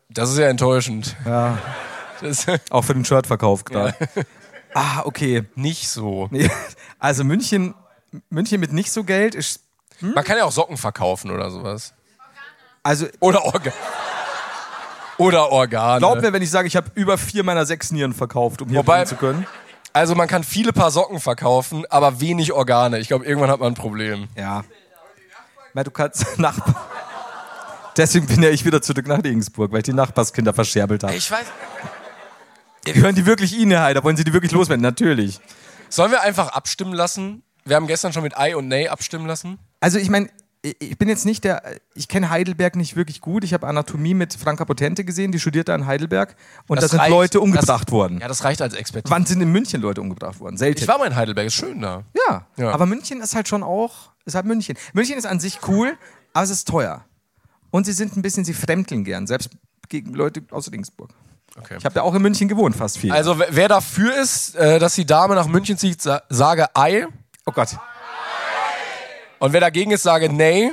Das ist ja enttäuschend. Ja. Das ist
Auch für den Shirtverkauf gerade. Ah, okay.
nicht so.
Nee, Also München, München mit nicht so Geld ist. Hm?
Man kann ja auch Socken verkaufen oder sowas.
Also
Oder Organe. Oder Organe.
glaub mir, wenn ich sage, ich habe über vier meiner sechs Nieren verkauft, um hier
Wobei-
wohnen zu können.
Also man kann viele Paar Socken verkaufen, aber wenig Organe. Ich glaube, irgendwann hat man ein Problem.
Ja. ja. Du kannst Nachbar. Deswegen bin ja ich wieder zurück nach Regensburg, weil ich die Nachbarskinder verscherbelt habe.
Ich weiß.
Hören die wirklich Ihnen, Herr Heider? Wollen Sie die wirklich loswerden? Natürlich.
Sollen wir einfach abstimmen lassen? Wir haben gestern schon mit Ei und Nay abstimmen lassen.
Also ich meine, ich ich bin jetzt nicht der, ich kenne Heidelberg nicht wirklich gut. Ich habe Anatomie mit Franka Potente gesehen, die studierte in Heidelberg. Und da sind
reicht.
Leute umgebracht
das,
worden.
Ja, das reicht als Expertise.
Wann sind in München Leute umgebracht worden? Selten.
Ich war mal in Heidelberg, ist schön da.
ja.
Ja.
aber München ist halt schon auch, ist halt München. München ist an sich cool, aber es ist teuer. Und sie sind ein bisschen, sie fremdeln gern, selbst gegen Leute aus Regensburg.
Okay.
Ich habe ja auch in München gewohnt, fast viel.
Also wer- wer dafür ist, äh, dass die Dame nach München zieht, sa sage Ei.
oh Gott.
Und wer dagegen ist, sage Nay.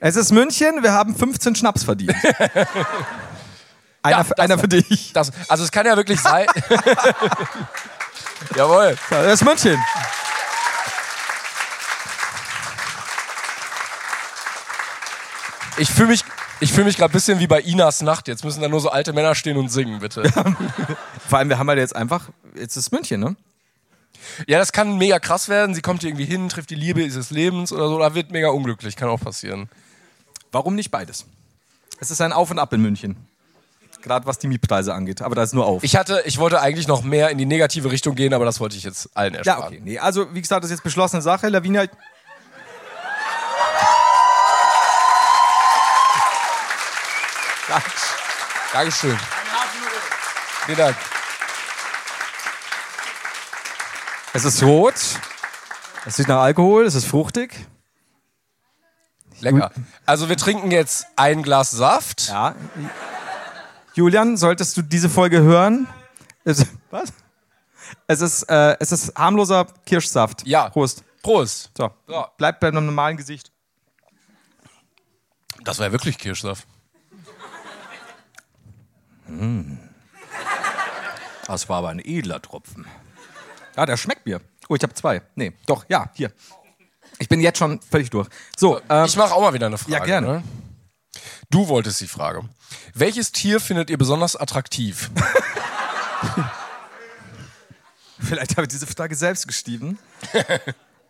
Es ist München, wir haben 15 Schnaps verdient. einer,
Ja,
für-
das-
einer für dich.
Das, also es kann ja wirklich sein. Jawohl.
Das ist München.
Ich fühle mich, ich fühl mich gerade ein bisschen wie bei Inas Nacht. Jetzt müssen da nur so alte Männer stehen und singen, bitte.
Vor allem, wir haben halt jetzt einfach, jetzt ist München, ne?
Ja, das kann mega krass werden. Sie kommt hier irgendwie hin, trifft die Liebe ihres Lebens oder so, oder wird mega unglücklich. Kann auch passieren.
Warum nicht beides? Es ist ein Auf und Ab in München. Gerade was die Mietpreise angeht, aber da ist nur auf.
Ich hatte, ich wollte eigentlich noch mehr in die negative Richtung gehen, aber das wollte ich jetzt allen ersparen.
ja, okay. Nee, also, wie gesagt, das ist jetzt beschlossene Sache. Lawina,
Dankeschön. Vielen Dank.
es ist rot. Es sieht nach Alkohol, es ist fruchtig.
Lecker. Also wir trinken jetzt ein Glas Saft.
Ja. Julian, solltest du diese Folge hören? Es, was? Es ist, äh, es ist harmloser Kirschsaft.
Ja.
Prost.
Prost.
So.
So.
Bleibt bei einem normalen Gesicht.
Das war ja wirklich Kirschsaft.
Das war aber ein edler Tropfen. Ja, der schmeckt mir. Oh, ich habe zwei. Nee, doch, ja, hier. Ich bin jetzt schon völlig durch. So, ähm,
Ich mache auch mal wieder eine Frage.
Ja, gerne.
Ne? Du wolltest die Frage. Welches Tier findet ihr besonders attraktiv?
vielleicht habe ich diese Frage selbst gestiegen,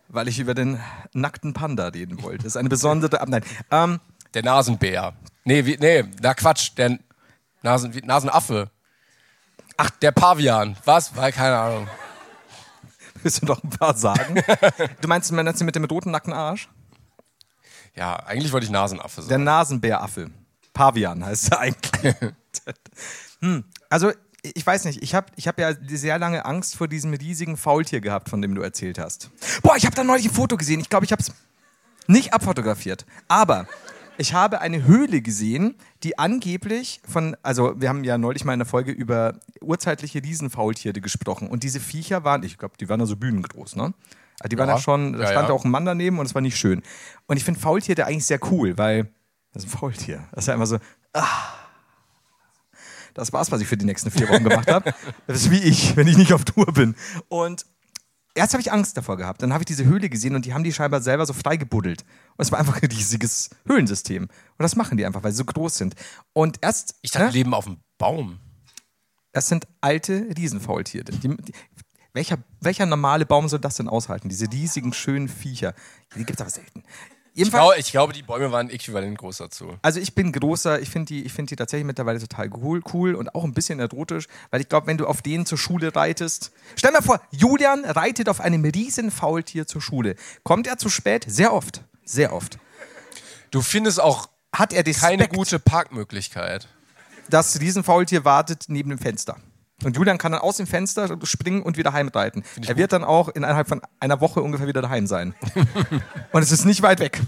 weil ich über den nackten Panda reden wollte. Das ist eine besondere. Ah, Nein. Ähm,
Der Nasenbär. Nee, wie, nee, na Quatsch, der Nasen, wie, Nasenaffe. Ach, der Pavian. Was? Weil, keine Ahnung.
willst du noch ein paar sagen? Du meinst, man nennt sie mit dem roten nackten Arsch?
Ja, eigentlich wollte ich Nasenaffe
Der
sagen.
Nasenbäraffe. Pavian heißt er eigentlich. hm. Also, ich weiß nicht, ich habe ich hab ja sehr lange Angst vor diesem riesigen Faultier gehabt, von dem du erzählt hast. Boah, ich habe da neulich ein Foto gesehen. Ich glaube, ich habe es nicht abfotografiert. Aber ich habe eine Höhle gesehen, die angeblich von, also wir haben ja neulich mal in der Folge über urzeitliche Riesenfaultiere gesprochen. Und diese Viecher waren, ich glaube, die waren ja so bühnengroß, ne? Also Die waren ja,
Ja.
schon, da
Ja,
stand
ja.
auch ein Mann daneben und es war nicht schön. Und ich finde Faultiere eigentlich sehr cool, weil das ist ein Faultier. Das ist ja immer so, das war's, was ich für die nächsten vier Wochen gemacht habe. Das ist wie ich, wenn ich nicht auf Tour bin. Und Erst habe ich Angst davor gehabt, dann habe ich diese Höhle gesehen und die haben die scheinbar selber so freigebuddelt. Und es war einfach ein riesiges Höhlensystem. Und das machen die einfach, weil sie so groß sind. Und erst.
Ich dachte,
ne?
die leben auf dem Baum.
Das sind alte Riesenfaultiere. Die, die, welcher, welcher normale Baum soll das denn aushalten? Diese riesigen, schönen Viecher. Die gibt es aber selten.
Ich
Jedenfalls,
glaube, ich glaube, die Bäume waren äquivalent groß dazu.
also ich bin großer, ich finde die, ich find die tatsächlich mittlerweile total cool, cool und auch ein bisschen erotisch, weil ich glaube, wenn du auf denen zur Schule reitest. Stell dir mal vor, Julian reitet auf einem Riesenfaultier zur Schule. Kommt er zu spät? Sehr oft. Sehr oft.
Du findest auch
Hat er Respekt?
keine gute Parkmöglichkeit.
das Riesenfaultier wartet neben dem Fenster. Und Julian kann dann aus dem Fenster springen und wieder heimreiten. Er wird dann auch innerhalb von einer Woche ungefähr wieder daheim sein. und es ist nicht weit weg.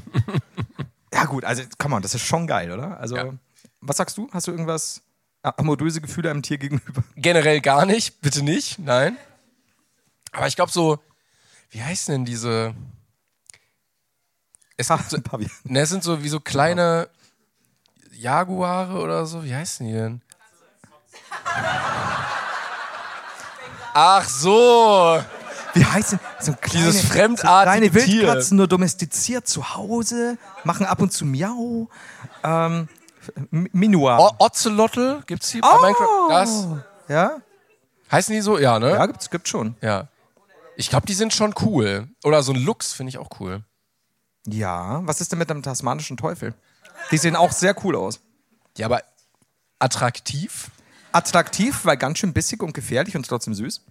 Ja gut, also komm on, das ist schon geil, oder? Also,
Ja.
was sagst du? Hast du irgendwas a- amoröse Gefühle einem Tier gegenüber?
Generell gar nicht, bitte nicht, nein. Aber ich glaube so, wie heißen denn diese? Es gibt so,
Pavian.
ne, es sind so wie so kleine Jaguare oder so, wie heißen die denn? Ach so,
Wie heißt denn so kleine,
Dieses fremdartige
so kleine
Tier.
Wildkatzen nur domestiziert zu Hause, machen ab und zu Miau. Ähm, M- Minua.
O Ocelotl gibt's hier
Oh.
bei Minecraft? Das
Ja?
heißen die so? Ja, ne?
ja, gibt's, gibt's schon.
Ja. Ich glaube, die sind schon cool. Oder so ein Luchs finde ich auch cool.
Ja, was ist denn mit dem tasmanischen Teufel? Die sehen auch sehr cool aus.
Ja, aber attraktiv?
Attraktiv, weil ganz schön bissig und gefährlich und trotzdem süß.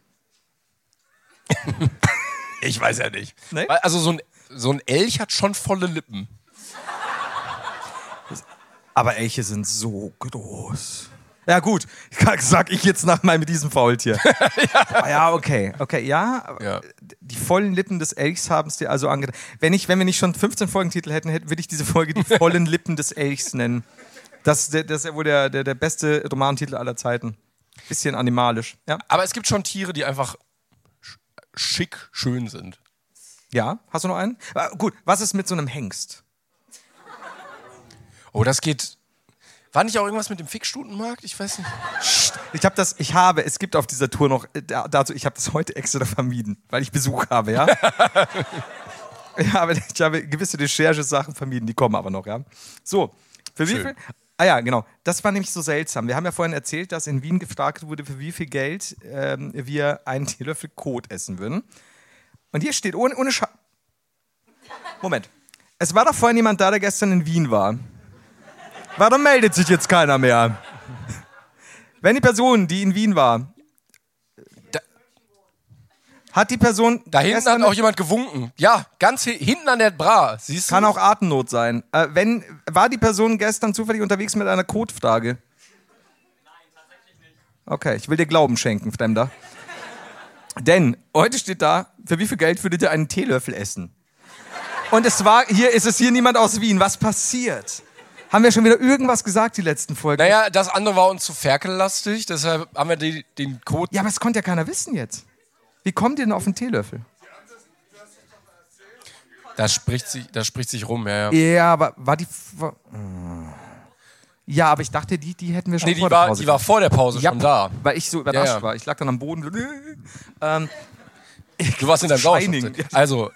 Ich weiß ja nicht.
Nee?
Weil, Also so ein, so ein Elch hat schon volle Lippen.
Aber Elche sind so groß. Ja gut, sag ich jetzt nach meinem diesem Faultier. ja. ja, okay, okay, ja, aber
Ja.
Die vollen Lippen des Elchs haben es dir also angedacht. Wenn, ich, wenn wir nicht schon 15 Folgentitel hätten, hätte, würde ich diese Folge die vollen Lippen des Elchs nennen. Das, der- das ist ja wohl der, der, der beste Romantitel aller Zeiten. Bisschen animalisch, ja.
Aber es gibt schon Tiere, die einfach sch- schick schön sind.
Ja, hast du noch einen? Ah, gut, was ist mit so einem Hengst?
Oh, das geht. War nicht auch irgendwas mit dem Fickstutenmarkt? Ich weiß nicht.
Ich habe das, ich habe, es gibt auf dieser Tour noch äh, da, dazu, ich habe das heute extra vermieden, weil ich Besuch habe, ja. ja, aber ich habe gewisse Recherche-Sachen vermieden, die kommen aber noch, ja. So, für wie
Schön.
viel? Ah ja, genau. Das war nämlich so seltsam. Wir haben ja vorhin erzählt, dass in Wien gefragt wurde, für wie viel Geld ähm, wir einen Teelöffel Kot essen würden. Und hier steht ohne, ohne Scha Moment. Es war doch vorhin jemand da, der gestern in Wien war. Warum meldet sich jetzt keiner mehr? Wenn die Person, die in Wien war,
Da-
hat die Person
Da hinten hat
gestern-
auch jemand gewunken. Ja, ganz hi- hinten an der Bra. Siehst du?
kann auch Atemnot sein. Äh, wenn war die Person gestern zufällig unterwegs mit einer Codefrage? Nein, tatsächlich nicht. Okay, ich will dir Glauben schenken, Fremder. Denn heute steht da, für wie viel Geld würdet ihr einen Teelöffel essen? Und es war hier ist es hier niemand aus Wien. Was passiert? Haben wir schon wieder irgendwas gesagt die letzten Folgen?
Naja, das andere war uns zu ferkellastig, deshalb haben wir die, den Code
Ja, aber es konnte ja keiner wissen jetzt. Wie kommt ihr denn auf einen Teelöffel?
Da spricht sich, da spricht sich rum, ja, ja.
Ja, aber war die. war- Ja, aber ich dachte, die, die hätten wir schon
Nee, die
vor der
war,
Pause
die war vor der Pause
Ja,
schon da.
Weil ich so überrascht
Ja, ja.
war. Ich lag dann am Boden. so-
Du warst in deinem
Shining.
Rausch. Also,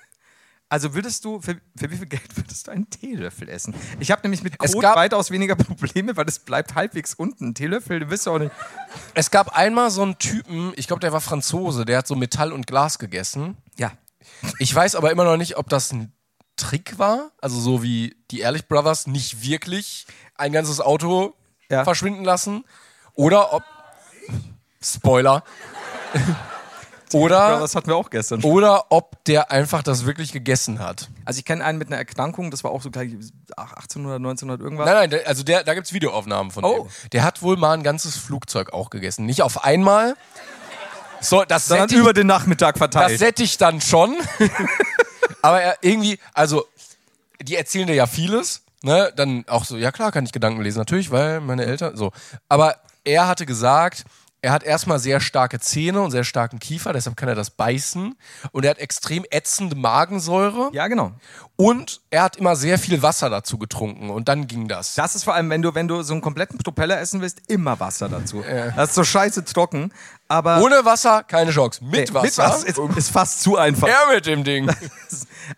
Also würdest du, für, für wie viel Geld würdest du einen Teelöffel essen? Ich habe nämlich mit
Es
Kot
gab-
weitaus weniger Probleme, weil es bleibt halbwegs unten. Ein Teelöffel, du wirst ja auch nicht.
es gab einmal so einen Typen, ich glaube, der war Franzose, der hat so Metall und Glas gegessen.
Ja.
Ich weiß aber immer noch nicht, ob das ein Trick war. Also, so wie die Ehrlich Brothers nicht wirklich ein ganzes Auto
Ja.
verschwinden lassen. Oder ob. Spoiler.
ja.
oder,
Das hatten wir auch gestern.
oder ob der einfach das wirklich gegessen hat.
Also ich kenne einen mit einer Erkrankung, das war auch so gleich ach, 1800, 1900 irgendwas.
Nein, nein, der- also der, da gibt's Videoaufnahmen von
Oh.
dem. Der hat wohl mal ein ganzes Flugzeug auch gegessen. Nicht auf einmal. So, das
Sondern
sättigt,
über den Nachmittag
das
verteilt.
sättigt dann schon. Aber er irgendwie, also, die erzählen dir ja vieles. Ne? Dann auch so, ja klar, kann ich Gedanken lesen, natürlich, weil meine Eltern, so. Aber er hatte gesagt, Er hat erstmal sehr starke Zähne und sehr starken Kiefer, deshalb kann er das beißen. Und er hat extrem ätzende Magensäure.
Ja, genau.
Und er hat immer sehr viel Wasser dazu getrunken. Und dann ging das.
Das ist vor allem, wenn du, wenn du so einen kompletten Propeller essen willst, immer Wasser dazu. Das ist so scheiße trocken. Aber
Ohne Wasser keine Chance. Mit Wasser.
mit Wasser ist, ist fast zu einfach.
er mit dem Ding.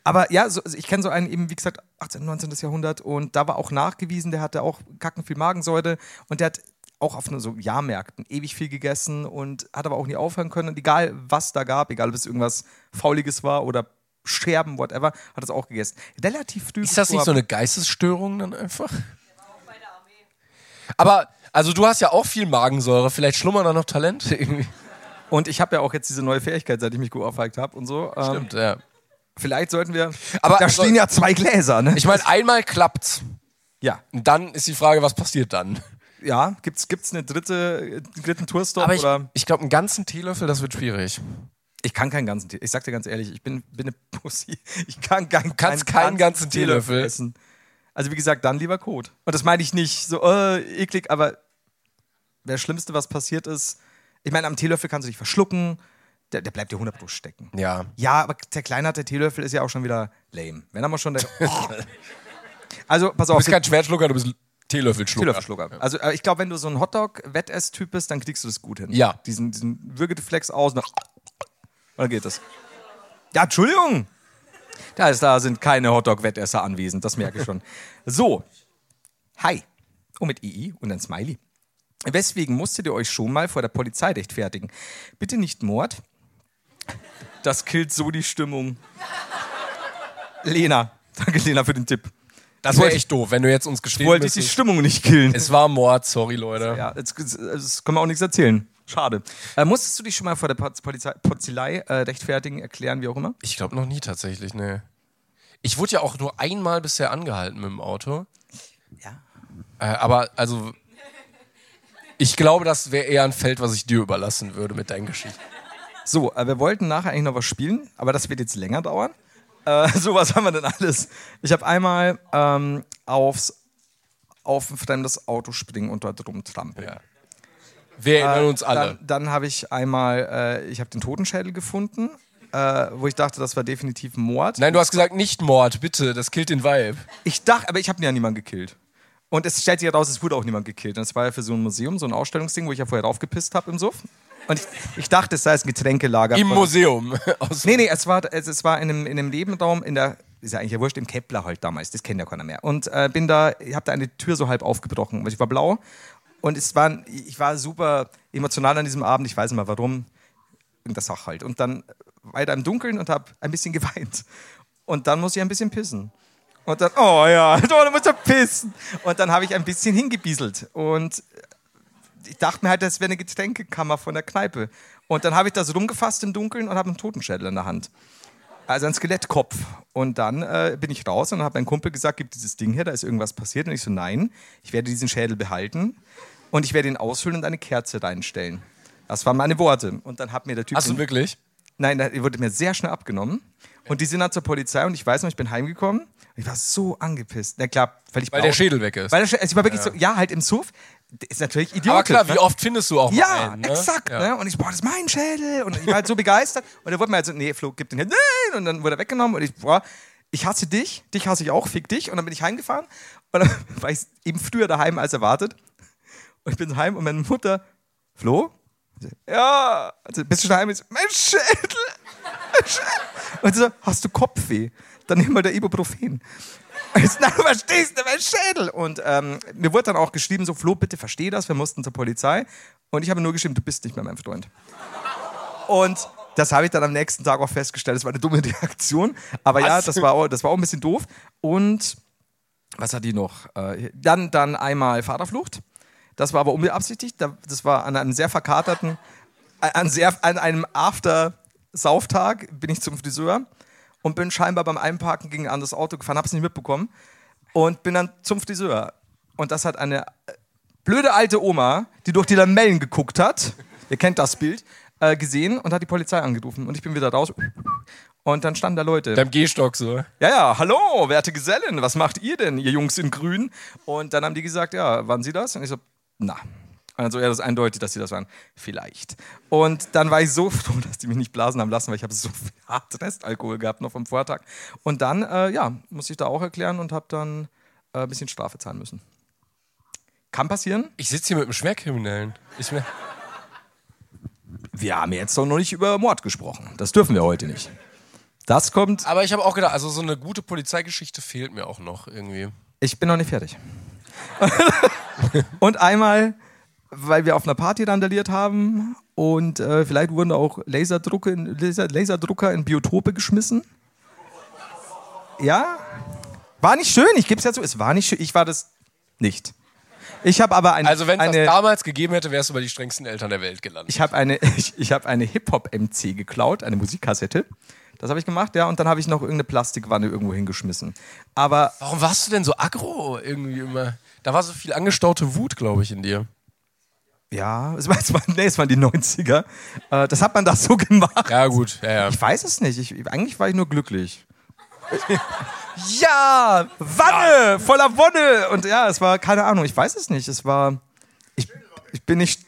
Aber ja, so, also ich kenne so einen eben, wie gesagt, 18., 19. Jahrhundert und da war auch nachgewiesen, der hatte auch kacken viel Magensäure und der hat auch auf nur so Jahrmärkten ewig viel gegessen und hat aber auch nie aufhören können. Und egal, was da gab, egal, ob es irgendwas Fauliges war oder Scherben, whatever, hat es auch gegessen. Relativ früh.
Ist das nicht so eine Geistesstörung dann einfach? Aber, also du hast ja auch viel Magensäure, vielleicht schlummern da noch Talente irgendwie.
Und ich habe ja auch jetzt diese neue Fähigkeit, seit ich mich geohrfeigt habe und so. Ähm,
Stimmt, ja.
Vielleicht sollten wir.
Aber-
da stehen ja zwei Gläser, ne?
Ich meine, einmal klappt's.
ja.
Und dann ist die Frage, was passiert dann?
Ja, gibt's, gibt's eine dritte, einen dritten Tourstop
Aber ich,
oder.
ich glaube, einen ganzen Teelöffel, das wird schwierig.
Ich kann keinen ganzen Tee. Ich sag dir ganz ehrlich, ich bin, bin eine Pussy. Ich kann kein,
kannst keinen ganzen Teelöffel.
essen. Also wie gesagt, dann lieber Kot. Und das meine ich nicht so äh, eklig, aber das Schlimmste, was passiert ist, ich meine, am Teelöffel kannst du dich verschlucken, der, der bleibt dir 100 Plus stecken.
Ja.
Ja, aber zerkleinerte Teelöffel ist ja auch schon wieder lame. Wenn er mal schon der Also, pass
Du
auf,
bist kein Schwertschlucker, du bist Teelöffelschlucker.
Teelöffelschlucker. Also, äh, ich glaube, wenn du so ein Hotdog-Wettess-Typ bist, dann kriegst du das gut hin.
Ja.
Diesen, diesen Würgeflex aus und dann, und dann geht das. Ja, Entschuldigung. Da, ist, da sind keine Hotdog-Wettesser anwesend, das merke ich schon. So. Hi. Und mit II und ein Smiley. Weswegen musstet ihr euch schon mal vor der Polizei rechtfertigen? Bitte nicht Mord. Das killt so die Stimmung. Lena. Danke, Lena, für den Tipp.
Das wäre echt doof, wenn du jetzt uns gestehen
Wollte ich die
müsstest.
Stimmung nicht killen.
Es war Mord, sorry, Leute.
Ja, jetzt, äh, jetzt, jetzt können wir auch nichts erzählen. Schade. Äh, musstest du dich schon mal vor der Poz- Polizei, Polizei äh, rechtfertigen, erklären, wie auch immer?
Ich glaube noch nie tatsächlich, ne. Ich wurde ja auch nur einmal bisher angehalten mit dem Auto.
Ja.
Äh, aber also, ich glaube, das wäre eher ein Feld, was ich dir überlassen würde mit deinen Geschichten.
So, äh, wir wollten nachher eigentlich noch was spielen, aber das wird jetzt länger dauern. Äh, so, was haben wir denn alles? Ich habe einmal ähm, aufs, auf ein fremdes Auto springen und dort rumtrampeln.
Ja. Wir erinnern uns alle.
Ah, Dann, dann habe ich einmal, äh, ich habe den Totenschädel gefunden, äh, wo ich dachte, das war definitiv Mord.
Nein, du hast gesagt, nicht Mord, bitte, das killt den Vibe.
Ich dachte, aber ich habe ja niemanden gekillt. Und es stellt sich heraus, es wurde auch niemand gekillt. Und es war ja für so ein Museum, so ein Ausstellungsding, wo ich ja vorher draufgepisst habe im Suff. Und ich, ich dachte, es sei ein Getränkelager.
Im
von-
Museum. Aus
Nee, nee, es war, es, es war in einem, in einem Nebenraum, in der, ist ja eigentlich ja wurscht, im Kepler halt damals, das kennt ja keiner mehr. Und äh, bin da, ich habe da eine Tür so halb aufgebrochen, weil ich war blau. Und es waren, ich war super emotional an diesem Abend, ich weiß nicht mal warum, irgendeine Sache halt. Und dann weiter im Dunkeln und habe ein bisschen geweint. Und dann muss ich ein bisschen pissen. Und dann, oh ja, du musst ja pissen. Und dann habe ich ein bisschen hingebieselt. Und ich dachte mir halt, das wäre eine Getränkekammer von der Kneipe. Und dann habe ich das rumgefasst im Dunkeln und habe einen Totenschädel in der Hand. Also einen Skelettkopf. Und dann äh, bin ich raus und habe meinem Kumpel gesagt, gib dieses Ding her, da ist irgendwas passiert. Und ich so, nein, ich werde diesen Schädel behalten und ich werde ihn aushöhlen und eine Kerze reinstellen. Das waren meine Worte. Und dann hat mir der Typ...
Hast du
den-
wirklich?
Nein, da- die wurde mir sehr schnell abgenommen. Und die sind dann zur Polizei und ich weiß noch, ich bin heimgekommen. Ich war so angepisst. Na klar, weil ich
Weil
blau-
der Schädel weg ist.
Weil der Schädel, also ich war wirklich so, ja, halt im Suff. Das Ist natürlich idiotisch.
aber klar,
ne?
wie oft findest du auch mal
Ja,
einen, ne?
exakt.
Ja.
Ne? Und ich, boah, das ist mein Schädel. Und ich war halt so begeistert. Und dann wurde mir halt so, nee, Flo, gib den her. Nein! Und dann wurde er weggenommen. Und ich, boah, ich hasse dich. Dich hasse ich auch. Fick dich. Und dann bin ich heimgefahren. Und dann war ich eben früher daheim als erwartet. Und ich bin heim und meine Mutter, Flo? Ja. Also, bist du schon heim? Ich so, Mein Schädel. Mein Schädel. Und sie so, hast du Kopfweh? Dann nimm mal der Ibuprofen. Und ich so, Nein, du verstehst nicht, mein Schädel. Und ähm, mir wurde dann auch geschrieben, so, Flo, bitte versteh das, wir mussten zur Polizei. Und ich habe nur geschrieben, du bist nicht mehr mein Freund. Und das habe ich dann am nächsten Tag auch festgestellt. Das war eine dumme Reaktion. Aber ja,
Was?
das war, auch, das war auch ein bisschen doof. Und was hat die noch? Äh, Dann, dann einmal Vaterflucht. Das war aber unbeabsichtigt. Da- Das war an einem sehr verkaterten, an, sehr, an einem After-Sauftag bin ich zum Friseur und bin scheinbar beim Einparken gegen ein anderes Auto gefahren, hab's nicht mitbekommen und bin dann zum Friseur. Und das hat eine äh, blöde alte Oma, die durch die Lamellen geguckt hat, ihr kennt das Bild, äh, gesehen und hat die Polizei angerufen. Und ich bin wieder raus und dann standen da Leute.
Mit deinem Gehstock so.
Ja, ja, hallo, werte Gesellen, was macht ihr denn, ihr Jungs in Grün? Und dann haben die gesagt, ja, waren Sie das? Und ich so, na. Und Und dann so, ja, das ist eindeutig, dass sie das waren. Vielleicht. Und dann war ich so froh, dass die mich nicht blasen haben lassen, weil ich habe so viel harten Restalkohol gehabt noch vom Vortag. Und dann, äh, ja, musste ich da auch erklären und habe dann äh, ein bisschen Strafe zahlen müssen. Kann passieren.
Ich sitze hier mit einem Schwerkriminellen. Ich mer-
Wir haben jetzt doch noch nicht über Mord gesprochen. Das dürfen wir heute nicht. Das kommt.
aber ich habe auch gedacht, also so eine gute Polizeigeschichte fehlt mir auch noch irgendwie.
Ich bin noch nicht fertig. und einmal, weil wir auf einer Party randaliert haben und äh, vielleicht wurden auch Laserdrucke in, Laser, Laserdrucker in Biotope geschmissen. Ja? War nicht schön, ich gebe es ja zu. Es war nicht schön. Ich war das nicht. Ich habe aber ein,
Also wenn es das
eine,
damals gegeben hätte, wärst du bei die strengsten Eltern der Welt gelandet.
ich habe eine, ich, ich hab eine Hip-Hop-MC geklaut, eine Musikkassette. Das habe ich gemacht, ja. Und dann habe ich noch irgendeine Plastikwanne irgendwo hingeschmissen. Aber
Warum warst du denn so aggro irgendwie immer? Da war so viel angestaute Wut, glaube ich, in dir.
Ja, es, war, es, waren, nee, es waren die 90er. Äh, das hat man da so gemacht.
Ja, gut. Ja, ja.
Ich weiß es nicht. Ich, eigentlich war ich nur glücklich. ja, Wanne, voller Wonne. Und ja, es war, keine Ahnung, ich weiß es nicht. Es war, ich, ich bin nicht,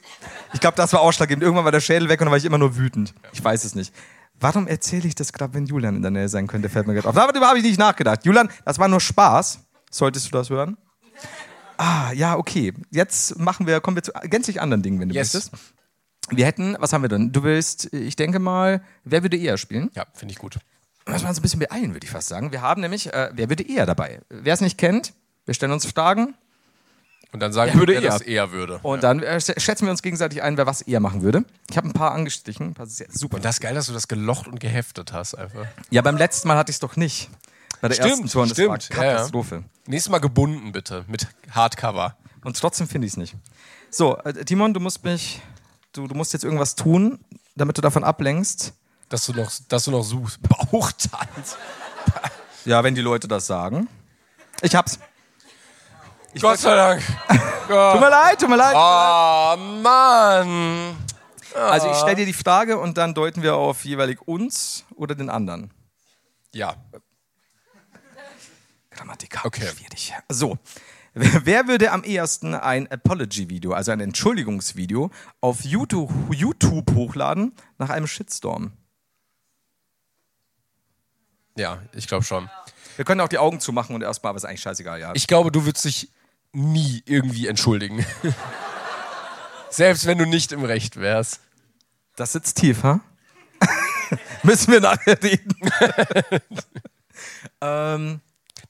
ich glaube, das war ausschlaggebend. Irgendwann war der Schädel weg und dann war ich immer nur wütend. Ich weiß es nicht. Warum erzähle ich das gerade, wenn Julian in der Nähe sein könnte, fällt mir gerade auf. Darüber habe ich nicht nachgedacht. Julian, das war nur Spaß. Solltest du das hören? Ah, ja, okay. Jetzt machen wir, kommen wir zu gänzlich anderen Dingen, wenn du
Yes.
möchtest. Wir hätten, was haben wir denn? Du willst, ich denke mal, wer würde eher spielen?
Ja, finde ich gut.
müssen wir uns ein bisschen beeilen, würde ich fast sagen. Wir haben nämlich, äh, wer würde eher dabei? Wer es nicht kennt, wir stellen uns Fragen
Und dann sagen
Ja,
wir,
würde
wer
eher.
das eher würde.
und dann äh, sch- schätzen wir uns gegenseitig ein, wer was eher machen würde. Ich habe ein paar angestrichen. Ein paar sehr, super.
Und das ist geil, dass du das gelocht und geheftet hast einfach.
Ja, beim letzten Mal hatte ich es doch nicht. Bei der
Stimmt,
ersten Tour, das war
stimmt, ja, ja.
Katastrophe.
Nächstes Mal gebunden bitte mit Hardcover.
Und trotzdem finde ich es nicht. So, äh, Timon, du musst mich, du, du musst jetzt irgendwas tun, damit du davon ablenkst.
Dass du noch, dass du noch suchst. Bauchtanz.
Ja, wenn die Leute das sagen. Ich hab's.
Gott sei Dank.
Tut mir leid, tut mir leid.
Oh Mann.
Also ich stelle dir die Frage und dann deuten wir auf jeweilig uns oder den anderen.
Ja.
Grammatikal
Okay.
schwierig. So. Wer wer würde am ehesten ein Apology-Video, also ein Entschuldigungsvideo, auf YouTube, YouTube hochladen nach einem Shitstorm?
Ja, ich glaube schon.
Wir können auch die Augen zumachen und erstmal, aber ist eigentlich scheißegal, ja.
Ich glaube, du würdest dich nie irgendwie entschuldigen. Selbst wenn du nicht im Recht wärst.
das sitzt tief, ha? Müssen wir nachher reden. ähm,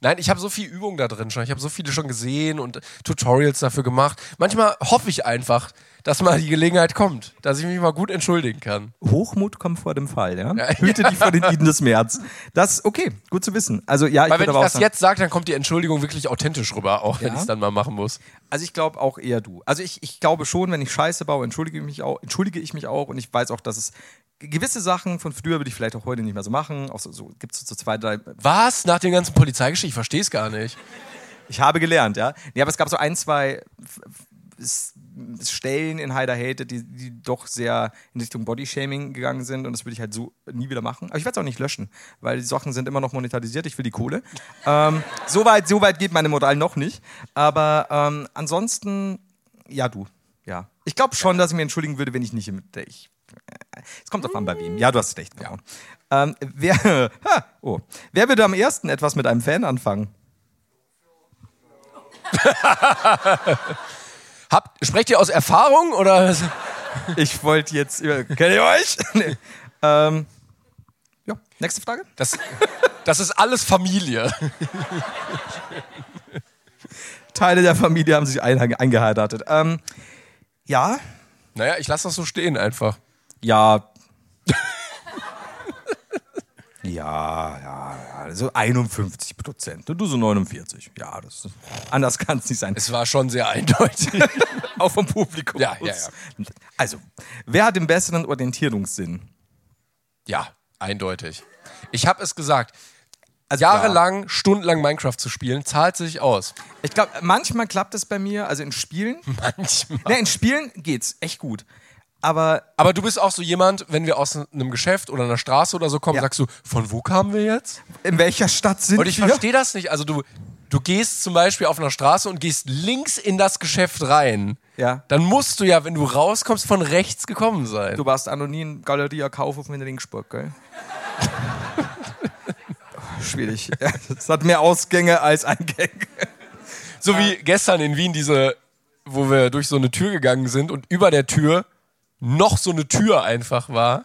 Nein, ich habe so viel Übung da drin schon. Ich habe so viele schon gesehen und Tutorials dafür gemacht. Manchmal hoffe ich einfach, dass mal die Gelegenheit kommt, dass ich mich mal gut entschuldigen kann.
Hochmut kommt vor dem Fall, ja? Hüte dich vor den Iden des März. Das, okay, gut zu wissen. Also ja, ich würde
Weil wenn ich
aber auch
das
sagen,
jetzt sage, dann kommt die Entschuldigung wirklich authentisch rüber, auch wenn
Ja.
ich es dann mal machen muss.
Also ich glaube auch eher du. Also ich, ich glaube schon, wenn ich Scheiße baue, entschuldige ich mich auch, entschuldige ich mich auch und ich weiß auch, dass es gewisse Sachen von früher würde ich vielleicht auch heute nicht mehr so machen. Auch so, so gibt es so zwei, drei.
Was? Nach den ganzen Polizeigeschichten? Ich verstehe es gar nicht.
Ich habe gelernt, ja. Nee, aber es gab so ein, zwei f- f- s- Stellen in Heider Hate, die, die doch sehr in Richtung Bodyshaming gegangen sind und das würde ich halt so nie wieder machen. Aber ich werde es auch nicht löschen, weil die Sachen sind immer noch monetarisiert, ich will die Kohle. ähm, so, weit, so weit geht meine Moral noch nicht. Aber ähm, ansonsten, ja, du. Ja. Ich glaube schon, dass ich mir entschuldigen würde, wenn ich nicht mit der ich. äh, Es kommt drauf an, bei wem. Ja, du hast recht. Genau. Ähm, wer, ha, oh. wer würde am ersten etwas mit einem Fan anfangen?
Habt, sprecht ihr aus Erfahrung oder?
Ich wollte jetzt. über- Kennt ihr euch? nee. ähm, ja, nächste Frage.
Das, das ist alles Familie.
Teile der Familie haben sich ein, eingeheiratet. Ähm, ja,
Naja, ich lasse das so stehen einfach.
ja. Ja, ja, ja, so 51 Prozent. Du so 49. Ja, das ist, anders kann es nicht sein.
Es war schon sehr eindeutig.
Auch vom Publikum.
Ja, ja,
aus. Also, wer hat den besseren Orientierungssinn?
ja, eindeutig. Ich habe es gesagt.
Also,
Jahrelang, stundenlang Minecraft zu spielen, zahlt sich aus.
ja. Ich glaube, manchmal klappt es bei mir, also in Spielen.
Manchmal.
Ne, in Spielen geht's echt gut. Aber
Aber du bist auch so jemand, wenn wir aus einem Geschäft oder einer Straße oder so kommen,
Ja.
sagst du, von wo kamen wir jetzt?
in welcher Stadt sind
Und ich
wir?
verstehe das nicht. Also du, du gehst zum Beispiel auf einer Straße und gehst links in das Geschäft rein.
Ja.
Dann musst du ja, wenn du rauskommst, von rechts gekommen sein.
Du warst anonym Galeria Kaufhof in Ringsburg, gell? Schwierig. Ja, Das hat mehr Ausgänge als Eingänge.
So wie gestern in Wien diese, wo wir durch so eine Tür gegangen sind und über der Tür noch so eine Tür einfach war.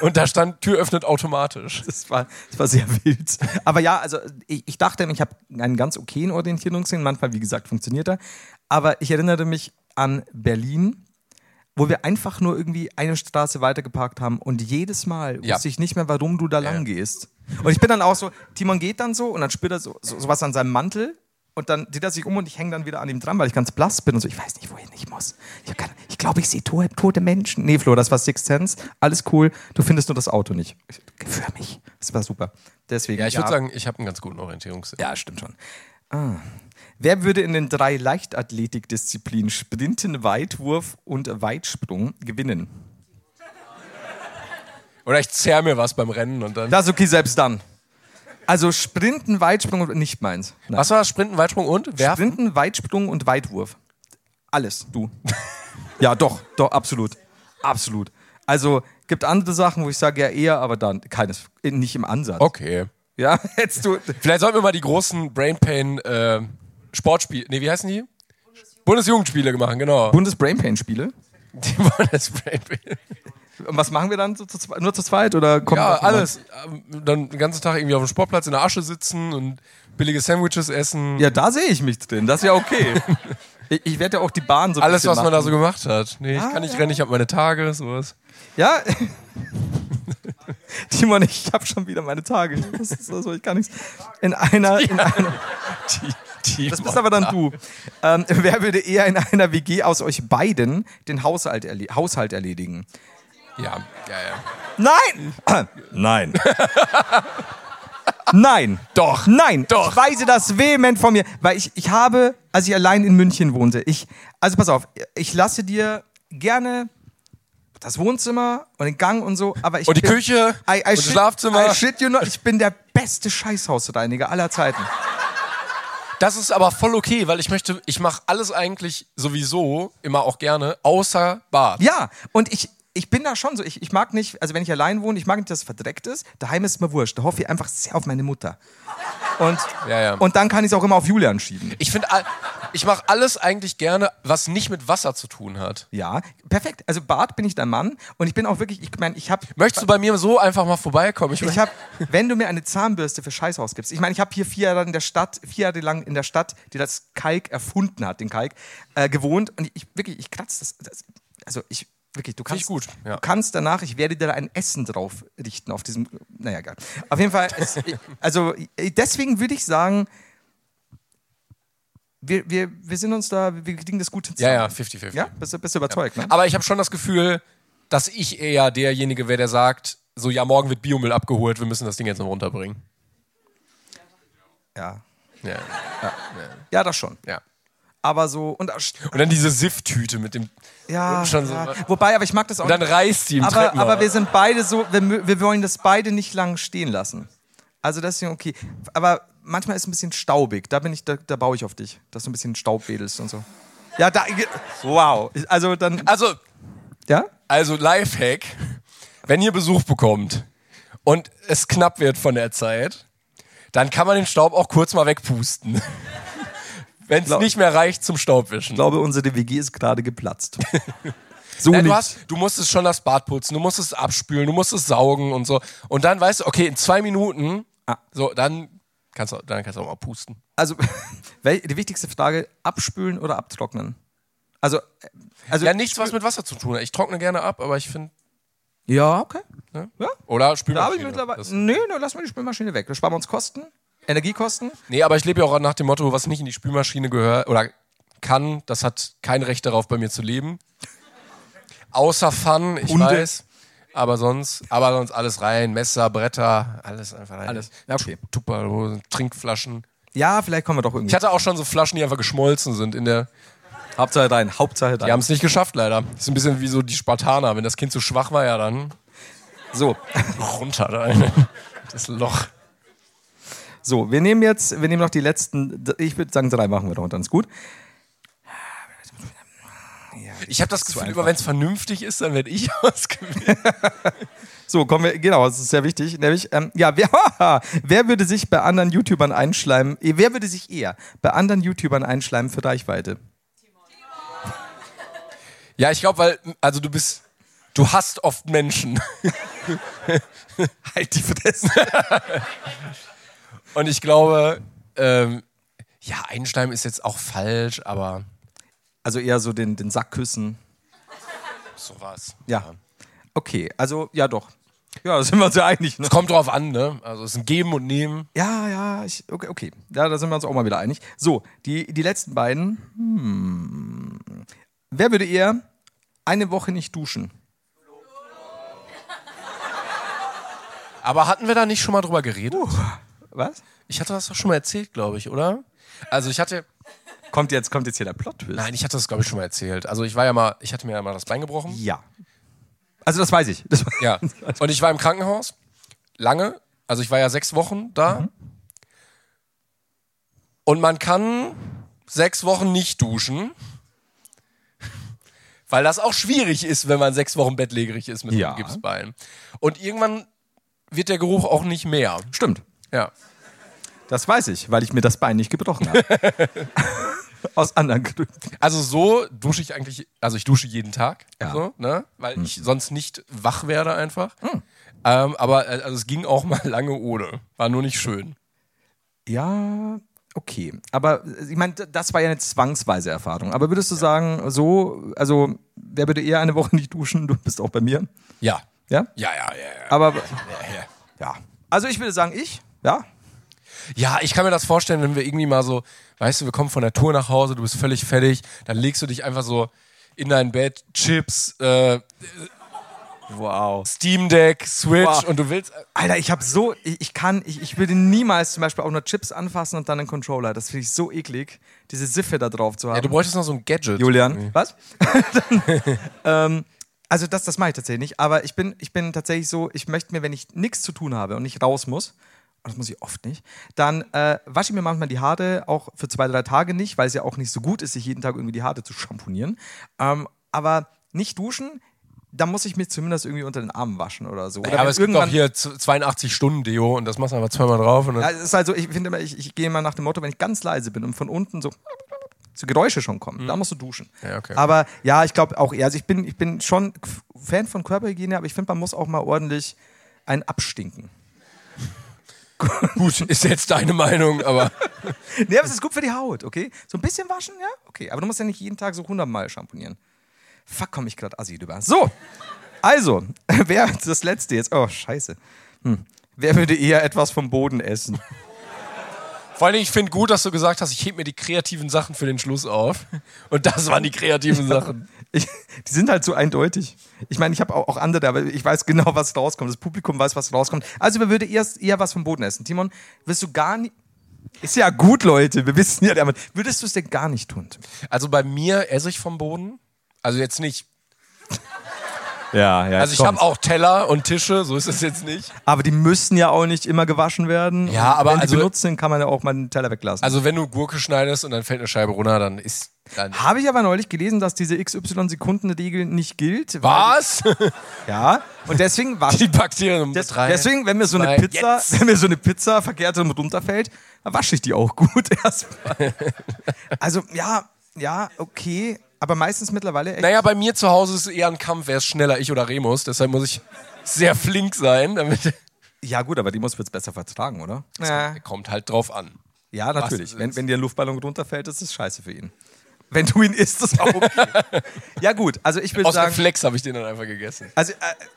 Und da stand, Tür öffnet automatisch.
Das war, das war sehr wild. Aber ja, also ich, ich dachte, ich habe einen ganz okayen Orientierungssinn. Manchmal, wie gesagt, funktioniert er. Aber ich erinnerte mich an Berlin, wo wir einfach nur irgendwie eine Straße weiter geparkt haben und jedes Mal
Ja.
wusste ich nicht mehr, warum du da lang gehst. Und ich bin dann auch so, Timon geht dann so und dann spürt er so, so sowas an seinem Mantel und dann dreht er sich um und ich hänge dann wieder an ihm dran, weil ich ganz blass bin und so, ich weiß nicht, wohin ich muss. Ich glaube, ich, glaub, ich sehe tote, tote Menschen. Nee, Flo, das war Sixth Sense, alles cool, du findest nur das Auto nicht. Ich so, Für mich. Das war super. Deswegen.
Ja, ich würde sagen, ich habe einen ganz guten Orientierungssinn.
Ja, stimmt schon. Ah. Wer würde in den drei Leichtathletikdisziplinen Sprinten, Weitwurf und Weitsprung gewinnen?
Oder ich zerr mir was beim Rennen und dann.
Das ist okay, selbst dann. Also Sprinten, Weitsprung und nicht meins. Nein.
was war das? Sprinten, Weitsprung und Werfen?
Sprinten, Weitsprung und Weitwurf. Alles, du. ja, doch, doch, absolut. Absolut. Also gibt andere Sachen, wo ich sage, ja, eher, aber dann keines, nicht im Ansatz.
Okay.
Ja, hättest du.
Vielleicht sollten wir mal die großen Brain Pain äh, Sportspiele. Nee, wie heißen die? Bundesjugendspiele machen, genau.
Bundes-Brainpain-Spiele?
Die Bundesbrain Pain.
Und was machen wir dann? So zu zwe- nur zu zweit oder kommt
Ja,
noch jemand?
alles. Ähm, Dann den ganzen Tag irgendwie auf dem Sportplatz in der Asche sitzen und billige Sandwiches essen.
Ja, da sehe ich mich drin. Das ist ja okay. ich ich werde ja auch die Bahn so ein
Alles,
bisschen
was man da so
machen.
gemacht hat. Nee, ich
Ah,
kann nicht
ja.
rennen, ich habe meine Tage, sowas.
Ja. Timon, ich habe schon wieder meine Tage. Das ist also, ich kann nichts. In einer, in einer. Das bist aber dann du. Ähm, wer würde eher in einer WG aus euch beiden den Haushalt, erle Haushalt erledigen?
Ja, ja, ja.
Nein! Nein. Nein.
Doch.
Nein.
Doch.
Ich weise das vehement von mir. Weil ich, ich habe, als ich allein in München wohnte, ich, also pass auf, ich lasse dir gerne das Wohnzimmer und den Gang und so, aber ich
Und die Küche
I, I
und das
shit,
Schlafzimmer.
I shit you not, ich bin der beste Scheißhausreiniger aller Zeiten.
Das ist aber voll okay, weil ich möchte, ich mache alles eigentlich sowieso immer auch gerne, außer Bad.
Ja, und ich, ich bin da schon so. Ich, ich mag nicht, also wenn ich allein wohne, ich mag nicht, dass es verdreckt ist. Daheim ist es mir wurscht. Da hoffe ich einfach sehr auf meine Mutter. Und,
Ja, ja.
und dann kann ich es auch immer auf Julian schieben.
Ich finde, ich mache alles eigentlich gerne, was nicht mit Wasser zu tun hat.
Ja, perfekt. Also Bart bin ich dein Mann und ich bin auch wirklich, ich meine, ich habe
Möchtest du bei mir so einfach mal vorbeikommen?
ich habe, wenn du mir eine Zahnbürste für Scheiß ausgibst, ich meine, ich habe hier vier Jahre in der Stadt, vier Jahre lang in der Stadt, die das Kalk erfunden hat, den Kalk, äh, gewohnt und ich wirklich, ich kratze das, das, also ich wirklich, du kannst,
ich gut, ja.
du kannst danach, ich werde dir da ein Essen drauf richten auf diesem, naja, egal. Auf jeden Fall, es, also deswegen würde ich sagen, wir, wir, wir sind uns da, wir kriegen das gut hin.
ja, ja,
zusammen.
50-50.
Ja, bist, du- bist du überzeugt, ne?
Aber ich habe schon das Gefühl, dass ich eher derjenige wäre, der sagt, so ja, morgen wird Biomüll abgeholt, wir müssen das Ding jetzt noch runterbringen.
Ja.
Ja,
Ja, das schon.
ja.
Aber so und auch-
Und dann diese Sifftüte mit dem.
ja,
Und schon so- ne?
ja. wobei, aber ich mag das auch.
Und dann
nicht.
reißt die im
aber,
Treppenhaus.
aber wir sind beide so, wir, mö- wir wollen das beide nicht lang stehen lassen. Also deswegen okay. Aber manchmal ist es ein bisschen staubig. Da bin ich, da, da baue ich auf dich, dass du ein bisschen Staub wedelst und so. Ja, da. ge- Wow. Also dann.
Also,
Ja.
also Lifehack, wenn ihr Besuch bekommt und es knapp wird von der Zeit, dann kann man den Staub auch kurz mal wegpusten. Wenn es
Glaub-
nicht mehr reicht zum Staubwischen.
Ich glaube, unsere WG ist gerade geplatzt. So
Nein, du,
nicht.
hast, du musstest schon das Bad putzen, du musstest abspülen, du musstest saugen und so. Und dann weißt du, okay, in zwei Minuten,
Ah.
so, dann kannst, du, dann kannst du auch mal pusten.
also wel- die wichtigste Frage: Abspülen oder abtrocknen? Also, äh, also
Ja, nichts, was mit Wasser zu tun hat. Ich trockne gerne ab, aber ich finde.
ja, okay.
Oder
Da habe ich
Spülmaschine.
mittlerweile.
Das-
Nö, dann lassen wir die Spülmaschine weg. Da sparen wir uns Kosten, Energiekosten.
Nee, aber ich lebe ja auch nach dem Motto, was nicht in die Spülmaschine gehört oder kann, das hat kein Recht darauf, bei mir zu leben. Außer Fun, ich
Hunde.
weiß. Aber sonst, aber sonst alles rein. Messer, Bretter, alles einfach rein.
Alles. Ja, okay.
Tupperdosen, Trinkflaschen.
Ja, vielleicht kommen wir doch irgendwie.
Ich hatte auch schon so Flaschen, die einfach geschmolzen sind in der.
Hauptsache dein, Hauptsache
Die
dein.
haben es nicht geschafft, leider. Ist ein bisschen wie so die Spartaner. Wenn das Kind zu schwach war, ja dann
So,
runter da. in Das Loch.
So, wir nehmen jetzt, wir nehmen noch die letzten, ich würde sagen, drei machen wir noch und dann ist gut.
Ich habe das Gefühl, immer wenn es vernünftig ist, dann werde ich ausgewählt.
So, kommen wir, genau, das ist sehr wichtig. Nämlich, ähm, ja, wer, haha, wer würde sich bei anderen YouTubern einschleimen, eh, wer würde sich eher bei anderen YouTubern einschleimen für Reichweite?
Ja, ich glaube, weil, also du bist, du hasst oft Menschen.
Halt die Fresse.
Und ich glaube, ähm, ja, Einstein ist jetzt auch falsch, aber
Also eher so den, den Sack küssen.
sowas.
Ja. Okay, also, ja doch. Ja, da sind wir uns ja einig. Ne?
Es kommt drauf an, ne? Also es ist ein Geben und Nehmen.
Ja, ja, ich, okay, okay. Ja, da sind wir uns auch mal wieder einig. So, die, die letzten beiden. Hm. Wer würde eher eine Woche nicht duschen?
Aber hatten wir da nicht schon mal drüber geredet?
Was?
Ich hatte das doch schon mal erzählt, glaube ich, oder? Also ich hatte,
Kommt jetzt, kommt jetzt hier der Plot-Twist?
nein, ich hatte das glaube ich schon mal erzählt. Also ich war ja mal, ich hatte mir ja mal das Bein gebrochen.
Ja. Also das weiß ich. Das
Ja. Und ich war im Krankenhaus. Lange. Also ich war ja sechs Wochen
Mhm.
da. Und man kann sechs Wochen nicht duschen. Weil das auch schwierig ist, wenn man sechs Wochen bettlägerig ist mit
Ja.
einem Gipsbein. Und irgendwann wird der Geruch auch nicht mehr.
Stimmt.
Ja.
Das weiß ich, weil ich mir das Bein nicht gebrochen habe. Aus anderen Gründen.
Also so dusche ich eigentlich, also ich dusche jeden Tag,
Ja. Mhm.
so, ne? weil ich sonst nicht wach werde einfach. Ähm, aber äh, also es ging auch mal lange ohne. War nur nicht schön.
Ja, okay. Aber äh, ich meine, d- das war ja eine zwangsweise Erfahrung. Aber würdest du sagen, so, also wer würde eher eine Woche nicht duschen? Du bist auch bei mir.
Ja.
Ja?
Ja, ja, ja. ja.
Aber
ja.
ja. Also ich würde sagen, ich, ja.
Ja, ich kann mir das vorstellen, wenn wir irgendwie mal so, weißt du, wir kommen von der Tour nach Hause, du bist völlig fertig, dann legst du dich einfach so in dein Bett, Chips, äh,
Wow.
Steam Deck, Switch
Boah.
und du willst. äh,
Alter, ich habe so, ich, ich kann, ich, ich würde niemals zum Beispiel auch nur Chips anfassen und dann einen Controller. Das finde ich so eklig, diese Siffe da drauf zu haben.
Ja, du bräuchtest noch so ein Gadget.
Julian.
irgendwie.
Was? dann, ähm, also das, das mache ich tatsächlich nicht, aber ich bin, ich bin tatsächlich so, ich möchte mir, wenn ich nichts zu tun habe und ich raus muss, und das muss ich oft nicht, dann äh, wasche ich mir manchmal die Haare auch für zwei, drei Tage nicht, weil es ja auch nicht so gut ist, sich jeden Tag irgendwie die Haare zu schamponieren. Ähm, aber nicht duschen, da muss ich mir zumindest irgendwie unter den Armen waschen oder so. Oder
Ja, aber
wenn
es gibt auch hier z- 82 Stunden Deo und das machst du einfach zweimal drauf und dann,
Ja, es ist also, ich finde immer, ich, ich gehe immer nach dem Motto, wenn ich ganz leise bin und von unten so so Geräusche schon kommen, da musst du duschen.
Mhm. Ja, okay.
Aber ja, ich glaube auch eher, also ich bin, ich bin schon F- Fan von Körperhygiene, aber ich finde, man muss auch mal ordentlich einen abstinken.
gut, ist jetzt deine Meinung, aber
Nee, aber es ist gut für die Haut, okay? So ein bisschen waschen, ja? Okay, aber du musst ja nicht jeden Tag so hundertmal schamponieren. Fuck, komme ich gerade assi drüber. So, also, wer das letzte jetzt? Oh, scheiße. Hm. Wer würde eher etwas vom Boden essen?
vor allen Dingen, ich finde gut, dass du gesagt hast, ich heb mir die kreativen Sachen für den Schluss auf. Und das waren die kreativen Sachen.
Ich, die sind halt so eindeutig. Ich meine, ich habe auch, auch andere, aber ich weiß genau, was rauskommt. Das Publikum weiß, was rauskommt. Also, wer würde erst eher was vom Boden essen? Timon, wirst du gar nicht. Ist ja gut, Leute. Wir wissen ja damit. Würdest du es denn gar nicht tun?
Also bei mir esse ich vom Boden. Also jetzt nicht
Ja, ja.
Also ich habe auch Teller und Tische, so ist es jetzt nicht.
Aber die müssen ja auch nicht immer gewaschen werden.
Ja, aber
Wenn die
also-
benutzt sind, kann man ja auch mal den Teller weglassen.
Also wenn du Gurke schneidest und dann fällt eine Scheibe runter, dann ist dann
habe ich aber neulich gelesen, dass diese XY-Sekunden-Regel nicht gilt.
was?
Ja. Und deswegen war
Die Bakterien
Des,
drei.
deswegen, wenn mir, so eine
zwei,
Pizza,
jetzt.
wenn mir so eine Pizza verkehrt und runterfällt, dann wasche ich die auch gut erstmal. also, ja, ja, okay. Aber meistens mittlerweile echt.
Naja, bei mir zu Hause ist eher ein Kampf, wer ist schneller, ich oder Remus. Deshalb muss ich sehr flink sein, damit
Ja, gut, aber die muss jetzt besser vertragen, oder? Ja,
kommt halt drauf an.
ja natürlich.
ist
Wenn,
es?
wenn dir ein Luftballon runterfällt, ist es scheiße für ihn. Wenn du ihn isst, ist es auch okay. ja, gut, also ich würde
Aus
sagen.
Reflex habe ich den dann einfach gegessen.
Also, äh,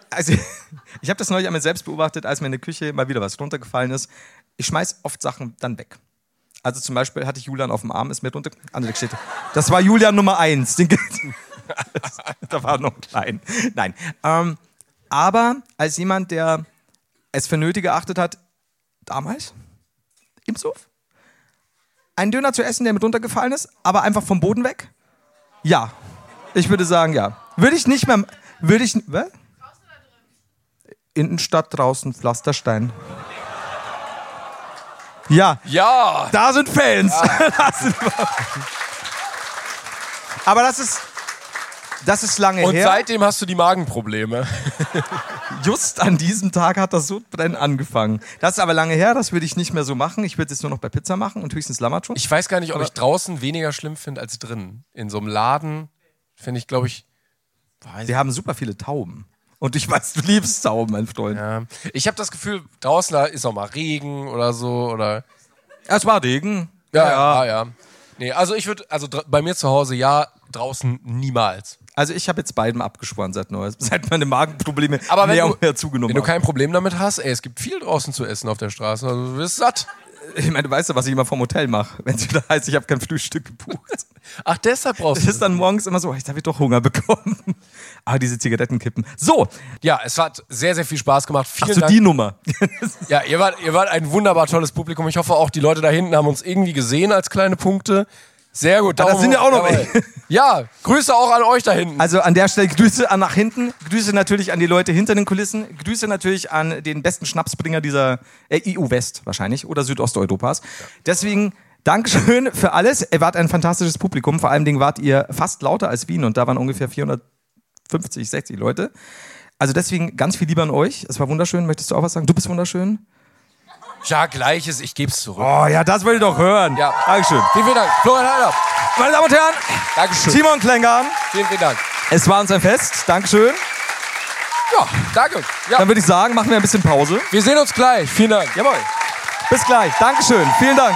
also ich habe das neulich einmal selbst beobachtet, als mir in der Küche mal wieder was runtergefallen ist. Ich schmeiß oft Sachen dann weg. Also zum Beispiel hatte ich Julian auf dem Arm, ist mir runter. Andere Geschichte. Das war Julian Nummer eins. Den da war noch klein. Nein. Ähm, aber als jemand, der es für nötig geachtet hat, damals im Suff, einen Döner zu essen, der mit runtergefallen ist, aber einfach vom Boden weg? Ja. Ich würde sagen, ja. Würde ich nicht mehr. Würde ich. Was? Innenstadt draußen, Pflasterstein. Ja,
Ja!
da sind Fans. Das sind Aber das ist, das ist lange
Und
her.
seitdem hast du die Magenprobleme.
Just an diesem Tag hat das Sodbrennen angefangen. Das ist aber lange her, das würde ich nicht mehr so machen. Ich würde es nur noch bei Pizza machen und höchstens Lammertschutz.
Ich weiß gar nicht, ob ich draußen weniger schlimm finde als drinnen. In so einem Laden finde ich, glaube ich.
Sie haben super viele Tauben. Und ich weiß, du liebst Tauben, mein Freund.
Ja. Ich habe das Gefühl, draußen da ist auch mal Regen oder so. Oder
Es war Regen.
ja, ja, ja. Nee, also ich würde, also dr- bei mir zu Hause ja, draußen niemals.
Also ich habe jetzt beidem abgeschworen seit Neues, seit meine Magenprobleme
Aber wenn
mehr
du,
und mehr zugenommen
wenn du
haben.
kein Problem damit hast, ey, es gibt viel draußen zu essen auf der Straße. Also du bist satt.
Ich meine, du weißt ja, was ich immer vom Hotel mache, wenn es wieder heißt, ich habe kein Frühstück gebucht.
Ach, deshalb brauchst
Es
du.
ist dann morgens immer so, jetzt habe ich doch Hunger bekommen. Ah, diese Zigarettenkippen. So,
Ja, es hat sehr, sehr viel Spaß gemacht. Vielen
hast du
Dank.
die Nummer?
Ja, ihr wart, ihr wart ein wunderbar tolles Publikum. Ich hoffe auch, die Leute da hinten haben uns irgendwie gesehen als kleine Punkte. Sehr gut.
Ah, das sind ja auch noch
Jawohl.
welche.
Ja, Grüße auch an euch da hinten.
Also an der Stelle Grüße an nach hinten, Grüße natürlich an die Leute hinter den Kulissen, Grüße natürlich an den besten Schnapsbringer dieser äh, EU West wahrscheinlich oder Südosteuropas. Deswegen Dankeschön für alles. Ihr wart ein fantastisches Publikum. Vor allen Dingen wart ihr fast lauter als Wien und da waren ungefähr 450, 60 Leute. Also deswegen ganz viel Liebe an euch. Es war wunderschön. Möchtest du auch was sagen? Du bist wunderschön.
ja, gleiches, ich geb's zurück.
Oh ja, das wollte ich doch hören.
Ja.
Dankeschön.
Vielen, vielen Dank. Florian Heider.
Meine Damen und Herren,
Dankeschön.
Timon Klengern,
Vielen, vielen Dank.
es war uns ein Fest. Dankeschön.
Ja, danke. Ja,
Dann würde ich sagen, machen wir ein bisschen Pause.
wir sehen uns gleich. Vielen Dank.
Jawohl. Bis gleich. Dankeschön. Vielen Dank.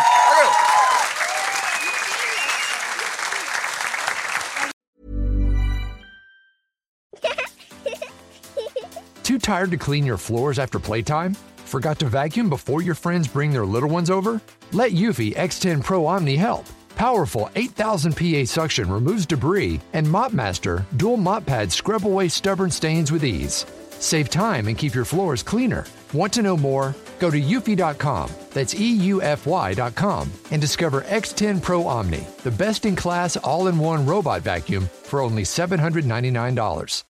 Too tired to clean your floors after playtime? Forgot to vacuum before your friends bring their little ones over? Let Eufy X10 Pro Omni help. Powerful 8000 PA suction removes debris, and Mop Master dual mop pads scrub away stubborn stains with ease. Save time and keep your floors cleaner. Want to know more? Go to eufy.com, that's E EUFY.com, and discover X10 Pro Omni, the best in class all in one robot vacuum for only $799.